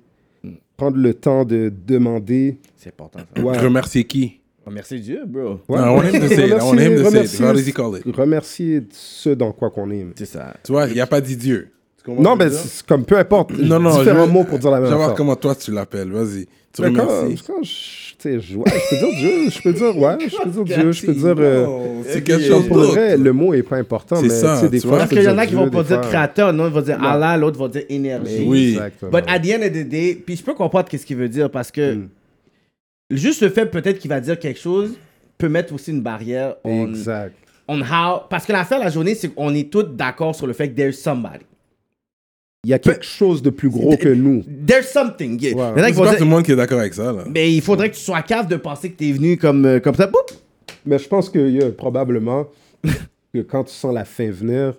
[SPEAKER 5] Prendre le temps de demander.
[SPEAKER 4] C'est important ça.
[SPEAKER 5] Ouais.
[SPEAKER 3] Remercier qui
[SPEAKER 4] Remercier Ah, Dieu, bro.
[SPEAKER 3] Non,
[SPEAKER 5] Ouais.
[SPEAKER 3] Ah, on aime de say it. On aime de say it. How does he call it?
[SPEAKER 5] remercier ce dans quoi qu'on est.
[SPEAKER 4] C'est ça.
[SPEAKER 3] Tu vois, il n'y a pas dit Dieu. Tu comprends
[SPEAKER 5] Non,
[SPEAKER 3] ce que
[SPEAKER 5] mais
[SPEAKER 3] je veux dire?
[SPEAKER 5] c'est comme peu importe.
[SPEAKER 3] non, non,
[SPEAKER 5] différents
[SPEAKER 3] je veux-
[SPEAKER 5] mots pour dire la
[SPEAKER 3] Je
[SPEAKER 5] même
[SPEAKER 3] veux voir
[SPEAKER 5] chose.
[SPEAKER 3] comment toi tu l'appelles. Vas-y. Tu
[SPEAKER 5] Ah Mais quand,
[SPEAKER 3] remercies.
[SPEAKER 5] quand je, tu sais, je, ouais, je peux dire Dieu, je peux dire ouais, je peux dire Dieu, je peux dire. euh,
[SPEAKER 3] Non, c'est quelque
[SPEAKER 5] Genre,
[SPEAKER 3] chose
[SPEAKER 5] pour le vrai,
[SPEAKER 3] d'autre.
[SPEAKER 5] le mot est pas important,
[SPEAKER 3] C'est
[SPEAKER 5] mais
[SPEAKER 3] ça,
[SPEAKER 5] tu sais, des
[SPEAKER 3] tu vois.
[SPEAKER 5] fois. je
[SPEAKER 4] Parce
[SPEAKER 5] peux
[SPEAKER 4] qu'il y en a
[SPEAKER 5] dire
[SPEAKER 4] qui vont
[SPEAKER 5] Dieu,
[SPEAKER 4] pas
[SPEAKER 5] des
[SPEAKER 4] dire
[SPEAKER 5] fois.
[SPEAKER 4] créateur, l'autre va dire Allah, l'autre va dire énergie.
[SPEAKER 3] Oui.
[SPEAKER 5] Exactement.
[SPEAKER 4] But at the end of the day, puis je peux comprendre qu'est-ce qu'il veut dire parce que juste le fait peut-être qu'il va dire quelque chose peut mettre aussi une barrière on,
[SPEAKER 5] Exact.
[SPEAKER 4] on how parce que la fin de la journée c'est qu'on est tous d'accord sur le fait que there's somebody
[SPEAKER 5] Il y a quelque chose de plus gros que nous.
[SPEAKER 4] there's something yeah.
[SPEAKER 5] Ouais.
[SPEAKER 4] Il y en a
[SPEAKER 3] C'est
[SPEAKER 4] qui vont
[SPEAKER 3] pas
[SPEAKER 4] dire,
[SPEAKER 3] tout le monde qui est d'accord avec ça. là.
[SPEAKER 4] mais il faudrait que tu sois capable de penser que t'es venu comme euh, comme ça boum
[SPEAKER 5] Mais je pense que yeah, probablement que quand tu sens la fin venir,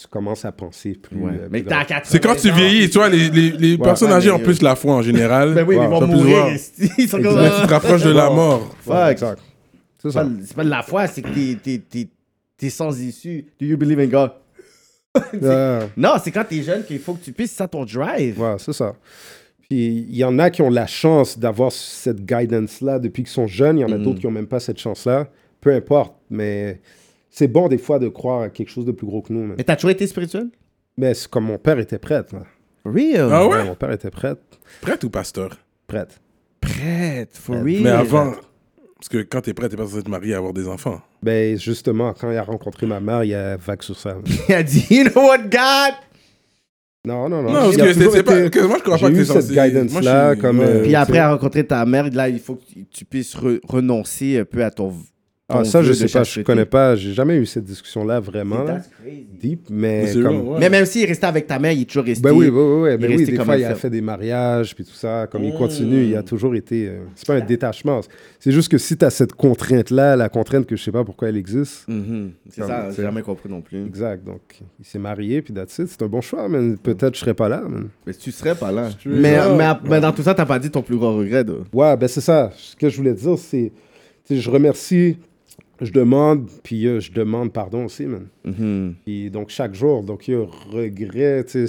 [SPEAKER 5] tu commences à penser plus. euh, plus
[SPEAKER 4] mais
[SPEAKER 5] grand.
[SPEAKER 4] t'as 4
[SPEAKER 3] C'est quand tu vieillis, tu vois, les, les, les personnes
[SPEAKER 4] ouais,
[SPEAKER 3] âgées
[SPEAKER 4] mais,
[SPEAKER 3] ont
[SPEAKER 4] euh,
[SPEAKER 3] plus la foi en général.
[SPEAKER 4] ben oui
[SPEAKER 5] Ouais,
[SPEAKER 4] ils vont
[SPEAKER 3] ça peut se voir.
[SPEAKER 4] mourir esti. ils sont comme
[SPEAKER 3] Mais tu te
[SPEAKER 4] euh,
[SPEAKER 3] rapproches de la mort.
[SPEAKER 5] Ouais, exact. C'est
[SPEAKER 4] c'est pas
[SPEAKER 5] ça.
[SPEAKER 4] de- c'est pas de la foi c'est que t'es t'es- t'es t'es sans issue do you believe in God
[SPEAKER 5] Ouais,
[SPEAKER 4] non c'est quand t'es jeune qu'il faut que tu puisses ça ton drive
[SPEAKER 5] ouais, c'est ça. Puis il y en a qui ont la chance d'avoir cette guidance-là depuis qu'ils sont jeunes. Il y en a
[SPEAKER 4] Mm.
[SPEAKER 5] d'autres qui n'ont même pas cette chance-là. Peu importe, mais c'est bon des fois de croire à quelque chose de plus gros que nous. man.
[SPEAKER 4] mais t'as toujours été spirituel
[SPEAKER 5] Mais c'est comme mon père était prêtre. là.
[SPEAKER 4] real
[SPEAKER 3] Ah ouais?
[SPEAKER 5] Mon père était prêtre.
[SPEAKER 3] Prêtre ou pasteur?
[SPEAKER 5] Prêtre.
[SPEAKER 4] prête for real
[SPEAKER 3] Mais avant, parce que quand t'es prêt, t'es pas censé te marier et avoir des enfants.
[SPEAKER 5] Ben justement, quand il a rencontré ma mère, il a vague sur ça.
[SPEAKER 4] il a dit you know what God
[SPEAKER 5] Non, non,
[SPEAKER 3] Non,
[SPEAKER 5] non.
[SPEAKER 3] parce
[SPEAKER 5] Il a
[SPEAKER 3] que c'est
[SPEAKER 5] toujours
[SPEAKER 3] c'est pas.
[SPEAKER 5] été-
[SPEAKER 3] que moi, je crois pas
[SPEAKER 5] j'ai
[SPEAKER 3] que t'es
[SPEAKER 5] eu cette
[SPEAKER 3] censé. Moi, je
[SPEAKER 5] guidance-là,
[SPEAKER 3] suis-
[SPEAKER 5] comme,
[SPEAKER 3] ouais.
[SPEAKER 5] euh,
[SPEAKER 4] Puis
[SPEAKER 5] tu
[SPEAKER 4] après,
[SPEAKER 5] sais.
[SPEAKER 4] à rencontrer ta mère, là, il faut que tu- tu puisses re- renoncer un peu à ton.
[SPEAKER 5] Ah, ça, je sais pas, je connais pas, j'ai jamais eu cette discussion-là vraiment, là, deep, mais
[SPEAKER 3] C'est
[SPEAKER 5] comme...
[SPEAKER 3] vrai, ouais.
[SPEAKER 4] Mais même s'il est resté avec ta mère, il est toujours resté.
[SPEAKER 5] Ben oui, oui, oui, oui,
[SPEAKER 4] est
[SPEAKER 5] ben oui,
[SPEAKER 4] resté
[SPEAKER 5] des
[SPEAKER 4] comme
[SPEAKER 5] fois,
[SPEAKER 4] un
[SPEAKER 5] il a
[SPEAKER 4] flop.
[SPEAKER 5] fait des mariages, puis tout ça, comme
[SPEAKER 3] Mm.
[SPEAKER 5] il continue, il a toujours été... euh, c'est pas un détachement, c'est juste que si t'as cette contrainte-là, la contrainte que je sais pas pourquoi elle existe,
[SPEAKER 4] Mhm. C'est
[SPEAKER 5] Comme,
[SPEAKER 4] ça,
[SPEAKER 5] tu
[SPEAKER 4] j'ai
[SPEAKER 5] sais.
[SPEAKER 4] jamais compris non plus.
[SPEAKER 5] exact, donc il s'est marié, puis that's it, c'est un bon choix, mais peut-être je serais pas là, man.
[SPEAKER 4] Mais tu serais pas là.
[SPEAKER 3] Tu veux-
[SPEAKER 4] Mais,
[SPEAKER 3] Ah.
[SPEAKER 4] mais, mais dans tout ça, t'as pas dit ton plus grand regret. De...
[SPEAKER 5] Ouais, ben c'est ça. Ce que je voulais dire, c'est. tu sais, Je remercie, je demande, puis euh, je demande pardon aussi, man.
[SPEAKER 4] Mhm.
[SPEAKER 5] Puis donc, chaque jour, donc, il y a regret, tu sais.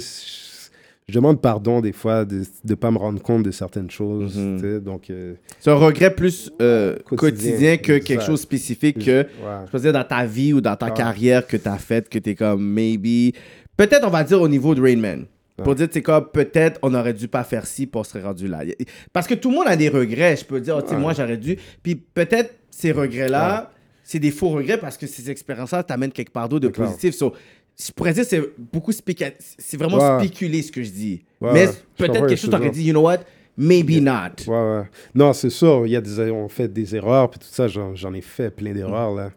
[SPEAKER 5] Je je demande pardon des fois de ne pas me rendre compte de certaines choses.
[SPEAKER 4] Mhm.
[SPEAKER 5] tu sais, Donc, euh,
[SPEAKER 4] C'est un regret plus euh, quotidien,
[SPEAKER 5] Quotidien,
[SPEAKER 4] que quelque
[SPEAKER 5] exact.
[SPEAKER 4] chose de spécifique que.
[SPEAKER 5] ouais.
[SPEAKER 4] Je veux dire, dans ta vie ou dans ta
[SPEAKER 5] Ah.
[SPEAKER 4] carrière que t'as faite, que t'es comme, maybe. Peut-être, on va dire au niveau de Rain Man. Pour dire, tu sais, comme, peut-être, on aurait dû pas faire ci, pour on serait rendu là. Y- Parce que tout le monde a des regrets. Je peux dire, oh, tu sais, moi, j'aurais dû. Puis peut-être, ces regrets-là, c'est des faux regrets parce que ces expériences-là t'amènent quelque part d'autre de
[SPEAKER 5] C'est clair.
[SPEAKER 4] positif. So, je pourrais dire, c'est beaucoup spéca- C'est vraiment
[SPEAKER 5] Ouais.
[SPEAKER 4] spéculé, ce que je dis.
[SPEAKER 5] Ouais,
[SPEAKER 4] Mais
[SPEAKER 5] ouais. Je
[SPEAKER 4] peut-être
[SPEAKER 5] comprends
[SPEAKER 4] quelque
[SPEAKER 5] ce
[SPEAKER 4] chose,
[SPEAKER 5] que tu
[SPEAKER 4] t'aurais
[SPEAKER 5] veux
[SPEAKER 4] dit, you know what? Maybe not.
[SPEAKER 5] Ouais, ouais. Non, c'est sûr, il y a des, on fait des erreurs, puis tout ça, j'en, j'en ai fait plein d'erreurs, là.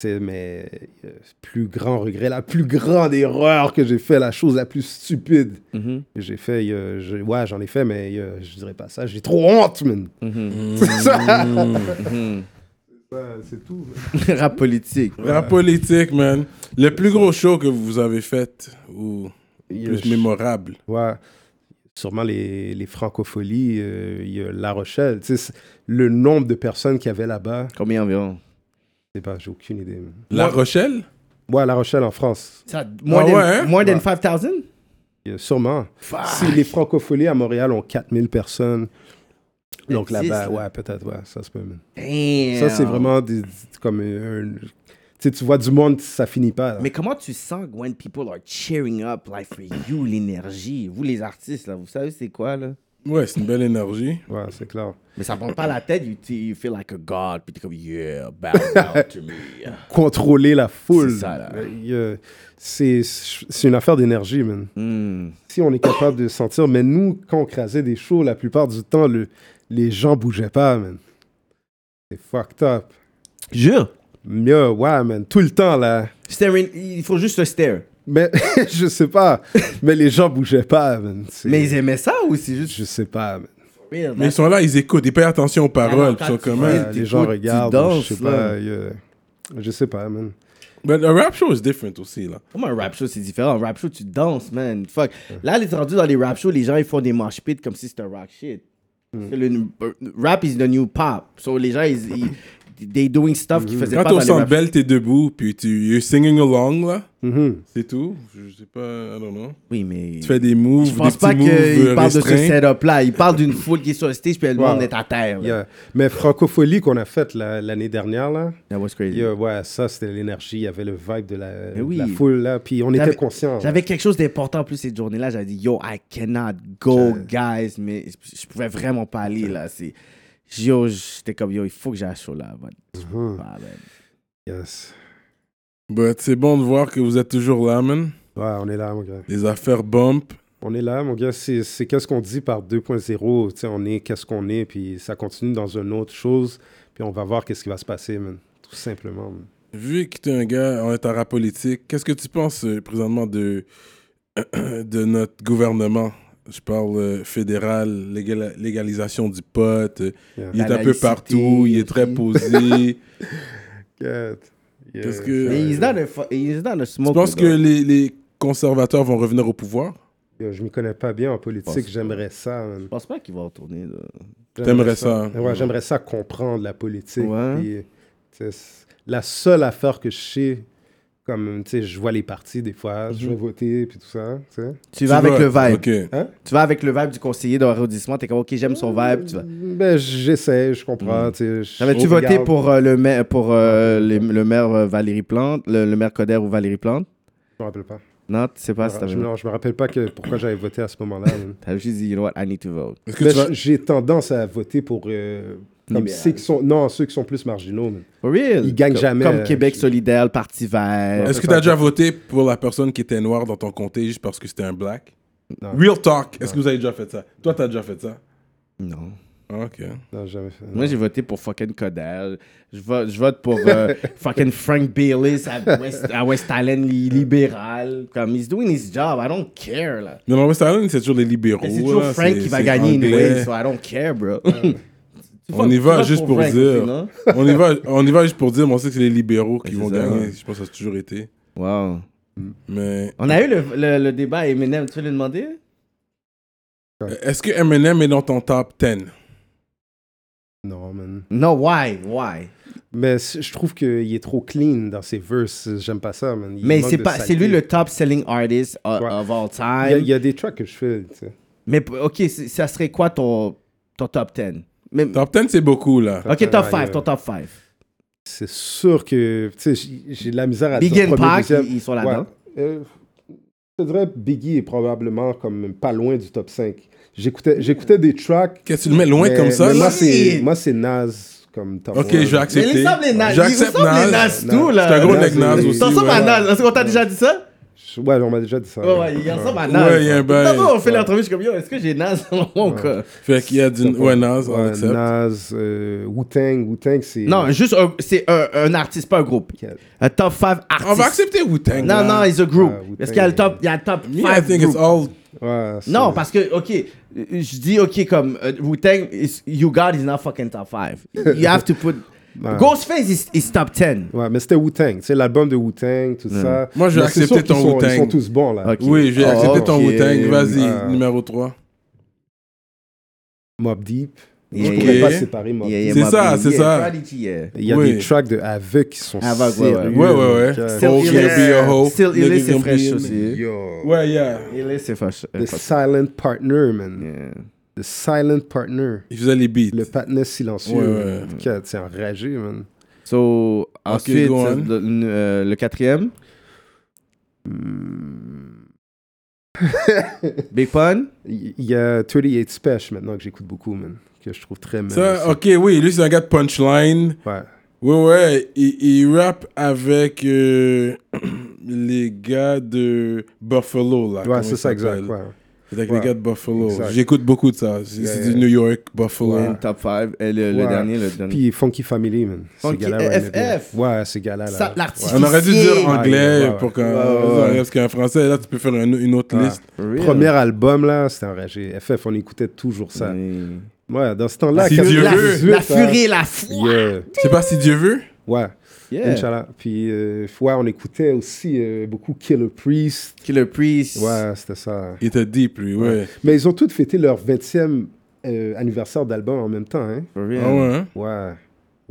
[SPEAKER 5] Tu sais, mais euh, plus grand regret, la plus grande erreur que j'ai fait, la chose la plus stupide
[SPEAKER 4] Mhm,
[SPEAKER 5] que j'ai fait, il y a- j'ai- ouais, j'en ai fait, mais il y a- je dirais pas ça, j'ai trop honte, man.
[SPEAKER 4] mhm,
[SPEAKER 5] C'est ça.
[SPEAKER 3] Mm.
[SPEAKER 4] mhm.
[SPEAKER 5] c'est tout.
[SPEAKER 4] Rap politique.
[SPEAKER 3] La politique, man. Le plus gros show que vous avez fait ou plus mémorable.
[SPEAKER 5] Ouais. Sûrement les, les francopholies, euh, il y a La Rochelle. Tu sais, c'est- le nombre de personnes qu'il y avait là-bas,
[SPEAKER 4] Combien environ?
[SPEAKER 5] je sais pas, j'ai aucune idée. man.
[SPEAKER 3] La Rochelle?
[SPEAKER 5] Ouais, La Rochelle en France,
[SPEAKER 4] Ça, moins
[SPEAKER 3] Ah
[SPEAKER 4] than-
[SPEAKER 3] ouais, hein?
[SPEAKER 4] moins than
[SPEAKER 5] Ouais.
[SPEAKER 4] 5000
[SPEAKER 5] il y a sûrement.
[SPEAKER 4] Ah.
[SPEAKER 5] Si les francopholies à Montréal ont 4000 personnes, donc
[SPEAKER 4] Existe,
[SPEAKER 5] là-bas,
[SPEAKER 4] là.
[SPEAKER 5] ouais, peut-être, ouais, ça se peut. man.
[SPEAKER 4] Damn.
[SPEAKER 5] Ça, c'est vraiment des- comme euh, un. un- Tu sais, tu vois du monde, ça finit pas. là.
[SPEAKER 4] Mais comment tu sens que when people are cheering up, like for you, l'énergie, vous les artistes, là, vous savez c'est quoi, là?
[SPEAKER 3] Ouais, c'est une belle énergie.
[SPEAKER 5] Ouais, c'est clair.
[SPEAKER 4] Mais ça prend pas la tête, you, you feel like a god, puis t'es comme, yeah, bow down to me.
[SPEAKER 5] Contrôler la foule.
[SPEAKER 4] C'est ça, là.
[SPEAKER 5] Mais, euh, C'est c'est une affaire d'énergie, man.
[SPEAKER 4] Hmm.
[SPEAKER 5] si on est capable de sentir, mais nous, quand on crasait des shows, la plupart du temps, le, les gens bougeaient pas, man. C'est fucked up.
[SPEAKER 4] Jure.
[SPEAKER 5] Mieux, ouais, man, tout le temps, là.
[SPEAKER 4] Staring, il faut juste se stare.
[SPEAKER 5] Mais je sais pas, mais les gens bougeaient pas, man. C'est-
[SPEAKER 4] Mais ils aimaient ça ou c'est juste
[SPEAKER 5] Je sais pas, man.
[SPEAKER 4] real?
[SPEAKER 3] Mais ils sont là, ils écoutent, ils payent attention aux
[SPEAKER 4] Alors,
[SPEAKER 3] paroles. puis
[SPEAKER 4] quand
[SPEAKER 3] Ils sont
[SPEAKER 4] tu
[SPEAKER 3] comme,
[SPEAKER 4] vas-
[SPEAKER 3] man.
[SPEAKER 5] Ouais,
[SPEAKER 4] t'écoutes,
[SPEAKER 5] Euh, les gens
[SPEAKER 4] tu
[SPEAKER 5] regardent,
[SPEAKER 4] danses,
[SPEAKER 5] je sais
[SPEAKER 4] là.
[SPEAKER 5] pas. euh, je sais pas, man.
[SPEAKER 3] But a rap show is different aussi, là.
[SPEAKER 4] Comme un rap show, c'est différent. Un rap show, tu danses, man. Fuck. Là, les rendus dans les rap shows, les gens, ils font des mosh pits comme si c'était un rock shit.
[SPEAKER 3] Mm.
[SPEAKER 4] C'est Le, euh, rap is the new pop. So, les gens, ils, ils- they doing stuff qu'ils faisaient
[SPEAKER 3] Mm. Quand
[SPEAKER 4] pas dans
[SPEAKER 3] on
[SPEAKER 4] les
[SPEAKER 3] sent
[SPEAKER 4] rap shows.
[SPEAKER 3] belle, t'es debout, puis tu you're singing along, là.
[SPEAKER 5] Mhm.
[SPEAKER 3] C'est tout. Je sais pas, I don't know.
[SPEAKER 4] Oui, mais.
[SPEAKER 3] Tu fais des moves,
[SPEAKER 4] Je pense
[SPEAKER 3] des petits
[SPEAKER 4] pas
[SPEAKER 3] moves
[SPEAKER 4] qu'il
[SPEAKER 3] euh,
[SPEAKER 4] parle de ce
[SPEAKER 3] restreints.
[SPEAKER 4] setup-là. Il parle d'une foule qui est sur le stage, puis le monde
[SPEAKER 5] Ouais.
[SPEAKER 4] est à terre. là.
[SPEAKER 5] Yeah. Mais Francophonie qu'on a faite la- l'année dernière, là,
[SPEAKER 4] That was crazy.
[SPEAKER 5] yeah, euh, ouais, ça, c'était l'énergie. Il y avait le vibe de la, de
[SPEAKER 4] oui.
[SPEAKER 5] la foule, là. Puis on était
[SPEAKER 4] J'avais-
[SPEAKER 3] hein.
[SPEAKER 5] conscients.
[SPEAKER 4] J'avais quelque chose d'important en plus cette journée-là. J'avais dit, yo, I cannot go, guys. Mais je pouvais vraiment pas aller, là. C'est- Yo, j'étais comme, yo, il faut que j'aille à ce show-là. man. Je peux
[SPEAKER 3] Mm.
[SPEAKER 5] Mhm.
[SPEAKER 4] pas, man.
[SPEAKER 5] Yes.
[SPEAKER 3] But c'est bon de voir que vous êtes toujours là, man.
[SPEAKER 5] Ouais, on est là, mon gars.
[SPEAKER 3] Les affaires bump.
[SPEAKER 5] On est là, mon gars. C'est c'est qu'est-ce qu'on dit par 2.0. Tu sais, on est qu'est-ce qu'on est, puis ça continue dans une autre chose. Puis on va voir qu'est-ce qui va se passer, man. Tout simplement, man.
[SPEAKER 3] Vu que tu es un gars, on est en rap politique, qu'est-ce que tu penses euh, présentement de, de notre gouvernement Je parle euh, fédéral, légal- légalisation du pot. euh,
[SPEAKER 5] Yeah.
[SPEAKER 3] Il est
[SPEAKER 4] La
[SPEAKER 3] un peu
[SPEAKER 4] laïcité
[SPEAKER 3] partout, il est très
[SPEAKER 4] aussi.
[SPEAKER 3] posé.
[SPEAKER 5] Good. Yeah.
[SPEAKER 3] Qu'est-ce que-
[SPEAKER 4] Mais
[SPEAKER 5] Ouais.
[SPEAKER 4] he's not a fu- he's not a
[SPEAKER 3] Je
[SPEAKER 4] smoker,
[SPEAKER 3] pense que
[SPEAKER 4] though.
[SPEAKER 3] les, les conservateurs vont revenir au pouvoir.
[SPEAKER 5] Yo, je m'y connais pas bien en politique.
[SPEAKER 4] Pense-
[SPEAKER 5] J'aimerais ça, man.
[SPEAKER 4] Je pense pas qu'il va retourner, là.
[SPEAKER 5] J'aimerais
[SPEAKER 3] T'aimerais ça.
[SPEAKER 5] Ouais, j'aimerais ça comprendre la politique.
[SPEAKER 4] Ouais.
[SPEAKER 5] puis, tu sais, c'est la seule affaire que je sais, comme, tu sais, je vois les partis des fois,
[SPEAKER 4] Mhm.
[SPEAKER 5] je vais voter, puis tout ça, tu sais.
[SPEAKER 4] Tu vas avec le vibe.
[SPEAKER 3] Ok.
[SPEAKER 4] Tu vas avec le vibe du conseiller d'arrondissement. T'es comme, ok, j'aime son vibe. Tu vas. Mhm.
[SPEAKER 5] Ben, j'essaie, je comprends, tu sais. je
[SPEAKER 4] J'avais-tu voté
[SPEAKER 5] Oh, regarde.
[SPEAKER 4] pour, euh, le, maire, pour euh, les- le maire euh, Valérie Plante, le, le maire Coder ou Valérie Plante
[SPEAKER 5] Je me rappelle pas.
[SPEAKER 4] Non, tu sais pas si
[SPEAKER 5] Ah, Je,
[SPEAKER 4] t'avais.
[SPEAKER 5] me- non, je me rappelle pas que, pourquoi j'avais voté à ce moment-là. man.
[SPEAKER 4] T'avais juste dit, you know what, I need to vote.
[SPEAKER 3] Est-ce que
[SPEAKER 5] Ben,
[SPEAKER 3] tu vas-
[SPEAKER 5] J'ai tendance à voter pour... euh, comme
[SPEAKER 4] Libéral.
[SPEAKER 5] ceux qui sont... Non, ceux qui sont plus marginaux, man.
[SPEAKER 4] For real.
[SPEAKER 5] Ils gagnent
[SPEAKER 4] Comme-
[SPEAKER 5] jamais,
[SPEAKER 4] Comme
[SPEAKER 5] euh,
[SPEAKER 4] Québec
[SPEAKER 5] je-
[SPEAKER 4] solidaire, le Parti vert.
[SPEAKER 3] Est-ce que tu as déjà voté pour la personne qui était noire dans ton comté juste parce que c'était un black
[SPEAKER 5] Non.
[SPEAKER 3] Real talk, est-ce que vous avez déjà fait ça Toi, tu as déjà fait ça
[SPEAKER 4] Non.
[SPEAKER 3] Ah, Ok.
[SPEAKER 5] Non, j'ai jamais fait.
[SPEAKER 4] Moi, j'ai voté pour fucking Coder. Je vote, je vote pour euh, fucking Frank Bayliss à West, à West Island li- libéral. Comme, he's doing his job. I don't care, là.
[SPEAKER 3] Mais dans West Island, c'est toujours les libéraux.
[SPEAKER 4] Mais Eh, c'est toujours
[SPEAKER 3] là,
[SPEAKER 4] Frank
[SPEAKER 3] c'est-
[SPEAKER 4] qui va
[SPEAKER 3] c'est
[SPEAKER 4] gagner une
[SPEAKER 3] anglais.
[SPEAKER 4] way, so I don't care, bro. Tu
[SPEAKER 3] On
[SPEAKER 4] votes-
[SPEAKER 3] y
[SPEAKER 4] tu
[SPEAKER 3] va
[SPEAKER 4] votes
[SPEAKER 3] juste pour,
[SPEAKER 4] Frank aussi,
[SPEAKER 3] dire.
[SPEAKER 4] non?
[SPEAKER 3] on, y va, on y va juste pour dire, mais on sait que c'est les libéraux qui
[SPEAKER 4] Mais
[SPEAKER 3] vont
[SPEAKER 4] c'est ça.
[SPEAKER 3] gagner. Je pense que ça a toujours été.
[SPEAKER 4] Wow.
[SPEAKER 3] Mais
[SPEAKER 4] On a eu le, le, le débat à Eminem, tu veux lui demander?
[SPEAKER 3] est-ce que Eminem est dans ton top 10
[SPEAKER 5] Non, man.
[SPEAKER 4] Non, why? Why?
[SPEAKER 5] Mais c- je trouve qu'il est trop clean dans ses verses. J'aime pas ça, man. Il
[SPEAKER 4] Mais
[SPEAKER 5] manque
[SPEAKER 4] c'est
[SPEAKER 5] de
[SPEAKER 4] pas, c'est
[SPEAKER 5] saleté.
[SPEAKER 4] lui le top selling artist o-
[SPEAKER 5] Ouais.
[SPEAKER 4] of all
[SPEAKER 5] Il y, a,
[SPEAKER 4] time.
[SPEAKER 5] il y a des tracks que je fais, tu sais.
[SPEAKER 4] Mais p- ok, c'est- ça serait quoi ton, ton top 10? Mais-
[SPEAKER 3] Top 10, c'est beaucoup, là.
[SPEAKER 4] ok, top
[SPEAKER 5] Ah,
[SPEAKER 4] 5,
[SPEAKER 5] yeah.
[SPEAKER 4] ton top 5.
[SPEAKER 5] C'est sûr que, tu sais, j- j'ai de la misère à
[SPEAKER 4] Big
[SPEAKER 5] dire
[SPEAKER 4] and
[SPEAKER 5] Ah, premier,
[SPEAKER 4] Pac,
[SPEAKER 5] deuxième.
[SPEAKER 4] ils ils sont
[SPEAKER 5] Ouais.
[SPEAKER 4] là-dedans.
[SPEAKER 5] Euh, je te dirais Biggie est probablement comme pas loin du top 5. J'écoutais j'écoutais des tracks.
[SPEAKER 3] Qu'est-ce que tu le mets loin
[SPEAKER 5] mais-
[SPEAKER 3] comme ça
[SPEAKER 5] mais
[SPEAKER 3] là?
[SPEAKER 5] Moi, c'est
[SPEAKER 4] Oui.
[SPEAKER 5] moi, c'est Nas comme top
[SPEAKER 3] Ok,
[SPEAKER 5] one.
[SPEAKER 3] je vais accepter.
[SPEAKER 4] Mais ils ressemblent les Nas. Ils
[SPEAKER 3] J'accepte
[SPEAKER 4] ressemblent les
[SPEAKER 3] Nas.
[SPEAKER 4] Nas, tout, là.
[SPEAKER 3] C'est un gros
[SPEAKER 5] Nas,
[SPEAKER 3] nec Nas
[SPEAKER 5] oui.
[SPEAKER 3] aussi.
[SPEAKER 4] Ils ressemblent à
[SPEAKER 3] ouais.
[SPEAKER 4] Nas. Est-ce qu'on t'a déjà dit ça?
[SPEAKER 5] Je- Ouais, on m'a déjà dit ça.
[SPEAKER 4] Ouais, ouais, ils ressemblent à Nas.
[SPEAKER 3] Ouais, il y a un bail.
[SPEAKER 4] D'abord, on fait l'entrevue, je suis comme, yo, est-ce que j'ai Nas dans mon cas?
[SPEAKER 3] Fait qu'il y a du. Ouais, Nas, on
[SPEAKER 5] Ouais,
[SPEAKER 3] accepte.
[SPEAKER 5] Nas, euh, Wu-Tang, Wu-Tang, c'est...
[SPEAKER 4] Non, juste un- c'est un, un artiste, pas un groupe.
[SPEAKER 5] Quel-
[SPEAKER 4] Un top 5 artiste.
[SPEAKER 3] On va accepter Wu-Tang.
[SPEAKER 4] Non, non, it's a group.
[SPEAKER 5] Ah, Wu-Tang.
[SPEAKER 4] Parce qu'il y a le top, il y a le top
[SPEAKER 3] Me, I
[SPEAKER 4] 5
[SPEAKER 3] think it's all.
[SPEAKER 5] Ouais, c'est-
[SPEAKER 4] Non, parce que, OK, euh, je dis, OK, comme euh, Wu-Tang, is- you got is not fucking top 5. You have to put...
[SPEAKER 5] Ouais.
[SPEAKER 4] Ghostface is, is top 10.
[SPEAKER 5] Ouais, mais c'était Wu-Tang, tu sais, l'album de Wu-Tang, tout ça.
[SPEAKER 3] Moi, je vais
[SPEAKER 5] Mais c'est
[SPEAKER 3] accepter
[SPEAKER 5] sûr qu'ils
[SPEAKER 3] ton
[SPEAKER 5] sont-
[SPEAKER 3] Wu-Tang.
[SPEAKER 5] Ils sont tous bons, là.
[SPEAKER 4] Ok.
[SPEAKER 3] Oui, j'ai
[SPEAKER 4] Oh,
[SPEAKER 3] accepté ton
[SPEAKER 4] ok.
[SPEAKER 3] Wu-Tang. Vas-y,
[SPEAKER 5] Ah.
[SPEAKER 3] numéro 3.
[SPEAKER 5] Mob Deep.
[SPEAKER 4] Yeah,
[SPEAKER 5] Je pourrais
[SPEAKER 3] yeah.
[SPEAKER 5] pas séparer Mob
[SPEAKER 4] Yeah,
[SPEAKER 5] Deep.
[SPEAKER 4] yeah,
[SPEAKER 3] C'est
[SPEAKER 4] my
[SPEAKER 3] ça,
[SPEAKER 4] baby.
[SPEAKER 3] c'est
[SPEAKER 4] Yeah,
[SPEAKER 3] ça.
[SPEAKER 4] Prodigy, yeah.
[SPEAKER 5] Il y a
[SPEAKER 3] Oui.
[SPEAKER 5] des tracks de Avec qui sont
[SPEAKER 4] Avec, ouais, ouais.
[SPEAKER 5] sérieux.
[SPEAKER 3] Ouais, ouais, ouais.
[SPEAKER 5] Donc,
[SPEAKER 4] Still
[SPEAKER 3] Oh,
[SPEAKER 4] Illest.
[SPEAKER 3] gonna be a hoe.
[SPEAKER 4] Still
[SPEAKER 3] Nigga
[SPEAKER 4] Illest, c'est
[SPEAKER 3] gonna
[SPEAKER 4] fresh
[SPEAKER 3] be a-
[SPEAKER 4] aussi.
[SPEAKER 5] Yo.
[SPEAKER 3] Ouais, yeah.
[SPEAKER 4] Illest, c'est fresh.
[SPEAKER 5] Oh, The Silent Partner, man. The Silent Partner.
[SPEAKER 3] Il faisait les beats.
[SPEAKER 5] Le patinet silencieux.
[SPEAKER 3] Ouais, ouais.
[SPEAKER 5] man. Cat, C'est enragé, man.
[SPEAKER 4] So, ensuite,
[SPEAKER 3] go on.
[SPEAKER 4] le, le- euh, le quatrième. Hmm. Big Pun.
[SPEAKER 5] Il il y a 38 Special maintenant que j'écoute beaucoup, man. Que je trouve très
[SPEAKER 3] Ça,
[SPEAKER 5] mal.
[SPEAKER 3] ok, oui, lui, c'est un gars de punchline.
[SPEAKER 5] Ouais.
[SPEAKER 3] Ouais, ouais, il, il rappe avec euh, les gars de Buffalo, là.
[SPEAKER 5] Ouais,
[SPEAKER 3] comment
[SPEAKER 5] c'est
[SPEAKER 3] ils
[SPEAKER 5] ça, exact.
[SPEAKER 3] s'appellent.
[SPEAKER 5] ouais.
[SPEAKER 3] C'est Avec
[SPEAKER 5] Ouais.
[SPEAKER 3] les gars de Buffalo.
[SPEAKER 5] Exact.
[SPEAKER 3] J'écoute beaucoup de ça. C'est
[SPEAKER 5] Yeah,
[SPEAKER 3] c'est
[SPEAKER 5] yeah.
[SPEAKER 3] du New York, Buffalo.
[SPEAKER 4] Et le top 5. Et le, le
[SPEAKER 5] Ouais.
[SPEAKER 4] dernier, le dernier.
[SPEAKER 5] Puis Funky Family, man. Ces
[SPEAKER 4] Funky
[SPEAKER 5] gars-là, ouais, ils
[SPEAKER 4] FF.
[SPEAKER 5] m'aiment. Ouais, ces gars-là. là.
[SPEAKER 4] Ça, l'artiste.
[SPEAKER 3] On aurait dû
[SPEAKER 4] Ouais,
[SPEAKER 3] dire anglais
[SPEAKER 5] ouais, ouais.
[SPEAKER 3] pour qu'un
[SPEAKER 4] Ouais, ouais, ouais.
[SPEAKER 3] parce qu'un français, là, tu peux faire une, une autre
[SPEAKER 5] Ouais.
[SPEAKER 3] liste.
[SPEAKER 4] Real.
[SPEAKER 5] Premier album, là, c'était enragé. FF, on écoutait toujours ça.
[SPEAKER 4] Oui.
[SPEAKER 5] Ouais, dans ce temps-là,
[SPEAKER 3] Si Dieu
[SPEAKER 4] La,
[SPEAKER 5] 98,
[SPEAKER 4] la
[SPEAKER 5] hein.
[SPEAKER 4] furie, la foi.
[SPEAKER 5] Yeah.
[SPEAKER 3] C'est pas si Dieu veut.
[SPEAKER 5] Ouais,
[SPEAKER 4] Yeah.
[SPEAKER 5] Inch'Allah. Puis, euh, ouais, on écoutait aussi euh, beaucoup Killer Priest.
[SPEAKER 4] Killer Priest.
[SPEAKER 5] Ouais, c'était ça.
[SPEAKER 3] Il était deep, lui, ouais.
[SPEAKER 5] Mais ils ont tous fêté leur 20e euh, anniversaire d'album en même temps, hein.
[SPEAKER 4] For real.
[SPEAKER 3] Ah ouais, hein?
[SPEAKER 5] Ouais.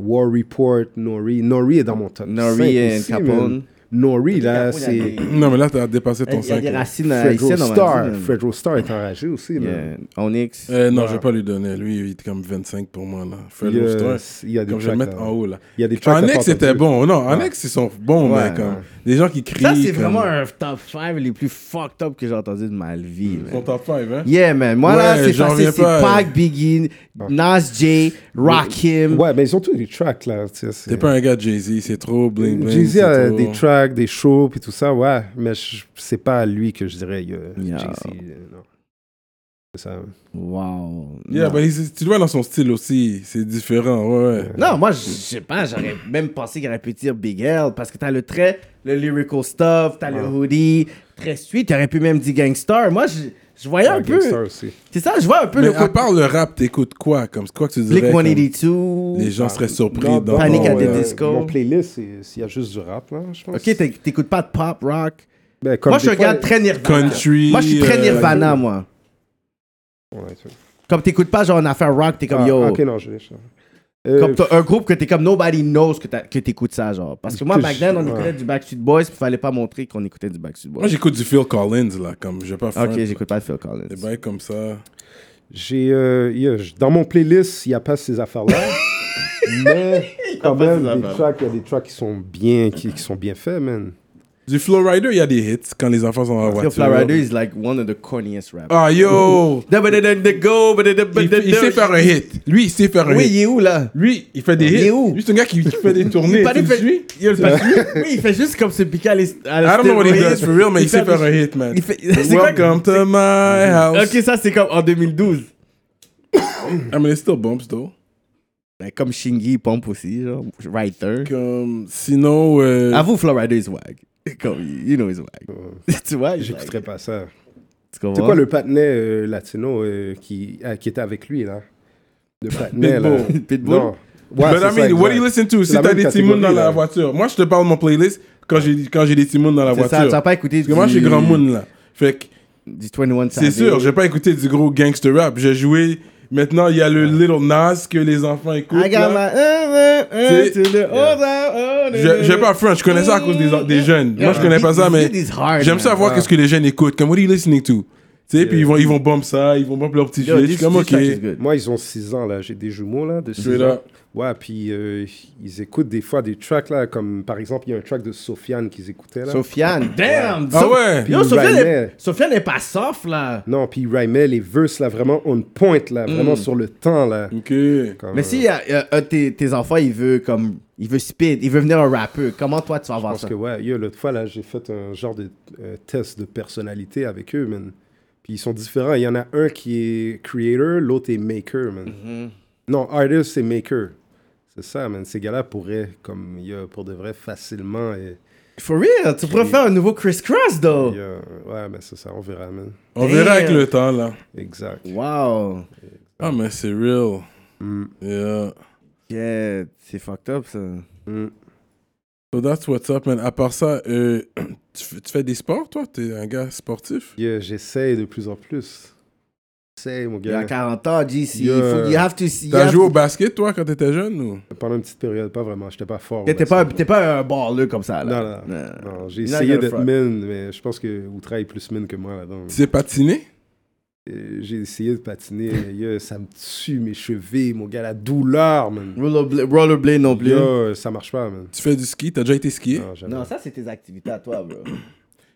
[SPEAKER 5] War Report, Nori. Nori est dans mon top.
[SPEAKER 4] Nori
[SPEAKER 5] cinq
[SPEAKER 4] et
[SPEAKER 5] aussi,
[SPEAKER 4] Capone.
[SPEAKER 5] man. Nori, là,
[SPEAKER 4] Au Cameroun,
[SPEAKER 5] c'est.
[SPEAKER 4] il y a des-
[SPEAKER 3] Non, mais là, t'as dépassé ton
[SPEAKER 4] Il y a
[SPEAKER 3] 5.
[SPEAKER 4] des racines euh,
[SPEAKER 5] Fredro
[SPEAKER 4] haïtiennes. on va
[SPEAKER 5] Star.
[SPEAKER 4] dire.
[SPEAKER 5] Fredro Star est enragé aussi, là.
[SPEAKER 4] Yeah, Onyx.
[SPEAKER 3] Euh, non, je vais pas lui donner. Lui, il est comme 25 pour moi, là. Fred
[SPEAKER 5] Il y a-
[SPEAKER 3] Roustar.
[SPEAKER 5] il y a des
[SPEAKER 3] Comme je vais le
[SPEAKER 5] tracks,
[SPEAKER 3] mettre
[SPEAKER 5] là.
[SPEAKER 3] en haut, là.
[SPEAKER 5] Il y a des tracks à
[SPEAKER 3] Annex,
[SPEAKER 5] part
[SPEAKER 3] c'était
[SPEAKER 5] là-dessus.
[SPEAKER 3] bon. Non, Annex, ils sont bons,
[SPEAKER 4] Ouais,
[SPEAKER 3] mais comme.
[SPEAKER 4] ouais.
[SPEAKER 3] Des gens qui crient.
[SPEAKER 4] Ça, c'est
[SPEAKER 3] comme-
[SPEAKER 4] vraiment un top 5 les plus fucked up que j'ai entendu de ma vie. man.
[SPEAKER 3] Son top 5, hein.
[SPEAKER 4] Yeah, man. Moi, là,
[SPEAKER 3] Ouais,
[SPEAKER 4] c'est
[SPEAKER 3] j'en
[SPEAKER 4] facile.
[SPEAKER 3] reviens
[SPEAKER 4] C'est
[SPEAKER 3] pas. euh.
[SPEAKER 4] Pac, Biggie, Nas J, Rakim.
[SPEAKER 5] Ouais, mais ils ont tous des tracks, là. tu sais, c'est-
[SPEAKER 3] T'es pas un gars de Jay-Z, c'est trop bling bling.
[SPEAKER 5] Jay-Z
[SPEAKER 3] c'est
[SPEAKER 5] a
[SPEAKER 3] trop-
[SPEAKER 5] des tracks, des shows, puis tout ça, ouais. Mais je- c'est pas à lui que je dirais euh,
[SPEAKER 4] Yeah.
[SPEAKER 5] Jay-Z. euh, non. C'est ça.
[SPEAKER 4] Wow.
[SPEAKER 3] Yeah,
[SPEAKER 4] non.
[SPEAKER 3] mais il- tu le vois dans son style aussi, c'est différent, ouais, ouais.
[SPEAKER 4] Non, moi, je je sais pas, j'aurais même pensé qu'il aurait pu dire Big L parce que t'as le trait, le lyrical stuff, t'as
[SPEAKER 3] Ah.
[SPEAKER 4] le hoodie, très suite, t'aurais pu même dire Gangstar. Moi, je, je voyais un
[SPEAKER 5] Ah,
[SPEAKER 4] peu.
[SPEAKER 5] Gangstar aussi.
[SPEAKER 4] C'est ça, je vois un peu
[SPEAKER 3] Mais
[SPEAKER 4] le
[SPEAKER 3] à
[SPEAKER 4] côté.
[SPEAKER 3] part le rap, t'écoutes quoi comme Quoi que tu dirais
[SPEAKER 4] Blink
[SPEAKER 3] comme-
[SPEAKER 4] 182.
[SPEAKER 3] Les gens
[SPEAKER 5] Ah,
[SPEAKER 3] seraient surpris dans
[SPEAKER 4] Panic
[SPEAKER 3] ton,
[SPEAKER 4] at the
[SPEAKER 3] euh,
[SPEAKER 4] Disco.
[SPEAKER 5] Mon playlist, c'est- s'il y a juste du rap, là, je pense.
[SPEAKER 4] Ok, t'éc- t'écoutes pas de pop, rock.
[SPEAKER 5] Ben, comme
[SPEAKER 4] Moi, je
[SPEAKER 5] des fois-
[SPEAKER 4] regarde très Nirvana.
[SPEAKER 3] Country,
[SPEAKER 4] Moi, je suis très
[SPEAKER 3] euh,
[SPEAKER 4] Nirvana, moi.
[SPEAKER 5] Ouais, tu vois.
[SPEAKER 4] Comme t'écoutes pas, genre, on a fait rock, t'es comme
[SPEAKER 5] Ah,
[SPEAKER 4] yo.
[SPEAKER 5] Ok, non, je l'ai. je l'ai. Euh,
[SPEAKER 4] Comme t'as un groupe que t'es comme nobody knows que t'as- que t'écoutes ça, genre. Parce que moi,
[SPEAKER 5] Que
[SPEAKER 4] back then, on
[SPEAKER 5] je-
[SPEAKER 4] écoutait
[SPEAKER 5] ouais.
[SPEAKER 4] du Backstreet Boys, puis fallait pas montrer qu'on écoutait du Backstreet Boys.
[SPEAKER 3] Moi, j'écoute du Phil Collins, là, comme je vais pas faire.
[SPEAKER 4] Ok, j'écoute pas Phil Collins.
[SPEAKER 3] Des bails comme ça.
[SPEAKER 5] J'ai, euh, yeah, j- dans mon playlist, il n'y a pas ces affaires-là. mais quand même, des tracks, il y a des tracks qui sont bien, qui, qui sont bien faits, man.
[SPEAKER 3] Du Flowrider, il y a des hits quand les enfants sont en
[SPEAKER 4] Yo,
[SPEAKER 3] voiture.
[SPEAKER 4] Florida is like one of the corniest rappers.
[SPEAKER 3] Ah yo!
[SPEAKER 4] Da ba da da da go, ba da da ba
[SPEAKER 3] Il,
[SPEAKER 4] da
[SPEAKER 3] il
[SPEAKER 4] da.
[SPEAKER 3] sait faire un hit. Lui, il sait faire un
[SPEAKER 4] Oui,
[SPEAKER 3] hit.
[SPEAKER 4] il est où là
[SPEAKER 3] Lui, il fait des
[SPEAKER 4] Il
[SPEAKER 3] hits.
[SPEAKER 4] est où
[SPEAKER 3] Lui, c'est un gars qui, qui fait des tournées.
[SPEAKER 4] Pas
[SPEAKER 3] Tu
[SPEAKER 4] lui
[SPEAKER 3] le
[SPEAKER 4] fait-
[SPEAKER 3] suis?
[SPEAKER 4] Yo, le passe- Oui, il fait juste comme se piquer à l'est- à
[SPEAKER 3] I don't know what he
[SPEAKER 4] l'est-
[SPEAKER 3] does for real, mais il sait faire un hit, man.
[SPEAKER 4] Il fait- c'est quoi- Mhm.
[SPEAKER 3] Welcome to my house.
[SPEAKER 4] Ok, ça c'est comme en 2012.
[SPEAKER 3] I mean, it's still bumps, though.
[SPEAKER 4] Ben, Comme Shingy pompe aussi, genre, writer.
[SPEAKER 3] Comme, sinon, um, euh,
[SPEAKER 4] Avoue, Florida is wag. Comme, you know he's wag. tu vois, he's
[SPEAKER 5] J'écouterais
[SPEAKER 4] wag.
[SPEAKER 5] pas ça.
[SPEAKER 4] Tu comprends?
[SPEAKER 5] C'est quoi le patinet euh, latino euh, qui, ah, qui était avec lui, là Le patinet, là.
[SPEAKER 3] Pitbull.
[SPEAKER 4] Pitbull?
[SPEAKER 5] Non. Ouais,
[SPEAKER 3] But
[SPEAKER 5] c'est
[SPEAKER 3] I
[SPEAKER 5] ça,
[SPEAKER 3] mean, what do you
[SPEAKER 5] exact.
[SPEAKER 3] listen to?
[SPEAKER 5] C'est
[SPEAKER 3] Si
[SPEAKER 5] la
[SPEAKER 3] t'as
[SPEAKER 5] même
[SPEAKER 3] des timounes dans
[SPEAKER 5] catégorie,
[SPEAKER 3] la
[SPEAKER 5] là.
[SPEAKER 3] voiture. Moi, je te parle de mon playlist quand j'ai, quand j'ai des timounes dans la
[SPEAKER 4] C'est
[SPEAKER 3] voiture.
[SPEAKER 4] ça, Mm. tu vas pas écouter
[SPEAKER 3] Parce que moi, je suis
[SPEAKER 4] du-
[SPEAKER 3] grand moon, là. Fait que,
[SPEAKER 4] Du 21
[SPEAKER 3] c'est
[SPEAKER 4] Savage.
[SPEAKER 3] sûr, j'ai pas écouté du gros gangster rap. J'ai joué, maintenant, il y a le Little Nas que les enfants écoutent.
[SPEAKER 4] I got
[SPEAKER 3] là.
[SPEAKER 4] my- euh, euh, euh,
[SPEAKER 3] C'est-
[SPEAKER 4] to the other-
[SPEAKER 3] Je- J'ai pas French, je connais ça à cause des, des jeunes. Moi, je connais pas ça, mais j'aime ça voir qu'est-ce que les jeunes écoutent. Comme, what are you listening to? Tu sais, puis ils vont, ils vont bump ça, ils vont bump leur petit jeu. Je suis comme, ok.
[SPEAKER 5] Moi, ils ont 6 ans, là. J'ai des jumeaux, là, de
[SPEAKER 3] Straight
[SPEAKER 5] six ans.
[SPEAKER 3] up.
[SPEAKER 5] Ouais, puis euh, ils écoutent des fois des tracks, là, comme par exemple, il y a un track de Sofiane qu'ils écoutaient, là.
[SPEAKER 4] Sofiane, damn!
[SPEAKER 3] Ah
[SPEAKER 4] Sof-
[SPEAKER 3] ouais?
[SPEAKER 4] Yo,
[SPEAKER 5] Il
[SPEAKER 4] Sofiane
[SPEAKER 5] rhymait.
[SPEAKER 4] est- Sofiane est pas soft, là!
[SPEAKER 5] Non, puis il rhymait les verses, là, vraiment on point, là, vraiment sur le temps, là.
[SPEAKER 3] Ok.
[SPEAKER 5] Comme,
[SPEAKER 4] Mm. Mais
[SPEAKER 5] euh,
[SPEAKER 4] si euh, euh, un de tes, tes enfants, il veut comme. Il veut speed, il veut venir un rappeur, comment toi tu vas voir
[SPEAKER 5] Parce
[SPEAKER 4] ça?
[SPEAKER 5] que, ouais, yo, l'autre fois, là, j'ai fait un genre de euh, test de personnalité avec eux, man. Puis ils sont différents. Il y en a un qui est creator, l'autre est maker, man.
[SPEAKER 4] Mm-hmm.
[SPEAKER 5] Non, artist et maker. C'est ça, man. Ces gars-là pourraient, comme, yo, pour de vrai, facilement. Et,
[SPEAKER 4] For real, tu pourrais faire un nouveau Chris Cross, though!
[SPEAKER 5] yo, ouais, mais c'est ça, on verra, man.
[SPEAKER 3] On verra avec
[SPEAKER 4] Damn.
[SPEAKER 3] le temps, là.
[SPEAKER 5] Exact. Mm,
[SPEAKER 4] Wow!
[SPEAKER 3] Ah, mais c'est real. Yeah.
[SPEAKER 4] Yeah, c'est fucked up ça.
[SPEAKER 5] mm.
[SPEAKER 3] So that's what's up, man. À part ça, euh, tu, fais- tu fais des sports, toi? T'es un gars sportif?
[SPEAKER 5] Yo, j'essaye de plus en plus. J'essaye, mon
[SPEAKER 4] Il a
[SPEAKER 5] gars.
[SPEAKER 4] 40 ans, JC.
[SPEAKER 5] Yeah.
[SPEAKER 4] il faut- You have to see.
[SPEAKER 3] T'as joué au basket, toi, quand t'étais jeune, ou?
[SPEAKER 5] Pendant une petite période, pas vraiment. J'étais pas fort. au
[SPEAKER 4] T'es
[SPEAKER 5] basket.
[SPEAKER 4] pas, un- t'es pas un baller comme ça,
[SPEAKER 5] Non,
[SPEAKER 4] là.
[SPEAKER 5] non, non. Non, j'ai
[SPEAKER 4] Not
[SPEAKER 5] essayé
[SPEAKER 4] gonna
[SPEAKER 5] d'être
[SPEAKER 4] front.
[SPEAKER 5] mine, mais je pense que Outra est plus mine que moi là-dedans.
[SPEAKER 3] Tu sais patiner?
[SPEAKER 5] Euh, J'ai essayé de patiner, mais yo, ça me tue mes chevilles, mon gars, la douleur, man.
[SPEAKER 4] Rollerblade, rollerblade non plus.
[SPEAKER 5] Yo, ça marche pas, man.
[SPEAKER 3] Tu fais du ski? T'as déjà été skié?
[SPEAKER 5] Non, jamais.
[SPEAKER 4] Non, ça c'est tes activités à toi, bro.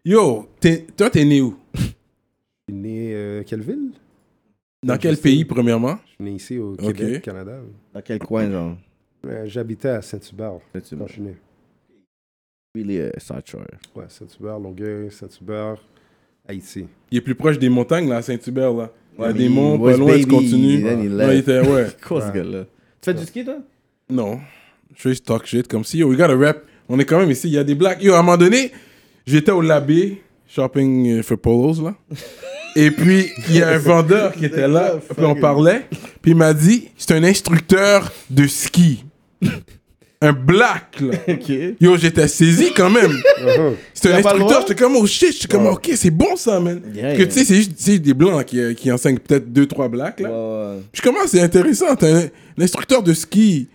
[SPEAKER 3] Yo, t'es- toi, t'es né où?
[SPEAKER 5] Je suis né, euh, quelle ville
[SPEAKER 3] Dans quel pays, premièrement?
[SPEAKER 5] Je suis né ici, au
[SPEAKER 3] Ok.
[SPEAKER 5] Québec, Canada.
[SPEAKER 4] Dans quel coin, genre?
[SPEAKER 5] Euh, J'habitais à Saint-Hubert
[SPEAKER 4] Tu
[SPEAKER 5] quand je suis né.
[SPEAKER 4] Really, euh, Sartre.
[SPEAKER 5] Ouais, Saint-Hubert, Longueuil, Saint-Hubert, Haïti.
[SPEAKER 3] Il est plus proche des montagnes, là, à Saint-Hubert, là. Il y a
[SPEAKER 4] Ouais,
[SPEAKER 3] des
[SPEAKER 4] il
[SPEAKER 3] monts,
[SPEAKER 4] was
[SPEAKER 3] pas loin, tu
[SPEAKER 4] baby,
[SPEAKER 3] continues.
[SPEAKER 4] then he left.
[SPEAKER 3] Ouais, il était- ouais.
[SPEAKER 4] Quoi, ce gars-là? Tu fais du ski, toi?
[SPEAKER 3] Non. Je fais juste talk shit comme si, yo, we gotta rap. On est quand même ici, il y a des blacks. Yo, à un moment donné, j'étais au labé, shopping euh, for polos, là. Et puis, il y a un vendeur qui était là, puis on parlait. Puis il m'a dit, c'est un instructeur de ski. Un black, là.
[SPEAKER 4] Ok.
[SPEAKER 3] Yo, j'étais saisi quand même.
[SPEAKER 4] Uh-huh.
[SPEAKER 3] C'était
[SPEAKER 4] pas
[SPEAKER 3] un
[SPEAKER 4] le
[SPEAKER 3] instructeur,
[SPEAKER 4] droit?
[SPEAKER 3] j'étais comme, oh shit, j'étais comme, ok, c'est bon ça, man.
[SPEAKER 4] Yeah,
[SPEAKER 3] Parce que
[SPEAKER 4] yeah.
[SPEAKER 3] tu sais, c'est juste c'est des blancs qui, euh, qui enseignent peut-être deux, trois blacks, là.
[SPEAKER 4] Ouais,
[SPEAKER 3] Je commence, c'est intéressant. T'es un, un
[SPEAKER 4] Uh-huh.
[SPEAKER 3] instructeur de ski.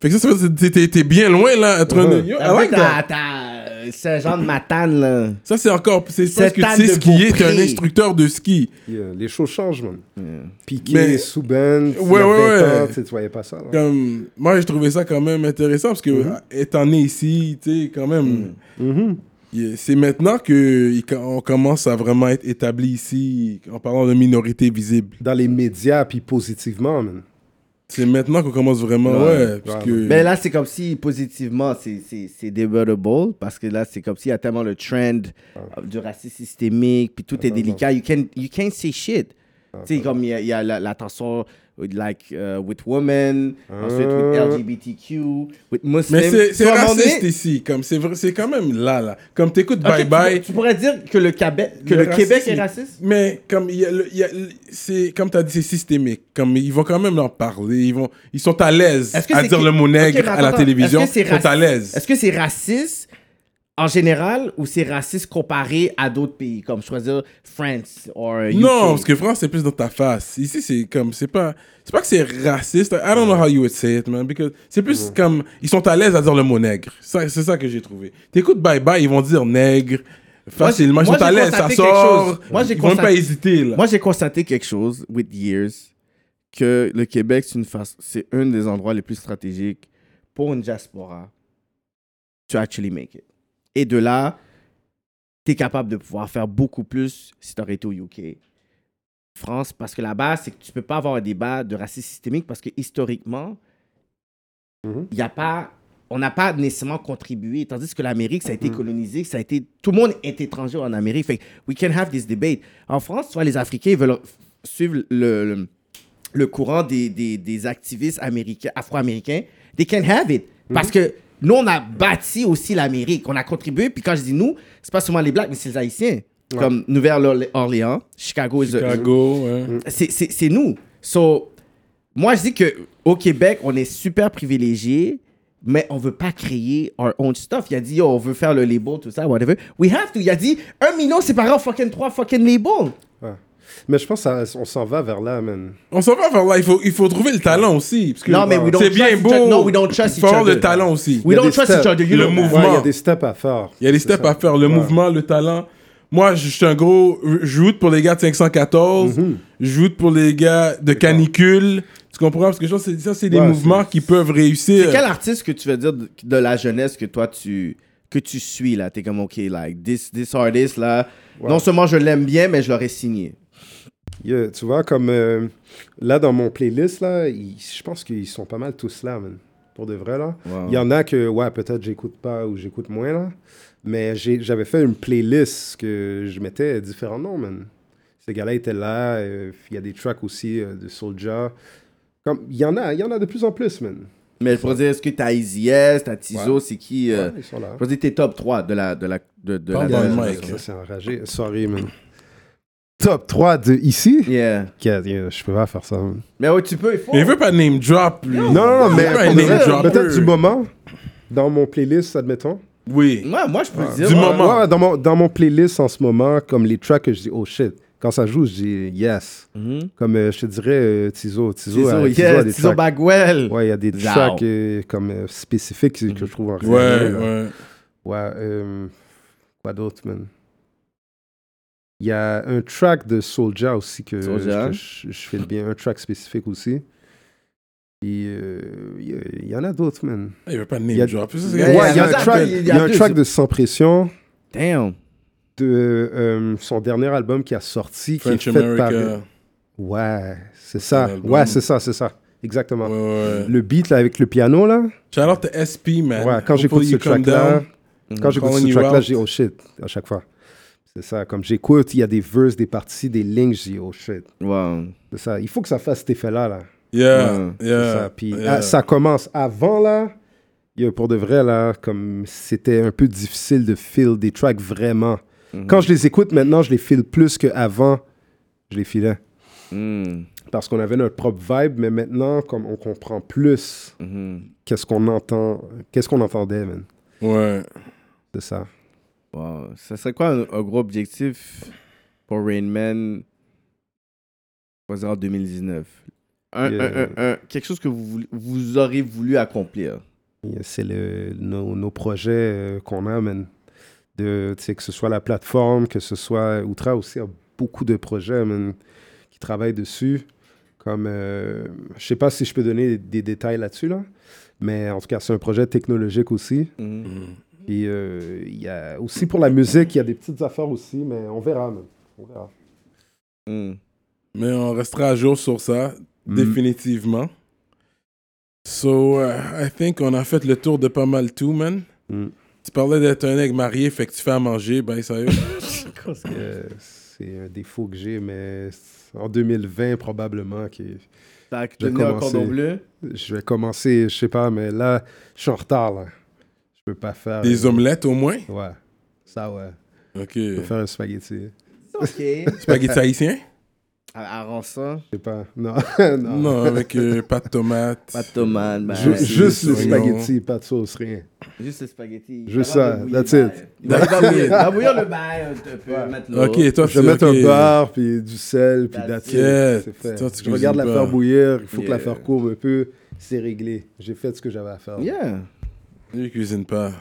[SPEAKER 3] Fait que ça, ça veut dire que t'es- t'es t'es bien loin, là, en train de. Yo, I like
[SPEAKER 4] Ah T'as
[SPEAKER 3] that.
[SPEAKER 4] t'as euh, Saint-Jean-de-Matane, là.
[SPEAKER 3] Ça, c'est encore. C'est c'est parce
[SPEAKER 4] Cette
[SPEAKER 3] que
[SPEAKER 4] âne
[SPEAKER 3] tu sais
[SPEAKER 4] de
[SPEAKER 3] skier, t'es un
[SPEAKER 4] Beaupré.
[SPEAKER 3] instructeur de ski.
[SPEAKER 5] Yeah, les choses changent, man.
[SPEAKER 4] Hmm.
[SPEAKER 5] Piqué,
[SPEAKER 3] Mais-
[SPEAKER 5] sous Ben,
[SPEAKER 3] Ouais, ouais, ouais.
[SPEAKER 5] tu sais, tu voyais pas ça. là.
[SPEAKER 3] Comme, moi, je trouvais ça quand même intéressant parce que, étant né ici, tu sais, quand même. y- C'est maintenant qu'on commence à vraiment être établi ici en parlant de minorité visible.
[SPEAKER 5] Dans les médias, puis positivement, man.
[SPEAKER 3] C'est maintenant qu'on commence vraiment, ouais.
[SPEAKER 5] Ouais,
[SPEAKER 3] parce que,
[SPEAKER 5] ouais,
[SPEAKER 4] Mais Ben là, c'est comme si, positivement, c'est- c'est c'est debatable, parce que là, c'est comme s'il y a tellement le trend euh, du racisme systémique, puis tout est délicat. You, can, you can't say shit. Tu sais, comme il y a, il y a la, la tension with, like, euh, with women, ensuite with
[SPEAKER 5] Euh.
[SPEAKER 4] LGBTQ, with Muslims.
[SPEAKER 3] mais c'est-
[SPEAKER 4] Tu
[SPEAKER 3] c'est
[SPEAKER 4] vois, à un moment
[SPEAKER 3] raciste
[SPEAKER 4] donné-
[SPEAKER 3] ici. Comme c'est vrai- c'est quand même là, là. Comme t'écoutes
[SPEAKER 4] Ok, tu-
[SPEAKER 3] Bye Bye.
[SPEAKER 4] Tu, pourrais dire que le, Québec- que le,
[SPEAKER 3] racisme-
[SPEAKER 4] Québec est raciste?
[SPEAKER 3] Mais comme il y a le- il y a le- c'est comme t'as dit, c'est systémique. Comme ils vont quand même en parler. Ils vont, ils sont à l'aise
[SPEAKER 4] Est-ce que
[SPEAKER 3] à
[SPEAKER 4] c'est
[SPEAKER 3] dire
[SPEAKER 4] qui-
[SPEAKER 3] le mot
[SPEAKER 4] Ok,
[SPEAKER 3] nègre
[SPEAKER 4] mais
[SPEAKER 3] à la
[SPEAKER 4] attends,
[SPEAKER 3] télévision.
[SPEAKER 4] est-ce que c'est
[SPEAKER 3] Ils sont à
[SPEAKER 4] raci-
[SPEAKER 3] l'aise.
[SPEAKER 4] Est-ce que c'est raciste en général ou c'est raciste comparé à d'autres pays comme je pourrais dire France ou UK?
[SPEAKER 3] Non, parce que France c'est plus dans ta face. Ici c'est comme c'est pas, c'est pas que c'est raciste. I don't know how you would say it, man, because c'est plus
[SPEAKER 4] Mm.
[SPEAKER 3] comme ils sont à l'aise à dire le mot nègre. Ça, c'est ça que j'ai trouvé. T'écoutes Bye Bye, ils vont dire nègre
[SPEAKER 4] moi,
[SPEAKER 3] facilement. ils sont à
[SPEAKER 4] j'ai
[SPEAKER 3] l'aise, ça
[SPEAKER 4] constaté quelque
[SPEAKER 3] sort.
[SPEAKER 4] chose. Moi, j'ai
[SPEAKER 3] ils vont même pas
[SPEAKER 4] constaté-
[SPEAKER 3] hésiter là.
[SPEAKER 4] Moi j'ai constaté quelque chose with years que le Québec c'est une face- c'est un des endroits les plus stratégiques pour une diaspora to actually make it. Et de là t'es capable de pouvoir faire beaucoup plus si t'aurais été au UK. France, parce que là-bas, c'est que tu peux pas avoir un débat de racisme systémique parce que historiquement, il y a pas, on n'a pas nécessairement contribué. Tandis que l'Amérique, ça a été colonisé, ça a été, tout le monde est étranger en Amérique. Fait que we can have this debate. En France, soit les Africains veulent suivre le, le, le courant des, des, des activistes américains, afro-américains. They can have it. Parce que nous, on a bâti aussi l'Amérique. On a contribué. Puis quand je dis nous, c'est pas seulement les Blacks, mais c'est les Haïtiens. Comme Nouvelle-Orléans, Chicago, is a-
[SPEAKER 3] Chicago, ouais.
[SPEAKER 4] c'est- c'est c'est nous. So, moi, je dis que au Québec, on est super privilégié, mais on veut pas créer our own stuff. Il a dit, yo, on veut faire le label, tout ça, whatever. We have to. Il a dit, un million séparé en fucking trois fucking labels.
[SPEAKER 5] Ouais. Mais je pense qu'on s'en va vers là, man.
[SPEAKER 3] On s'en va vers là. Il faut, il faut trouver le talent aussi. Parce que
[SPEAKER 4] Non, mais we don't
[SPEAKER 3] c'est
[SPEAKER 4] trust
[SPEAKER 3] bien
[SPEAKER 4] each
[SPEAKER 3] beau.
[SPEAKER 4] other. No, we don't trust
[SPEAKER 3] Il faut
[SPEAKER 4] each
[SPEAKER 3] avoir
[SPEAKER 4] other.
[SPEAKER 3] le talent aussi.
[SPEAKER 4] We
[SPEAKER 5] y a
[SPEAKER 4] don't
[SPEAKER 5] des
[SPEAKER 4] trust
[SPEAKER 5] steps.
[SPEAKER 4] each other. You
[SPEAKER 3] Le
[SPEAKER 4] know that.
[SPEAKER 5] Ouais,
[SPEAKER 3] mouvement.
[SPEAKER 5] Il y a des steps à faire.
[SPEAKER 3] Il y a des
[SPEAKER 5] C'est
[SPEAKER 3] steps
[SPEAKER 5] ça.
[SPEAKER 3] à faire. Le
[SPEAKER 5] Ouais.
[SPEAKER 3] mouvement, le talent. Moi, je suis un gros. Je route pour les gars de 514.
[SPEAKER 5] Mhm.
[SPEAKER 3] Je route pour les gars de canicule. Tu comprends? Parce que je pense que c'est- ça, c'est des
[SPEAKER 5] Ouais,
[SPEAKER 3] mouvements qui peuvent réussir.
[SPEAKER 4] C'est quel artiste que tu veux dire de, de la jeunesse que toi tu que tu suis là T'es comme ok like this this artist là. Non seulement je l'aime bien, mais je l'aurais signé.
[SPEAKER 5] Yeah, tu vois, comme euh, là, dans mon playlist, là, ils- je pense qu'ils sont pas mal tous là, man. Pour de vrai, là. Il
[SPEAKER 4] Wow.
[SPEAKER 5] y en a que, ouais, peut-être j'écoute pas ou j'écoute moins, là. Mais j'ai- j'avais fait une playlist que je mettais différents noms, man. Ces gars-là étaient là. euh, Il y a des tracks aussi euh, de Soulja. Comme, il y en a, il y en a de plus en plus, man.
[SPEAKER 4] Mais je pourrais dire, est-ce que t'as Easy S, t'as Tizo, c'est qui euh,
[SPEAKER 5] Ouais, ils sont là.
[SPEAKER 4] Je veux dire, t'es top 3 de la. De la, de, de
[SPEAKER 3] Parle
[SPEAKER 4] la,
[SPEAKER 3] dans le
[SPEAKER 4] de la-
[SPEAKER 3] mic.
[SPEAKER 5] Ça, c'est enragé. Sorry, man. Top 3 de ici?
[SPEAKER 4] Yeah.
[SPEAKER 5] Ok, yeah, je peux pas faire ça, man.
[SPEAKER 4] Mais ouais, tu peux, il faut.
[SPEAKER 3] Mais il veut pas name drop. lui.
[SPEAKER 5] Non, non, non, mais
[SPEAKER 3] Ouais,
[SPEAKER 5] pour
[SPEAKER 3] il
[SPEAKER 5] de
[SPEAKER 3] est
[SPEAKER 5] vrai,
[SPEAKER 3] dropper.
[SPEAKER 5] peut-être du moment, dans mon playlist, admettons.
[SPEAKER 3] Oui.
[SPEAKER 4] Ouais, moi, je peux le dire.
[SPEAKER 3] Du
[SPEAKER 4] ouais.
[SPEAKER 3] moment.
[SPEAKER 5] Ouais, ouais, dans, mon, dans mon playlist en ce moment, comme les tracks que je dis, oh shit, quand ça joue, je dis yes.
[SPEAKER 4] Mhm.
[SPEAKER 5] Comme euh, je te dirais, euh, Tizo, Tizo,
[SPEAKER 4] Tizo,
[SPEAKER 5] euh, Tizo a
[SPEAKER 4] yes,
[SPEAKER 5] des
[SPEAKER 4] Tizo
[SPEAKER 5] tracks-
[SPEAKER 4] Bagwell.
[SPEAKER 5] Ouais, il y a des
[SPEAKER 4] Zao.
[SPEAKER 5] tracks euh, comme euh, spécifiques que je trouve en
[SPEAKER 3] Ouais,
[SPEAKER 5] réalité, là.
[SPEAKER 3] ouais.
[SPEAKER 5] Ouais, euh, quoi d'autre, man? Il y a un track de Soulja aussi que,
[SPEAKER 4] Soulja.
[SPEAKER 5] que je, je fais bien, un track spécifique aussi. Et euh, il y a- il y, en a d'autres, man.
[SPEAKER 3] Il veut pas
[SPEAKER 5] Il y
[SPEAKER 3] name
[SPEAKER 5] a-
[SPEAKER 3] drop.
[SPEAKER 5] Ouais, il y a
[SPEAKER 4] mais
[SPEAKER 5] un
[SPEAKER 4] ça,
[SPEAKER 5] track,
[SPEAKER 4] il y a
[SPEAKER 5] il y a un
[SPEAKER 4] deux,
[SPEAKER 5] track
[SPEAKER 4] ça.
[SPEAKER 5] de Sans Pression
[SPEAKER 4] Damn.
[SPEAKER 5] de euh, son dernier album qui a sorti,
[SPEAKER 3] French
[SPEAKER 5] qui est fait par...
[SPEAKER 3] America.
[SPEAKER 5] Ouais, c'est ça.
[SPEAKER 3] L'album.
[SPEAKER 5] Ouais, c'est ça, c'est ça. Exactement.
[SPEAKER 3] Ouais, ouais.
[SPEAKER 5] Le beat là, avec le piano, là.
[SPEAKER 3] Shout out to SP, man.
[SPEAKER 5] ouais, quand j'écoute
[SPEAKER 3] Hopefully
[SPEAKER 5] ce
[SPEAKER 3] you come
[SPEAKER 5] track-là,
[SPEAKER 3] down. Mm.
[SPEAKER 5] quand j'écoute
[SPEAKER 3] Calling
[SPEAKER 5] ce
[SPEAKER 3] you
[SPEAKER 5] track-là,
[SPEAKER 3] out.
[SPEAKER 5] j'ai oh shit à chaque fois. C'est ça, comme j'écoute, il y a des verses, des parties, des lignes, j'ai oh shit.
[SPEAKER 4] Wow.
[SPEAKER 5] C'est ça. Il faut que ça fasse cet effet-là, là.
[SPEAKER 3] Yeah,
[SPEAKER 5] C'est
[SPEAKER 3] yeah.
[SPEAKER 5] ça. Puis
[SPEAKER 3] yeah.
[SPEAKER 5] ah, ça commence avant, là. Yo, pour de vrai, là, comme c'était un peu difficile de feel des tracks vraiment. Quand je les écoute maintenant, je les feel plus qu'avant, je les filais.
[SPEAKER 4] Mm,
[SPEAKER 5] parce qu'on avait notre propre vibe, mais maintenant, comme on comprend plus
[SPEAKER 4] mhm.
[SPEAKER 5] qu'est-ce qu'on entend, qu'est-ce qu'on entendait, man.
[SPEAKER 3] Ouais.
[SPEAKER 5] C'est ça.
[SPEAKER 4] Wow. Ça serait quoi un, un gros objectif pour Rain Man on va dire en 2019 un,
[SPEAKER 5] Yeah.
[SPEAKER 4] un- un- un- Quelque chose que vous, voulez- vous aurez voulu accomplir.
[SPEAKER 5] Et C'est le, nos, nos projets euh, qu'on a, man. de, tu sais, que ce soit la plateforme, que ce soit euh, Outra aussi a beaucoup de projets man, qui travaillent dessus. Comme, euh, je sais pas si je peux donner des détails là-dessus là, mais en tout cas c'est un projet technologique aussi.
[SPEAKER 4] Mhm.
[SPEAKER 5] Puis euh, il y a aussi pour la musique, il y a des petites affaires aussi, mais on verra man. On verra.
[SPEAKER 4] Mm.
[SPEAKER 3] Mais on restera à jour sur ça,
[SPEAKER 5] Mhm.
[SPEAKER 3] définitivement. So, euh, I think on a fait le tour de pas mal tout, man.
[SPEAKER 5] Mm.
[SPEAKER 3] Tu parlais d'être un aigle marié, fait que tu fais à manger, ben sérieux.
[SPEAKER 5] Euh, c'est un défaut que j'ai, mais en 2020 probablement que
[SPEAKER 4] T'as que
[SPEAKER 5] J'ai
[SPEAKER 4] devenu un
[SPEAKER 5] commencé.
[SPEAKER 4] cordon bleu.
[SPEAKER 5] je vais commencer, je sais pas, mais là je suis en retard là. Je peux pas faire
[SPEAKER 3] Des
[SPEAKER 5] euh,
[SPEAKER 3] omelettes au moins.
[SPEAKER 5] Ouais, ça ouais.
[SPEAKER 3] Ok.
[SPEAKER 5] Je peux faire un spaghetti.
[SPEAKER 4] C'est OK.
[SPEAKER 3] Spaghetti haïtien?
[SPEAKER 4] Arrange ça.
[SPEAKER 5] Je sais pas. Non, non.
[SPEAKER 3] Non, avec euh, pas de tomate.
[SPEAKER 4] Pas de tomate, man.
[SPEAKER 5] Ju-
[SPEAKER 3] c'est
[SPEAKER 5] juste le
[SPEAKER 3] soignon.
[SPEAKER 5] spaghetti, pas de sauce, rien.
[SPEAKER 4] Juste le spaghetti.
[SPEAKER 5] Juste
[SPEAKER 4] Il va
[SPEAKER 5] ça,
[SPEAKER 4] bouillir
[SPEAKER 5] that's
[SPEAKER 4] le
[SPEAKER 5] it.
[SPEAKER 4] bail. Il va- il va bouillir- il va bouillir le bail, euh, tu peux mettre l'eau.
[SPEAKER 3] Ok, toi,
[SPEAKER 5] Je
[SPEAKER 3] tu-
[SPEAKER 5] vais mettre
[SPEAKER 3] ok.
[SPEAKER 5] un beurre, puis du sel, puis
[SPEAKER 4] That's
[SPEAKER 5] d'attitude.
[SPEAKER 3] it.
[SPEAKER 5] C'est fait.
[SPEAKER 3] Toi, tu
[SPEAKER 5] Je regarde la
[SPEAKER 3] cuisines
[SPEAKER 5] faire
[SPEAKER 3] pas.
[SPEAKER 5] bouillir, il faut que la
[SPEAKER 4] Yeah.
[SPEAKER 5] faire courbe un peu. C'est réglé. J'ai fait ce que j'avais à faire.
[SPEAKER 4] Yeah.
[SPEAKER 3] Lui, il cuisine pas.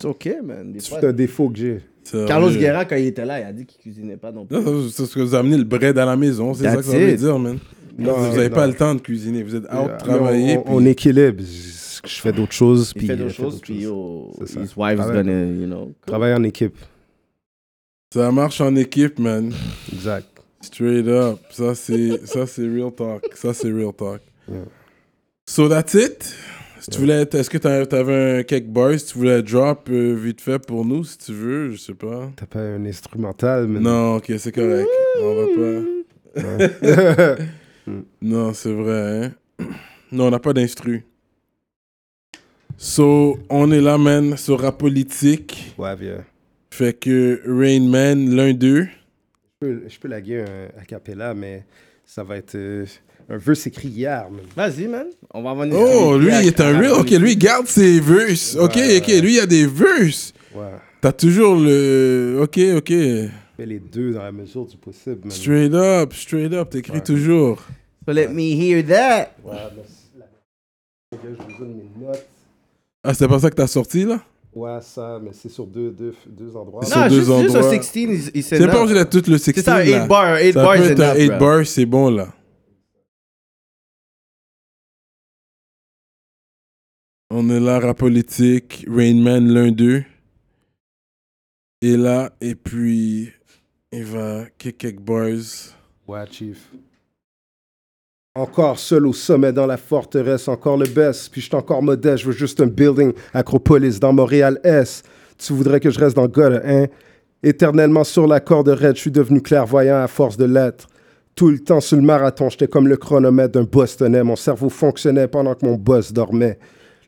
[SPEAKER 4] C'est OK, man. Des fois,
[SPEAKER 5] C'est un défaut que j'ai.
[SPEAKER 3] Sérieux.
[SPEAKER 4] Carlos Guerra, quand il était là, il a dit qu'il cuisinait pas non plus.
[SPEAKER 3] euh, Non, ça,
[SPEAKER 5] Ah.
[SPEAKER 3] C'est ce que vous amenez le bread à la maison, c'est ça que
[SPEAKER 4] That's
[SPEAKER 3] ça veut
[SPEAKER 4] it.
[SPEAKER 3] dire, man.
[SPEAKER 5] Non,
[SPEAKER 3] vous n'avez
[SPEAKER 5] non.
[SPEAKER 3] pas le temps de cuisiner, vous êtes out
[SPEAKER 5] Mais
[SPEAKER 3] travailler.
[SPEAKER 5] on,
[SPEAKER 3] puis-
[SPEAKER 5] on équilibre. Je je fais d'autres choses.
[SPEAKER 4] Il
[SPEAKER 5] puis
[SPEAKER 4] fait
[SPEAKER 5] euh, je
[SPEAKER 4] d'autres
[SPEAKER 5] fais
[SPEAKER 4] choses,
[SPEAKER 5] d'autres
[SPEAKER 4] puis oh. yo,
[SPEAKER 5] C'est ça.
[SPEAKER 4] his wife's
[SPEAKER 5] Ah ouais.
[SPEAKER 4] gonna, you know.
[SPEAKER 5] Travaille en équipe.
[SPEAKER 3] Ça marche en équipe, man.
[SPEAKER 5] Exact.
[SPEAKER 3] Straight up. Ça, c'est ça, c'est real talk. Ça, c'est real talk.
[SPEAKER 5] Yeah.
[SPEAKER 3] So that's it. Si tu voulais, être- est-ce que t'as- t'avais un cake boys, si tu voulais drop euh, vite fait pour nous, si tu veux, je sais pas.
[SPEAKER 5] T'as pas un instrumental, mais
[SPEAKER 3] Non, ok, c'est correct. On va pas. Non, c'est vrai. hein. Non, on n'a pas d'instru. So, on est là, man, sur Rap Politique.
[SPEAKER 5] Ouais, euh, viens.
[SPEAKER 3] Fait que Rain Man, l'un d'eux.
[SPEAKER 5] Je peux, je peux laguer un a cappella, mais ça va être. euh, un vœu s'écrit hier, man.
[SPEAKER 4] Vas-y, man. On va venir.
[SPEAKER 3] Oh, lui, il est un real. Ok, lui, il garde ses verses. Ok,
[SPEAKER 5] Ouais,
[SPEAKER 3] ok, lui, il a des verses.
[SPEAKER 5] Ouais.
[SPEAKER 3] T'as toujours le. Ok, ok.
[SPEAKER 5] Fais les deux dans la mesure du possible, man.
[SPEAKER 3] Straight up, straight up, t'écris toujours.
[SPEAKER 4] So let me hear that.
[SPEAKER 5] Ouais, merci. Je vous donne mes notes.
[SPEAKER 3] Ah, c'est pas ça que t'as sorti, là?
[SPEAKER 5] Ouais, ça, mais c'est sur deux, deux, deux endroits.
[SPEAKER 3] Sur
[SPEAKER 4] Non,
[SPEAKER 3] deux
[SPEAKER 4] juste, juste un
[SPEAKER 3] endroits.
[SPEAKER 4] 16, il, il s'est
[SPEAKER 3] C'est pas
[SPEAKER 4] là.
[SPEAKER 3] obligé d'être tout le 16.
[SPEAKER 4] C'est ça, un
[SPEAKER 3] là.
[SPEAKER 4] 8 bar. un 8
[SPEAKER 3] Ça
[SPEAKER 4] bar,
[SPEAKER 3] peut
[SPEAKER 4] c'est
[SPEAKER 3] être un
[SPEAKER 4] enough,
[SPEAKER 3] 8
[SPEAKER 4] bro.
[SPEAKER 3] bar, c'est bon, là. On est là, rap politique, Rain Man, l'un d'eux. Et là, et puis, il va kick quelques bars.
[SPEAKER 5] Ouais, Chief. Encore seul au sommet dans la forteresse, encore le best. Puis je suis encore modeste, je veux juste un building, Acropolis, dans Montréal-Est. Tu voudrais que je reste dans Gola, hein? Éternellement sur la corde raide, je suis devenu clairvoyant à force de l'être. Tout le temps sur le marathon, j'étais comme le chronomètre d'un Bostonais. Mon cerveau fonctionnait pendant que mon boss dormait.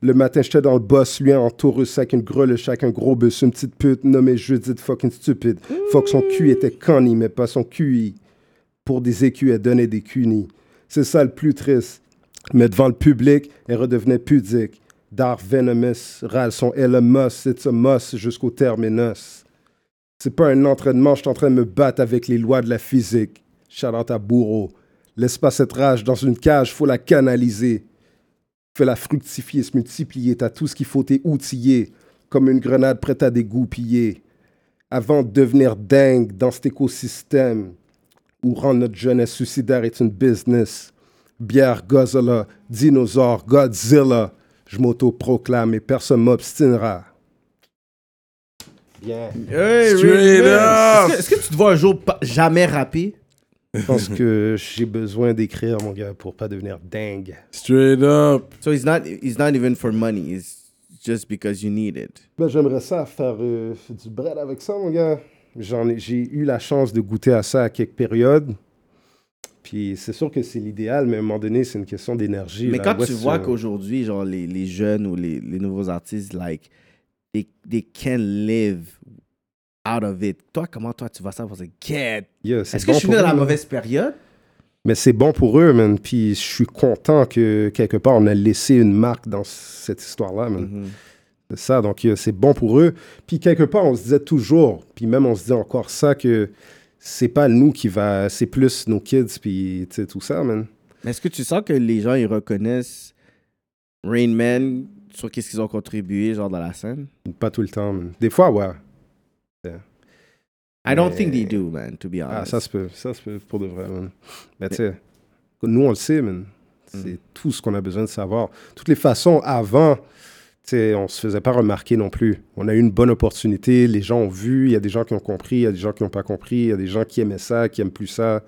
[SPEAKER 5] Le matin, j'étais dans le boss, lui en taurus avec une greluche, avec un gros bus, une petite pute nommée Judith fucking stupide. Fuck, son cul était connie, mais pas son QI pour des écus, elle donnait des cunis. C'est ça le plus triste. Mais devant le public, elle redevenait pudique. Dark Venomous, râle son Elon Musk, it's a must jusqu'au terminus. C'est pas un entraînement, je suis en train de me battre avec les lois de la physique. Charlotte à bourreau. Laisse pas cette rage dans une cage, faut la canaliser. Fais-la fructifier, se multiplier, t'as tout ce qu'il faut, t'es outillé. Comme une grenade prête à dégoupiller. Avant de devenir dingue dans cet écosystème, ou rendre notre jeunesse suicidaire est une business. Bière, Godzilla, dinosaure, Godzilla. Je m'auto-proclame et personne m'obstinera. Bien.
[SPEAKER 4] Hey, Rick,
[SPEAKER 3] Straight
[SPEAKER 4] man. Est-ce
[SPEAKER 3] up.
[SPEAKER 4] que, est-ce que tu te vois un jour pas- jamais rapper?
[SPEAKER 5] Je pense que j'ai besoin d'écrire, mon gars, pour pas devenir dingue.
[SPEAKER 3] Straight up.
[SPEAKER 4] So it's not, it's not even for money. It's just because you need it.
[SPEAKER 5] Ben, J'aimerais ça faire euh, du bread avec ça, mon gars. J'en ai- J'ai eu la chance de goûter à ça à quelques périodes. Puis c'est sûr que c'est l'idéal, mais à un moment donné, c'est une question d'énergie.
[SPEAKER 4] Mais
[SPEAKER 5] là.
[SPEAKER 4] quand
[SPEAKER 5] Où
[SPEAKER 4] tu
[SPEAKER 5] est-ce
[SPEAKER 4] vois
[SPEAKER 5] que-
[SPEAKER 4] qu'aujourd'hui, genre, les, les jeunes ou les, les nouveaux artistes, like, they, they can't live out of it. Toi, comment toi, tu vois ça? Parce que, get.
[SPEAKER 5] Yeah, c'est
[SPEAKER 4] Est-ce que
[SPEAKER 5] bon
[SPEAKER 4] je suis
[SPEAKER 5] pour
[SPEAKER 4] né dans
[SPEAKER 5] hein. eux,
[SPEAKER 4] la
[SPEAKER 5] là.
[SPEAKER 4] mauvaise période?
[SPEAKER 5] Mais c'est bon pour eux, man. Puis je suis content que, quelque part, on a laissé une marque dans cette histoire-là,
[SPEAKER 4] Mm-hmm.
[SPEAKER 5] man. C'est ça, donc euh, c'est bon pour eux. Puis quelque part, on se disait toujours, puis même on se dit encore ça, que c'est pas nous qui va... C'est plus nos kids, puis tu sais, tout ça, man.
[SPEAKER 4] Mais est-ce que tu sens que les gens, ils reconnaissent Rain Man sur qu'est-ce qu'ils ont contribué, genre, dans la scène?
[SPEAKER 5] Pas tout le temps, man. Des fois, ouais.
[SPEAKER 4] I don't think they do, man, to be
[SPEAKER 5] Ah,
[SPEAKER 4] honest.
[SPEAKER 5] ça se peut, ça se peut pour de vrai, man. Mais tu sais, nous, on le sait, man. C'est
[SPEAKER 4] Hmm.
[SPEAKER 5] tout ce qu'on a besoin de savoir. Toutes les façons, avant, tu sais, on se faisait pas remarquer non plus. On a eu une bonne opportunité, les gens ont vu, il y a des gens qui ont compris, il y a des gens qui n'ont pas compris, il y a des gens qui aimaient ça, qui aiment plus ça,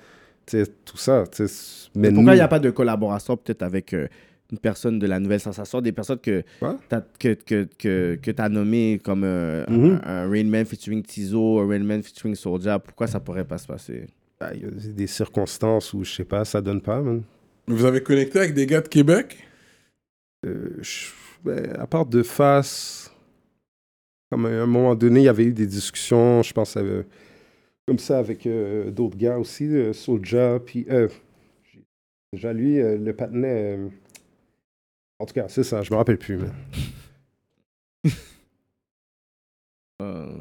[SPEAKER 5] tu sais, tout ça. tu sais. Mais
[SPEAKER 4] Pourquoi il
[SPEAKER 5] nous-
[SPEAKER 4] n'y a pas de collaboration peut-être avec euh, une personne de la nouvelle sensation, des personnes que
[SPEAKER 5] Ouais.
[SPEAKER 4] t'as- que, que, que, que t'as nommé comme euh,
[SPEAKER 5] Mhm.
[SPEAKER 4] un, un Rain Man featuring Tizo, un Rain Man featuring Soulja, pourquoi ça pourrait pas se passer
[SPEAKER 5] Ah, il y a des circonstances où, je sais pas, ça donne pas, man.
[SPEAKER 3] Vous avez connecté avec des gars de Québec
[SPEAKER 5] Euh, je- ben, à part de face, comme à un moment donné, il y avait eu des discussions, je pense, euh, comme ça avec euh, d'autres gars aussi, euh, Soulja, puis euh, j'ai- déjà lui, euh, le patinet. euh, en tout cas, c'est ça, je me rappelle plus. mais-
[SPEAKER 4] Euh,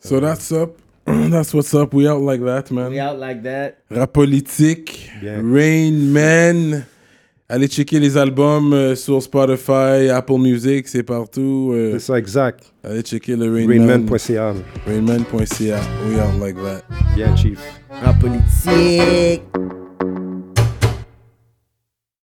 [SPEAKER 3] So that's up. That's what's up. We out like that, man.
[SPEAKER 4] We out like that.
[SPEAKER 3] Rap politique,
[SPEAKER 5] Bien.
[SPEAKER 3] Rain Man. Allez checker les albums euh, sur Spotify, Apple Music, c'est partout. euh,
[SPEAKER 5] C'est ça, exact.
[SPEAKER 3] allez checker le Rain, Man.
[SPEAKER 5] Rainman.ca.
[SPEAKER 3] Rainman.ca. We out like that.
[SPEAKER 5] Bien, Chief.
[SPEAKER 4] En politique.